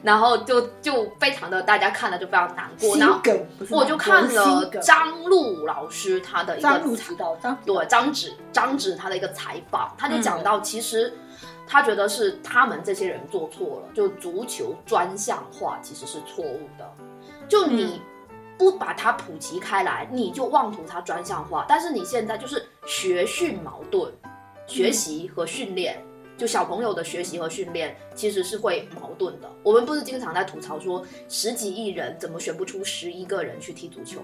[SPEAKER 4] 然后就就非常的大家看了就非常难过，
[SPEAKER 1] 心
[SPEAKER 4] 然后
[SPEAKER 1] 梗不是
[SPEAKER 4] 我就看了
[SPEAKER 1] 心梗
[SPEAKER 4] 张璐老师他的一个
[SPEAKER 1] 张璐指导张
[SPEAKER 4] 对张芷张芷他的一个采访，他
[SPEAKER 1] 嗯
[SPEAKER 4] 就讲到，其实他觉得是他们这些人做错了，就足球专项化其实是错误的，就你不把它普及开来，你就妄图它专项化，但是你现在就是学训矛盾，学习和训练。就小朋友的学习和训练其实是会矛盾的。我们不是经常在吐槽说十几亿人怎么选不出十一个人去踢足球？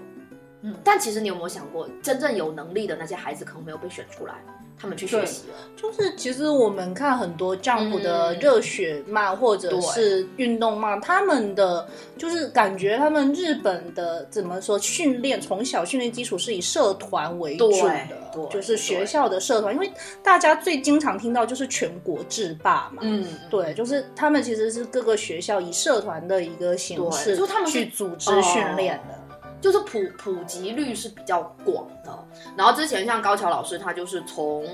[SPEAKER 1] 嗯
[SPEAKER 4] 但其实你有没有想过，真正有能力的那些孩子可能没有被选出来，他们去学习了。
[SPEAKER 2] 就是其实我们看很多丈夫
[SPEAKER 4] 嗯
[SPEAKER 2] 的热血漫或者是运动漫，他们的就是感觉他们日本的怎么说训练，从小训练基础是以社团为主
[SPEAKER 4] 对
[SPEAKER 2] 的
[SPEAKER 4] 对，
[SPEAKER 2] 就是学校的社团，因为大家最经常听到就是全国制霸嘛。
[SPEAKER 4] 嗯，
[SPEAKER 2] 对，就是他们其实是各个学校以社团的一个形式，
[SPEAKER 4] 对就他们是哦
[SPEAKER 2] 去组织训练的。
[SPEAKER 4] 就是普普及率是比较广的。然后之前像高桥老师，他就是从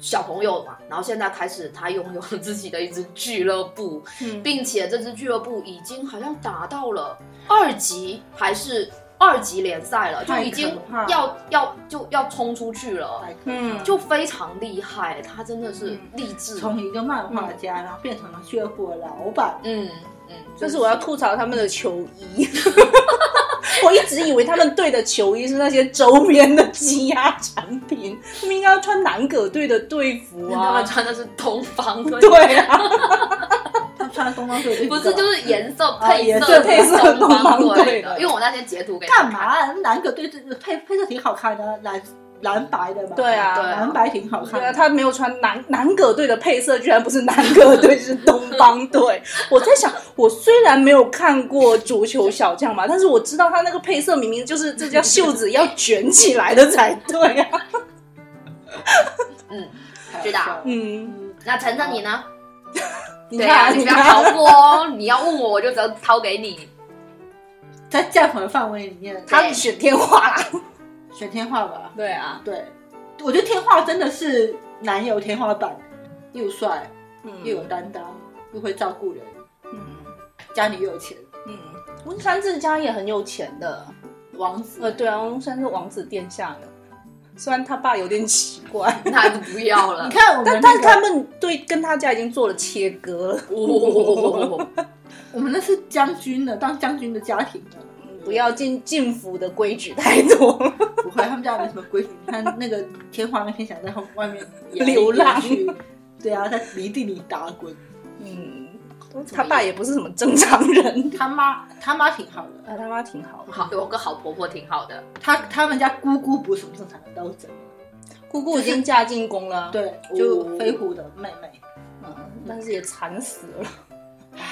[SPEAKER 4] 小朋友嘛，然后现在开始他拥有了自己的一支俱乐部，
[SPEAKER 2] 嗯
[SPEAKER 4] 并且这支俱乐部已经好像达到了二级还是二级联赛了，就
[SPEAKER 1] 太
[SPEAKER 4] 已经
[SPEAKER 1] 可怕了
[SPEAKER 4] 要要就要冲出去了，
[SPEAKER 2] 嗯
[SPEAKER 4] 就非常厉害。他真的是励志，
[SPEAKER 1] 嗯从一个漫画家，然后变成了俱乐部的老板，
[SPEAKER 4] 嗯嗯，
[SPEAKER 2] 但是我要吐槽他们的球衣， [laughs] 我一直以为他们队的球衣是那些周边的积压产品，他们应该要穿南葛队的队服
[SPEAKER 4] 他
[SPEAKER 2] 啊。
[SPEAKER 4] 们穿的是东方的，
[SPEAKER 2] 对啊，
[SPEAKER 1] 他穿东
[SPEAKER 4] [laughs]
[SPEAKER 1] 方队
[SPEAKER 4] 不是就是颜色
[SPEAKER 1] 哎啊
[SPEAKER 4] 配
[SPEAKER 1] 颜
[SPEAKER 4] 色
[SPEAKER 1] 色
[SPEAKER 2] 配色
[SPEAKER 4] 是东
[SPEAKER 2] 东方
[SPEAKER 4] 队
[SPEAKER 2] 队
[SPEAKER 4] 的，
[SPEAKER 2] 的
[SPEAKER 4] 因为我那天截图给你
[SPEAKER 1] 干
[SPEAKER 4] 看？
[SPEAKER 1] 嘛？蓝可队这个配配色挺好看的，蓝蓝白的嘛。
[SPEAKER 2] 对啊
[SPEAKER 4] 对
[SPEAKER 1] 蓝白挺好看
[SPEAKER 2] 对
[SPEAKER 1] 的。
[SPEAKER 2] 啊，他没有穿南南葛队的配色，居然不是南葛队，是东方队。 [laughs] 我在想，我虽然没有看过足球小将嘛，但是我知道他那个配色明明就是这叫袖子要卷起来的才对啊。
[SPEAKER 4] 嗯，
[SPEAKER 1] 开玩
[SPEAKER 4] 知道
[SPEAKER 1] 笑
[SPEAKER 2] 嗯，
[SPEAKER 4] 那晨晨你呢？
[SPEAKER 1] 哦
[SPEAKER 2] 你
[SPEAKER 4] 对啊，
[SPEAKER 2] 看，
[SPEAKER 4] 你
[SPEAKER 2] 你
[SPEAKER 4] 不要
[SPEAKER 2] 看，
[SPEAKER 4] 逃过哦，你要问我我就只能掏给你。
[SPEAKER 1] 在战粉范围里面，
[SPEAKER 2] 他们选天花啦。
[SPEAKER 1] 选天化吧。
[SPEAKER 2] 对啊，
[SPEAKER 1] 对，我觉得天化真的是男友天花板，又帅
[SPEAKER 2] 嗯
[SPEAKER 1] 又有担当，又会照顾人，
[SPEAKER 2] 嗯
[SPEAKER 1] 家里又有钱，
[SPEAKER 2] 嗯，翁山这家也很有钱的。
[SPEAKER 1] 王子。
[SPEAKER 2] 呃，对啊，翁山是王子殿下的，虽然他爸有点奇
[SPEAKER 4] [laughs]
[SPEAKER 2] 怪，
[SPEAKER 4] 那还是不要了
[SPEAKER 1] [laughs] 你。看我们、那个，
[SPEAKER 2] 但但是他们对跟他家已经做了切割了，
[SPEAKER 4] 哦，
[SPEAKER 1] 我们那是将军的，当将军的家庭的。
[SPEAKER 2] [laughs] 不要进进府的规矩太多了。
[SPEAKER 1] 不会，他们家也没什么规矩。你看那个天花那天想在外面野
[SPEAKER 2] 流浪
[SPEAKER 1] 去，对啊，在泥地里打滚。
[SPEAKER 2] 嗯，他爸也不是什么正常
[SPEAKER 1] [laughs]
[SPEAKER 2] 人，
[SPEAKER 1] 他妈他妈挺好的，
[SPEAKER 2] 啊，他妈挺好的。
[SPEAKER 4] 好，有个好婆婆挺好的。
[SPEAKER 1] 他他们家姑姑不是什么正常人，都是真的。
[SPEAKER 2] 姑姑已经嫁进宫了，，
[SPEAKER 1] [laughs] 对，就飞虎的妹妹。
[SPEAKER 2] 嗯，但是也惨死了。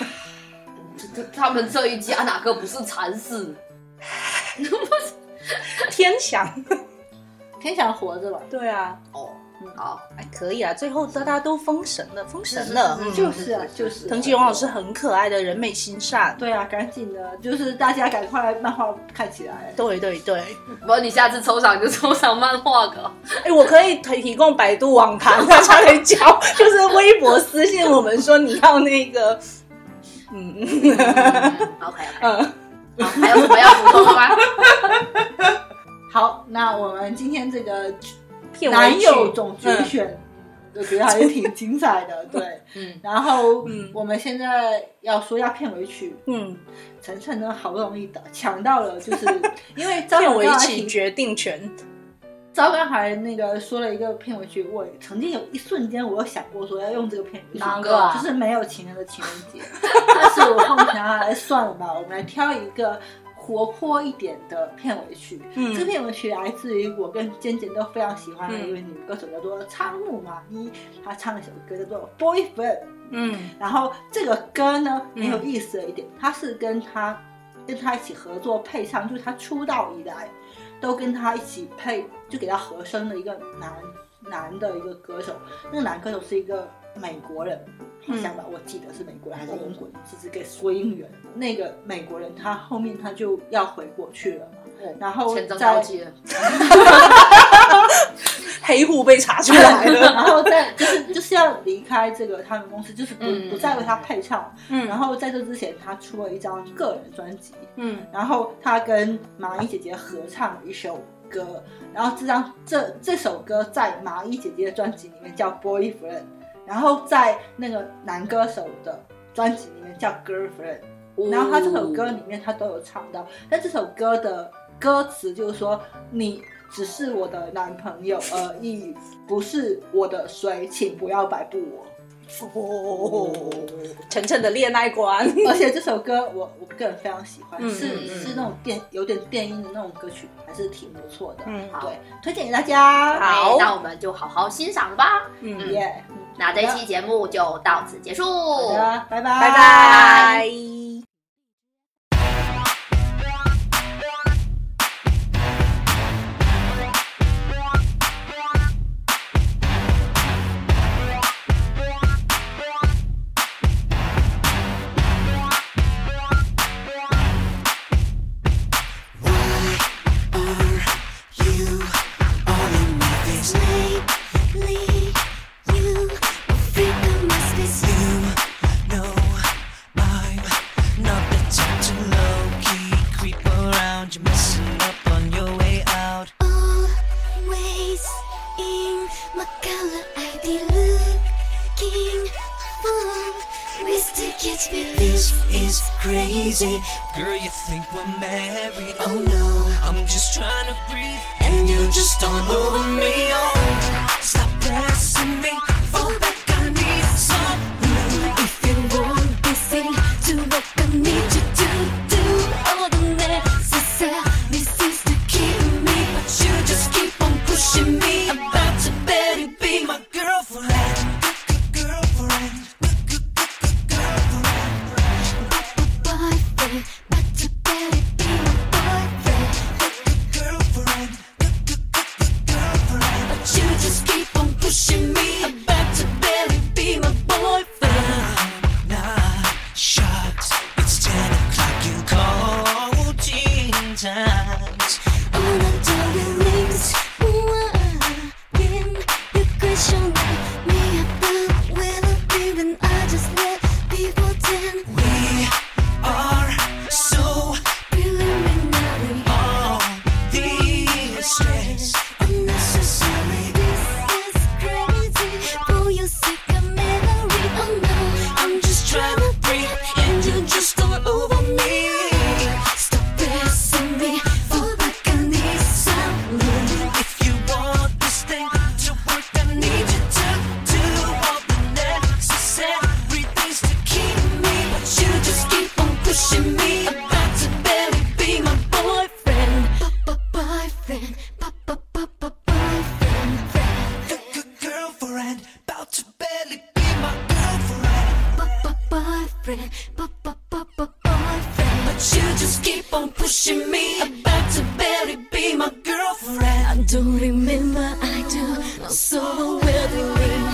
[SPEAKER 4] 这这他们这一家哪个不是惨死？
[SPEAKER 2] 天祥，
[SPEAKER 1] 天翔活着吧？
[SPEAKER 2] 对啊，
[SPEAKER 4] 哦，
[SPEAKER 1] 嗯
[SPEAKER 4] 好，
[SPEAKER 2] 还可以啊。最后大家都封神了，封神了。
[SPEAKER 4] 是是是
[SPEAKER 2] 嗯
[SPEAKER 1] 就是啊，就是啊
[SPEAKER 2] 藤崎荣老师很可爱的人美心善。
[SPEAKER 1] 对啊，赶紧的，就是大家赶快漫画看起来。
[SPEAKER 2] 对对对，
[SPEAKER 4] 不过你下次抽赏就抽赏漫画
[SPEAKER 1] [laughs]
[SPEAKER 4] 个，
[SPEAKER 2] 哎，我可以提提供百度网盘，大家可以教，就是微博私信我们说你要那个，嗯
[SPEAKER 4] 嗯 OK，
[SPEAKER 2] 嗯，
[SPEAKER 4] 好还有什么要补充
[SPEAKER 1] [laughs]
[SPEAKER 4] 的吗？
[SPEAKER 1] 好，那我们今天这个
[SPEAKER 2] 片尾
[SPEAKER 1] 男
[SPEAKER 2] 曲
[SPEAKER 1] 友总决选，我觉得还是挺精彩 [laughs] 的。对，
[SPEAKER 4] 嗯，
[SPEAKER 1] 然后
[SPEAKER 2] 嗯
[SPEAKER 1] 我们现在要说一下片尾曲，
[SPEAKER 2] 嗯，
[SPEAKER 1] 晨晨呢好不容易的抢到了， [laughs] 就是因为张
[SPEAKER 2] 片
[SPEAKER 1] 永
[SPEAKER 2] 尾
[SPEAKER 1] 刚还啊
[SPEAKER 2] 曲
[SPEAKER 1] 挺
[SPEAKER 2] 决定权。
[SPEAKER 1] 赵刚还那个说了一个片尾曲，我曾经有一瞬间，我有想过说要用这个片尾曲，
[SPEAKER 4] 哪个啊
[SPEAKER 1] 就是没有情人的情人节。
[SPEAKER 4] [laughs]
[SPEAKER 1] 但是我后面想想，哎算了吧，我们来挑一个活泼一点的片尾曲。
[SPEAKER 2] 嗯
[SPEAKER 1] 这片尾曲来自于我跟尖尖都非常喜欢的一位
[SPEAKER 4] 嗯
[SPEAKER 1] 女歌手，叫做仓木麻衣，她唱了一首歌叫做《Boyfriend》。
[SPEAKER 2] 嗯
[SPEAKER 1] 然后这个歌呢
[SPEAKER 2] 嗯
[SPEAKER 1] 很有意思的一点，他是跟他跟他一起合作配唱，就是他出道以来都跟他一起配，就给他和声的一个男男的一个歌手，那个男歌手是一个美国人，好像吧，我记得是美国嗯人还是英国人，只是给说英语人。那个美国人他后面他就要回国去了嘛，然后
[SPEAKER 4] 前程
[SPEAKER 1] 在 [laughs]
[SPEAKER 4] 着急了，
[SPEAKER 2] 黑户被查出来了。
[SPEAKER 1] 然后在就是就是要离开这个他们公司，就是不
[SPEAKER 4] 嗯
[SPEAKER 1] 不再为他配唱。
[SPEAKER 2] [laughs] 嗯
[SPEAKER 1] 然后在这之前，他出了一张个人专辑，
[SPEAKER 2] 嗯
[SPEAKER 1] 然后他跟麻衣姐姐合唱了一首歌，然后这张这这首歌在麻衣姐姐的专辑里面叫《Boyfriend》，然后在那个男歌手的专辑里面叫《Girlfriend》，然后他这首歌里面他都有唱到，但这首歌的歌词就是说你。只是我的男朋友而已，不是我的谁，请不要摆布我。
[SPEAKER 2] 哦， [laughs] 晨晨的恋爱观。
[SPEAKER 1] 而且这首歌我我个人非常喜欢，
[SPEAKER 2] 嗯
[SPEAKER 1] 是
[SPEAKER 4] 嗯嗯
[SPEAKER 1] 是那种电有点电音的那种歌曲，还是挺不错的。
[SPEAKER 2] 嗯
[SPEAKER 4] 好
[SPEAKER 1] 对，推荐给大家。
[SPEAKER 4] 哎
[SPEAKER 2] 好
[SPEAKER 4] 那我们就好好欣赏吧。
[SPEAKER 2] 嗯，
[SPEAKER 1] 耶，
[SPEAKER 4] 那这期节目就到此结束，
[SPEAKER 1] 好的，拜拜，
[SPEAKER 2] 拜拜。
[SPEAKER 5] You all in my face. Lately, you freak of my space. You know I'm not the type to low key creep around. You're messing up on your way out.
[SPEAKER 6] Always in my color I be looking for ways to catch me
[SPEAKER 5] This is crazy, girl. You think we're married? Oh no, I'm just trying to breathe, and you're just all over me. Oh, stop passing me. Fall back, I need some.
[SPEAKER 6] If you want this thing to work, I need you to do all the necessary. This is to keep me,
[SPEAKER 5] But you just keep on pushing me. About to let it be my girlfriend. Girlfriend, girlfriend.
[SPEAKER 6] boyfriend. But you better be my boyfriend.
[SPEAKER 5] girlfriend, girlfriend. But you just keep on pushing me. About to barely be my boyfriend. I'm not shocked. It's 10 o'clock. You called teen times.
[SPEAKER 6] All I do is when you question me about whether we when I just let people down.
[SPEAKER 5] We are so
[SPEAKER 6] Preliminary,
[SPEAKER 5] all the stress.
[SPEAKER 6] unnecessary. This is crazy. For your sake, I'm memory. Oh no, I'm
[SPEAKER 5] I'm just trying to breathe, and you're just all over me. Stop
[SPEAKER 6] pressing me for back on this sound.
[SPEAKER 5] if you want this thing to work. I need you to do all the necessary things to keep me, but you just keep on pushing me. About to barely be my boyfriend,
[SPEAKER 6] Papa boyfriend, papa papa boyfriend,
[SPEAKER 5] girlfriend. About to barely be my girlfriend.
[SPEAKER 6] papa boyfriend, papa papa boyfriend.
[SPEAKER 5] But you just keep on pushing me. About to barely be my girlfriend.
[SPEAKER 6] friend. I don't remember, I do. Not so where they mean.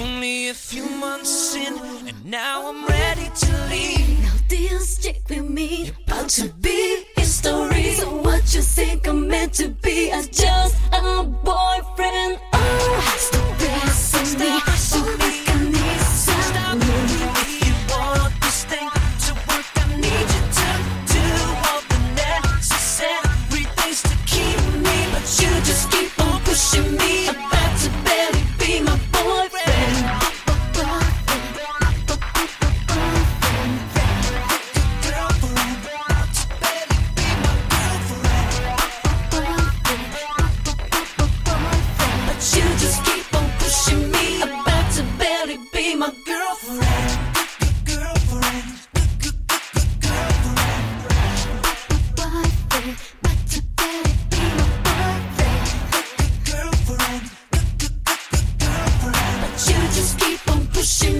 [SPEAKER 5] Only a few months in, and now I'm ready to leave.
[SPEAKER 6] Now this chick with me about to be history. So what you think I'm meant to be? I just a boyfriend. Oh, stop asking me. Oh, I can
[SPEAKER 5] Stop if you want this thing to work. I need you to do all the necessary things to keep me, but you just keep on pushing me.
[SPEAKER 6] About to barely be my boyfriend.
[SPEAKER 5] Girlfriend, about to barely be my girlfriend.
[SPEAKER 6] But you just keep on pushing me. About to barely be my girlfriend.
[SPEAKER 5] Girlfriend,
[SPEAKER 6] Boyfriend, but you barely be my boyfriend.
[SPEAKER 5] girlfriend.
[SPEAKER 6] You just keep on pushing